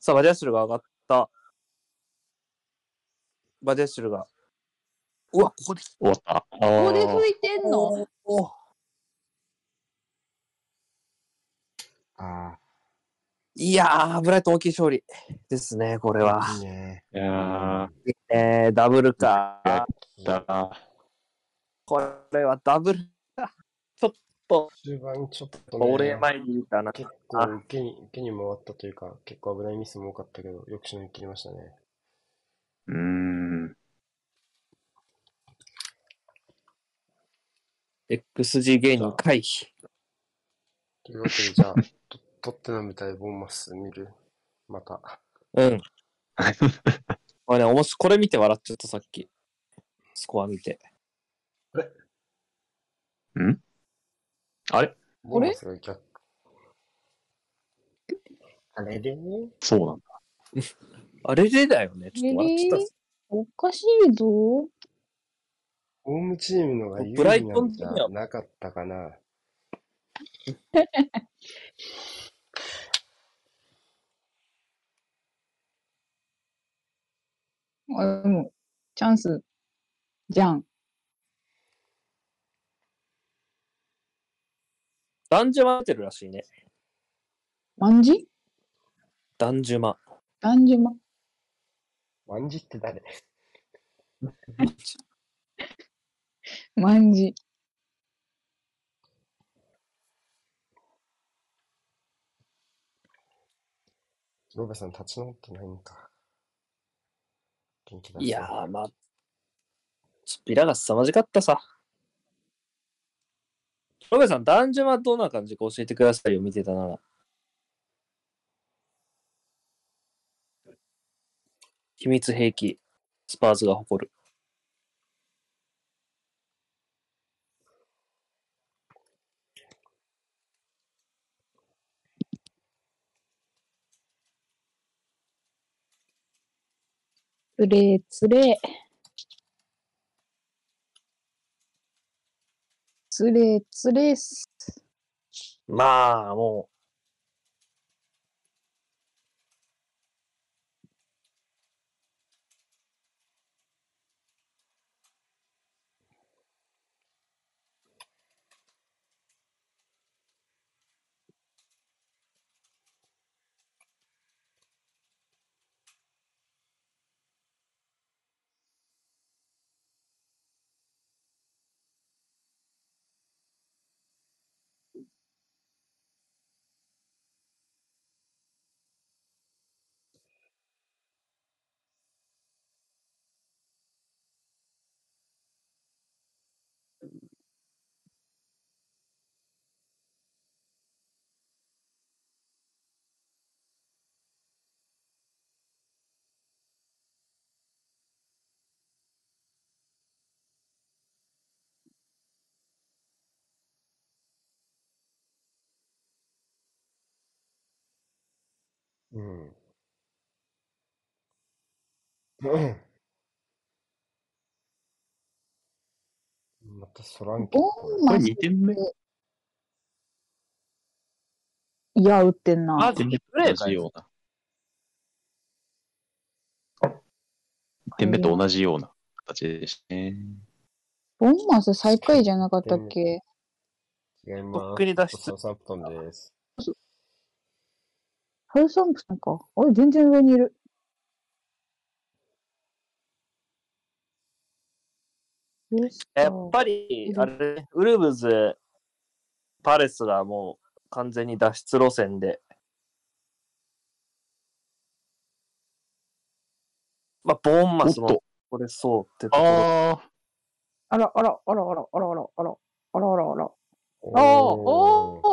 さあ、バディアシルが上がった。バディアシルが。うわ、ここで。
終わった。あ
ここ
ー
で吹いてんの
お
あ
いやー、ブライトン大きい勝利ですね、これは
あ。。いいね。
いや
えー、ダブルか。
ー、だな
これはダブル。
中盤ちょっとね、
俺前に見たな。
結構受けに、受けに回ったというか、結構危ないミスも多かったけど、よくしのぎ切りましたね。
うーん。
XG 芸人回避。
というわけで、 じゃあ、とトッテナム対ボーマス見るまた。
うん。 これね、おもし、これ見て笑っちゃった、さっき。スコア見て。
あれ
ボーマスが逆。あれでね
そうなんだ。
あれでだよね。ちょっと笑っちゃったんです
おかしいぞ。
ホームチームのが有
ブラ
利
イ
な
ト
ん
ン
じ
的
ゃ
には
なかったかな。
あ、でも、チャンス、じゃん。
ダンジュマ出てるらしいね。
万字
ダンジュマ。
男女ま。
ワンジって誰
万字。
ロベさん立ち直ってないんか。元気だ
いやー、まあ、ちょっとビラが凄まじかったさ。ロベさん、ダンジュマどんな感じか教えてくださいよ、見てたなら。秘密兵器、スパーズが誇る。
つれつれ。つれつれっす。
まあ、も
うん。うんまたソランケ
ボー
こ
マ
れ
ス。
2点目
いや、打ってん
う、
な
ま。ずプレイかよ。
うな。1点目と同じような形でしたね。
ボーマス最下位じゃなかったっけ
違い
と
ま
っ
す。
くに脱
サ
出
ウ。サンプトンです。
ハウサンプさんか。あれ、全然上にいる。
どうした
やっぱり、あれ、ウルブズ、パレスがもう完全に脱出路線で。まあ、ボーンマス
おっ
も
と
取れそうってところ。
ああ、
あらあらあらあらあらあらあらあらあらあら。
お
おーお
ー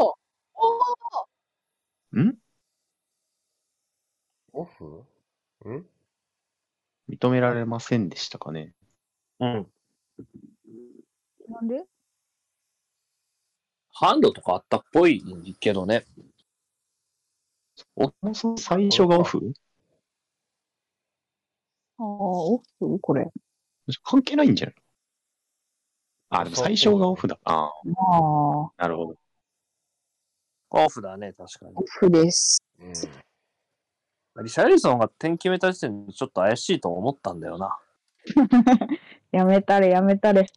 お
オフん
認められませんでしたかね。
うん。
なんで
ハンドとかあったっぽいけどね。
おそ最初がオフ
ああ、オフこれ。
関係ないんじゃないあ、でも最初がオフだ。ああ、
ああ、オ
なるほど。
オフだね、確かに。
フです。
うん。
リシャルリソンが点決めた時点でちょっと怪しいと思ったんだよな。
やめたれ、やめたれ。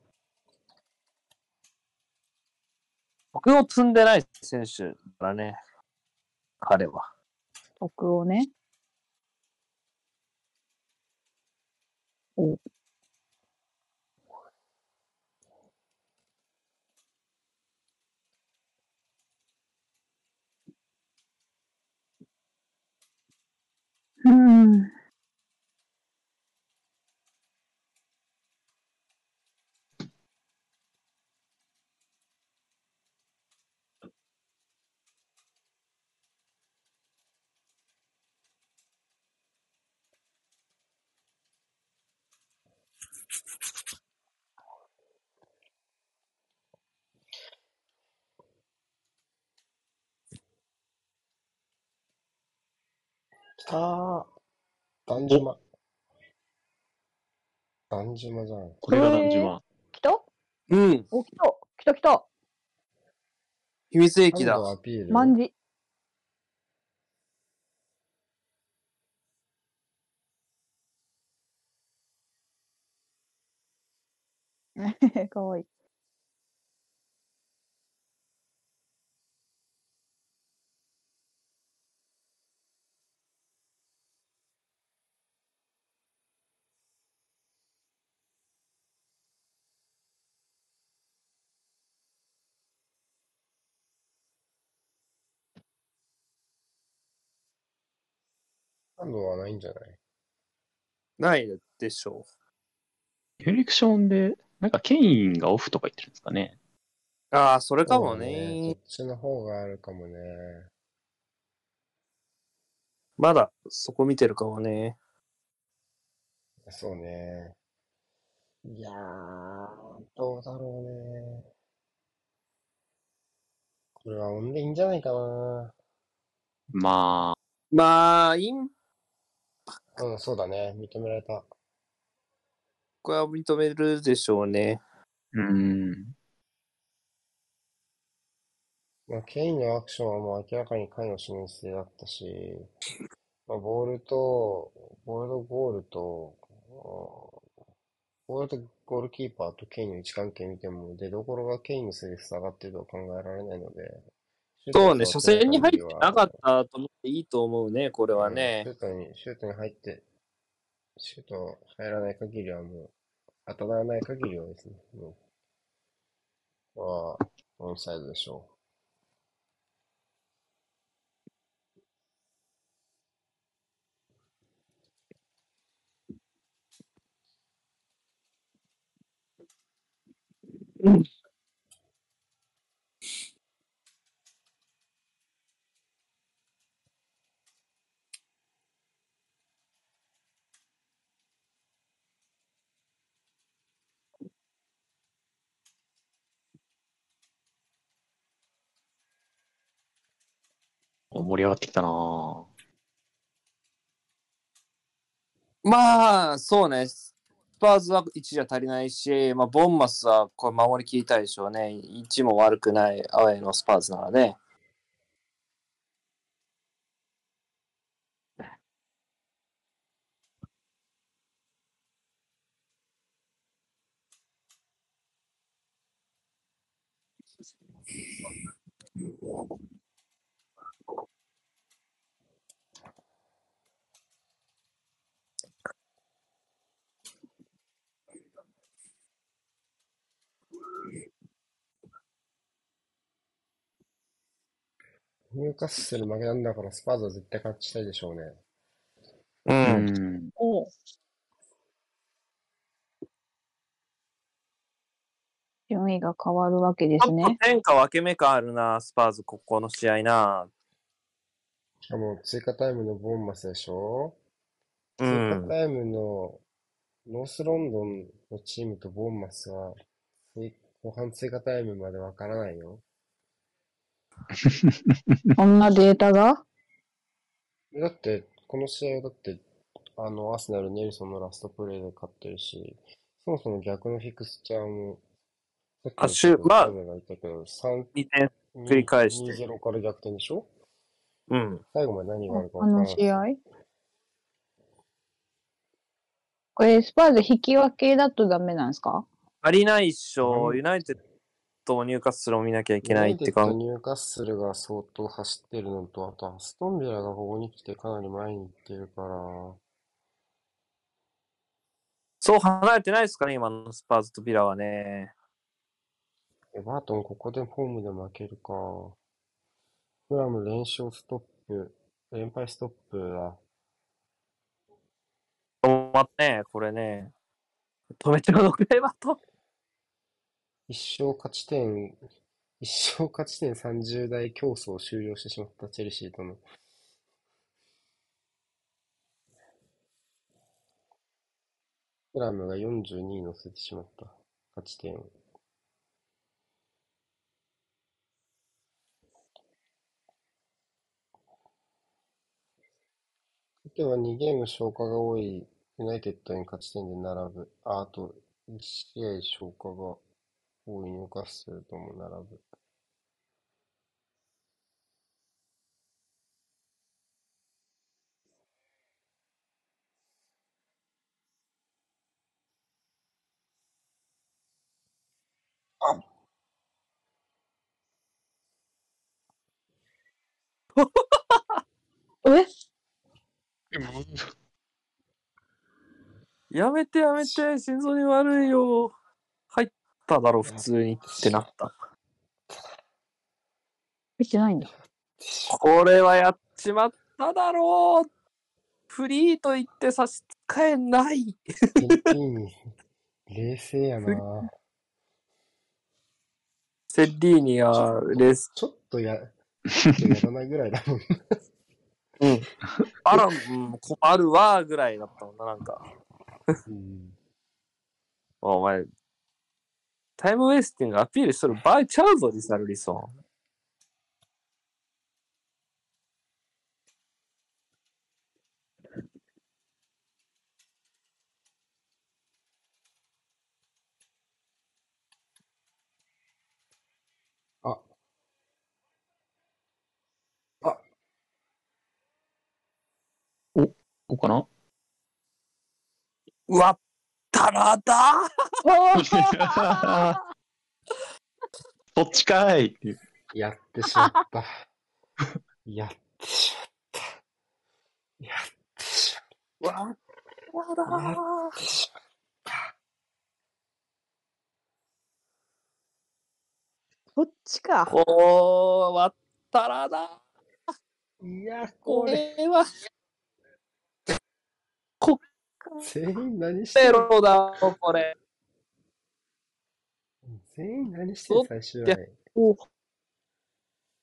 僕を積んでない選手だね。彼は。
得をね。うん。
きたー。ダンジュマ。ダンジュマじゃん。
これがダンジュマン。
来た
うん。
お、来た来た来た
秘密兵器
ハン
だ。
ドアピール。
万事。 かわいい。
ハンドはないんじゃない
ないでしょ
エレクションで、なんかケインがオフとか言ってるんですかね。
う。ああ、それかも
そうだ
ね
そっ。ちの方があるかもね。
まだそこ見てるかもね。
そうね。いやー、どうだろうね。これはオンでいいんじゃないかな。
ま
まあ、イン
うん、そうだね。認められた。
クは認めるでしょうね。
あ、うん。
まあ、ケインのアクションはもう明らかに関与しない姿勢だったし、まあ、ボールと、ボールとゴールと、うんボールとゴールキーパーとケインの位置関係見ても、出どころがケインにすれ下がってるとは考えられないので、
そうね、初戦に入ってなか
っ
ったと思っていいと思うね、これ
た
はね
シ。ュートに、シュートに入って、シュート入らない限りはもう、当たらない限りはですね、もう、これはオンサイドでしょう。
盛り上がってきたなぁ
まあ、そうね。スパーズは1じゃ足りないし、まあ、ボンマスはこれ守りきりたいでしょうね。1も悪くないアウェイのスパーズならね。
ニューカッスル負けたんだから、スパーズは絶対勝ちたいでしょうね。
う。
うんん。
おう
順位が変わるわけで
ち
す
ょっ
ね。
と天下分け目感あるな、スパーズ、ここの試合な。
しかも、追加タイムのボーンマスでしょ
う
追加
ん。
タイムのノースロンドンのチームとボーンマスは、追後半追加タイムまでわからないよ。
そんなデータが
だって、この試合だって、あの、アーセナル、ネルソンのラストプレーで勝ってるし、そもそも逆のフィクスチャーも、さっき
あ
のちょっと
シュまあ
神戸が言ったけど、3、
2点。
2、
繰り返して
2-0から逆転でしょ
うん。
最後まで何があるか
こ
わから
の
ない。
試合これ、スパーズ引き分けだとダメなんですか
足りないっし
う
ょ。
ん
ユナイテッドを入荷するを見なきゃいけないって
ユナイテッド
感
ニューカッスルが相当走ってるのと、あとアストンビラがここに来てかなり前に行ってるから、
そう離れてないですかね、今のスパーズとビラはね。
エバートンここでホームで負けるか。フラム連勝ストップ、連敗ストップだ。
止まってね、これね。止めてもどのくらいはと。
一生勝ち点、一生勝ち点30代競争を終了してしまったチェルシーとの。フラムが42に乗せてしまった。勝ち点を。では2ゲーム消化が多いユナイテッドに勝ち点で並ぶ。あ、あと1試合消化が多いニューカッスルとも並ぶ。
え
やめてやめて、心臓に悪いよ。入っただろ、普通にってなった。
見てないんだ。
これはやっちまっただろう。フリーと言って差し支えない。
ピリピに冷静やなぁ
セッリーニがレース。
ちょっとや、ちょっとやらないぐらいだもん。
うん。あら、うん、困るわ、ぐらいだったもんな、なんか。
うん
お前、タイムウェスティングアピールしとる場合ちゃうぞ、リサルリソン。
あ、あ、
こうかな
うわ、タラ だ
そっちかいっていう。
やってしまった。やってしまった。やってし
うわ、タ
まった。や
ラ
ってしまっ
こっちか。
こう、わったらだ
た。いや、
こ
これ、
れは、こ
全員何して
ペ
る
ロだろ、これ。
全員何してる最終ライ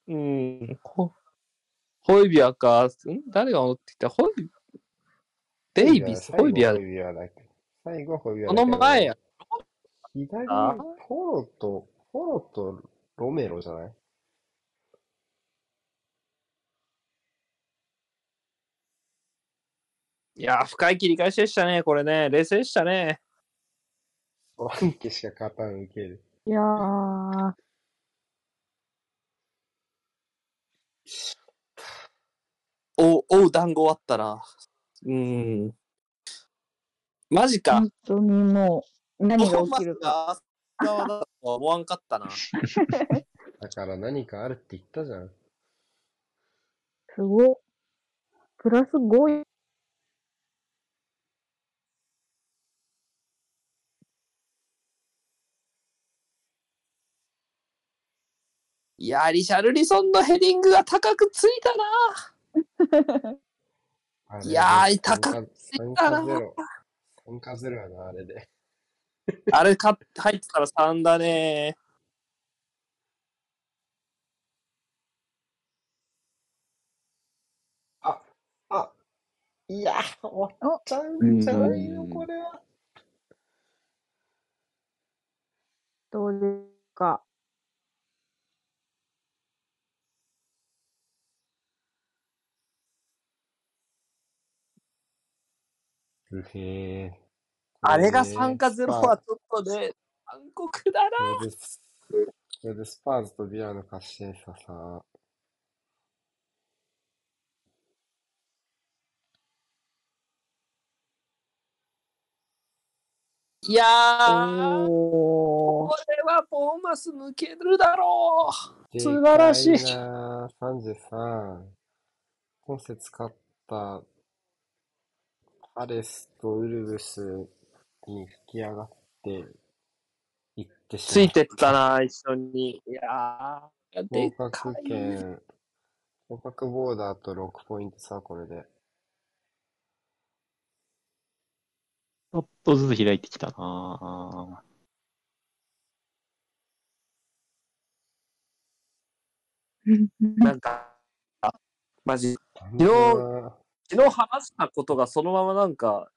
ン。
うん、ほホイビアか、ん誰が戻ってきたホイデイビス、ホイビア
最後、ホイビアだけ。最後、ホイビア
こ
だけ
の
ど
前や。
左
あ、
ポロと、ポロとロメロじゃない
いや、深い切り返しでしたね、これね。冷静でしたね。
ワンケしか勝たん受ける。
いやー、
お、おう、団子終わったな。うん。マジか。
本当にもう、何が起きるか。
か。側だとは思わんかったな。
だから何かあるって言ったじゃん。
すごっ。プラス5位。
いや、リシャルリソンのヘディングが高くついたな。
あれ
いやー
ね
高
3か
いたな
3か0。3か0やな、あれで。
あれか入ってたら3だね。
あ、いや、終わっちゃうんじゃないの、
うん
これは。
どうですか。
不平。
あれが3か0
これ
は
ね
ちょっとね、暗黒だな。
スパこれです。これでスパーズとビラの勝ち点差さ。
いやー、
おー
これはボーマス抜けるだろ
素
晴らしい
な33。今節勝ったパレスとウルブスに吹き上がっていって
う。
し
つ
ま
い
って
ったな、一緒に。いやー、で
合
っか
格
い。
圏、合格ボーダーと6ポイントさ、これで。
ちょっとずつ開いてきたな
なんか、あマジ、日昨日話したことがそのままなんか、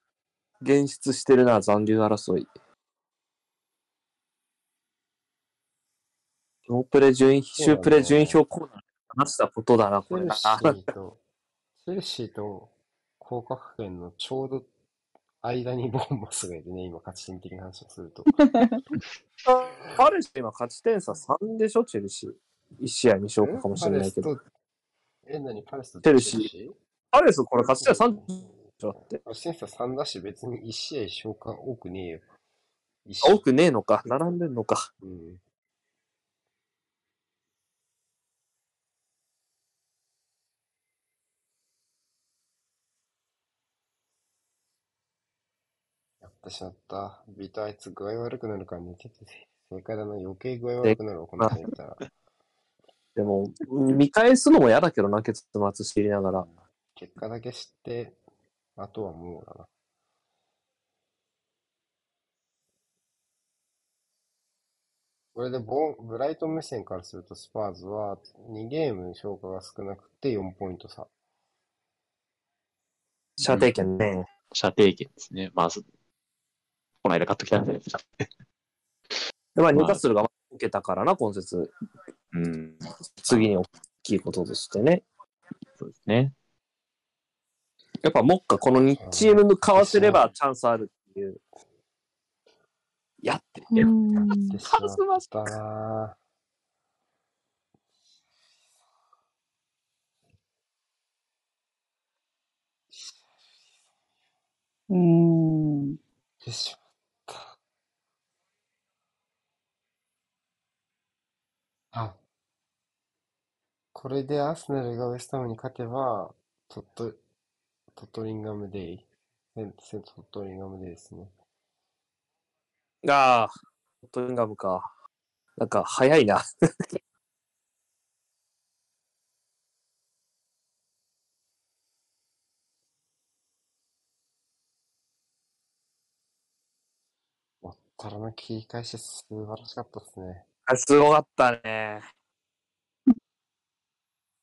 現出してるな、残留争い。ノープレ順位、
そうだ
週
ね
プレ順位表コーナーで話したことだな、
チ
こ
ェ
れ
ル
な。
シーと、チェルシーと降格圏のちょうど間にボーンマスがいるね、今、勝ち点的な話をすると。
パレス今勝ち点差3でしょ、チェルシー。1試合未消化かもしれないけど。
パレスと。え、何パレスと
チェルシー
ー
パレスこれ勝ち点差3でしょって。
勝ち点差3だし、別に1試合消化多くねえよ。一
あ
試合
多くねえのか、並んでんのか。
うん。やってしまった。ビートあいつ具合悪くなるから寝てて、正解だな。余計具合悪くなるわ、この試合見たら。
でも、見返すのも嫌だけどな、結末知りながら。
結果だけ知って、あとはもうだな。これでボン、ブライトン目線からするとスパーズは2ゲーム消化が少なくて4ポイント差。
射程圏ね。
射程圏ですね。まず、この間買っときたんで。
で、まあ、ニューカッスルが受けたからな、今節。
うん。
次に大きいこととしてね。
そうですね。
やっぱ、もっかこの2チームのかわせればチャンスあるっていう。やって
う
るよ。
ん
ってしまったな
うん。
ぁ。でしまった。あ。これでアーセナルがウエスタムに勝てば、トット、トットリンガムデイ。センセントトットリンガムデイですね。
ああ、トットンガムか。なんか、早いな。
終わったらの切り返し素晴らしかったですね。
あすごかったね。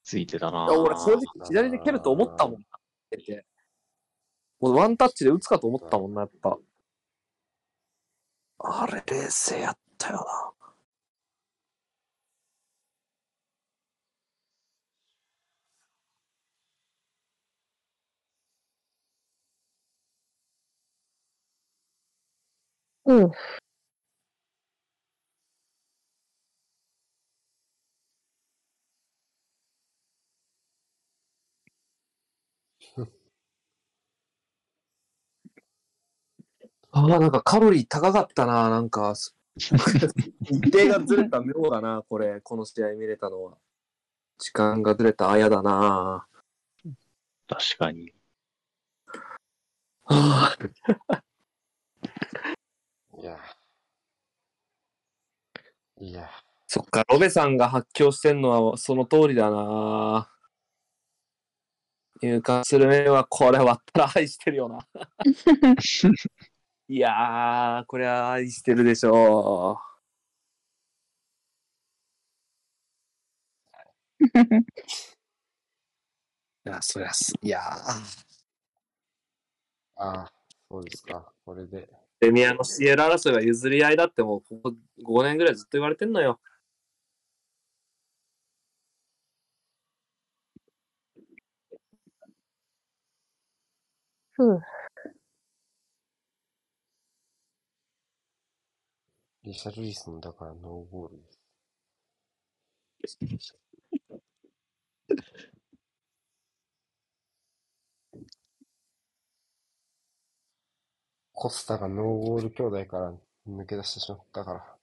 ついてた
い
な
や俺、正直、左で蹴ると思ったもんな。蹴ってもうワンタッチで打つかと思ったもんな、やっぱ。あれ、冷静やったよな。
うん。
ああ、なんかカロリー高かったな、なんか。日程がずれた妙だな、これ、この試合見れたのは。時間がずれたあやだな。
確か に。
はあ
いや。いや。
そっか、ロベさんが発狂してんのはその通りだな。入荷する面はこれ割ったら愛してるよな。いやー、これは愛してるでしょう。いや、そりゃす、いやー。
ああ、そうですか。これで。
プレミアの CL 争いは譲り合いだってもうここ5年ぐらいずっと言われてんのよ。
ふう。
リシャルリスもだからノーゴールです。コスタがノーゴール兄弟から抜け出してしまったから。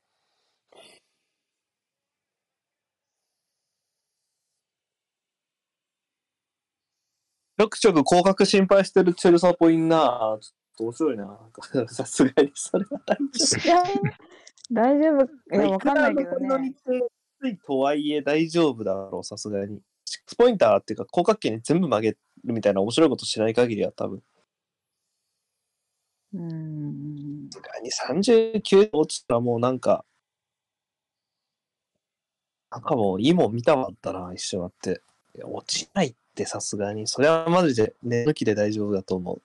ちょくちょく降格心配してるチェルサポインな。ちょっと面白いな。 さすがにそれは大丈夫。
いや大丈夫。いや、わかんないけど
くらの
ね。
この日程きついとはいえ大丈夫だろう、さすがに。シックスポインターっていうか、広角圏に全部曲げるみたいな面白いことしない限りは多分。
うーん。
さすがに39落ちたらもうなんか、なんかもういいもん見たわったな、一瞬あって。いや落ちないってさすがに。それはマジで寝抜きで大丈夫だと思う。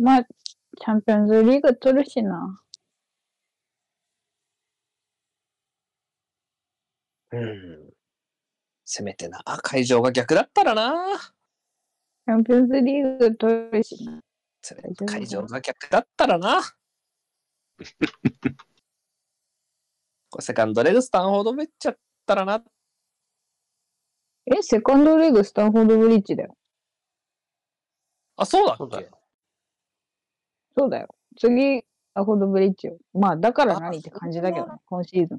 まあ、チャンピオンズリーグ取るしな。
うん。せめてな、会場が逆だったらな。
チャンピオンズリーグ取るしな。
せめ
大丈夫だ
会場が逆だったら な。これセカンドレグスタンフォードめっちゃったらな。
え、セカンドレグスタンフォードブリッジだよ。
あ、そうだ
そ
っ
うだ
け
よ。
そうだよ。次、アフォードブリッジよ。まあ、だから何って感じだけどね、今シーズン。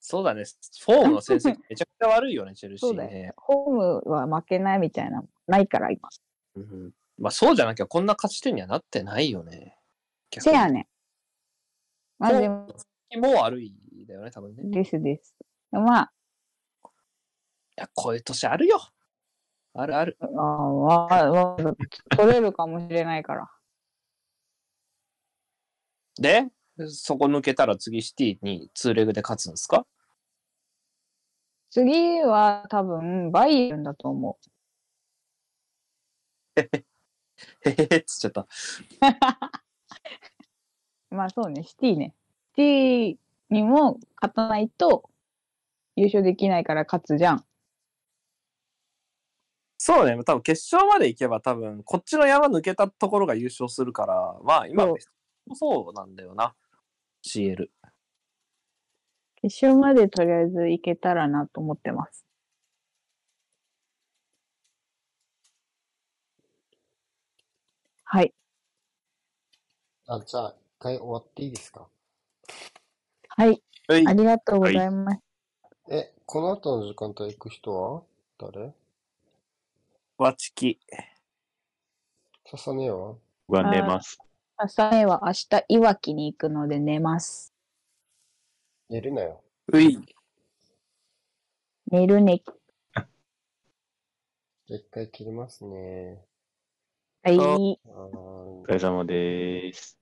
そうだね。フォームの成績めちゃくちゃ悪いよね、チェルシ
そう
ー
だよ
ね。
ホームは負けないみたいな、ないから今。
うんまあそうじゃなきゃこんな勝ち点にはなってないよね。
せや
ね。
ねん。まあでも、
もう悪いだよね、多分ね。い
ですです。まあ、
や、こういう年あるよ。あるある。
あーわわ取れるかもしれないから。
で、そこ抜けたら次シティにツーレグで勝つんですか
次は多分、バイエルンだと思う。
へへへっつっちゃった。
まあそうね、シティね。シティにも勝たないと優勝できないから勝つじゃん。
そうね、多分決勝まで行けば多分こっちの山抜けたところが優勝するから、まあ今
そう
そうなんだよな。CL。
決勝までとりあえずいけたらなと思ってます。はい。
あ、じゃあ、一回終わっていいですか
はい。
はい
ありがとうございます。
え、この後の時間帯行く人は誰
わちき。
ささねえは
僕は寝ます。
朝目は明日、いわきに行くので寝ます。
寝るなよ。
うい。
寝るね。
じゃあ一回切りますね。
はい。
はーい
お疲れ様です。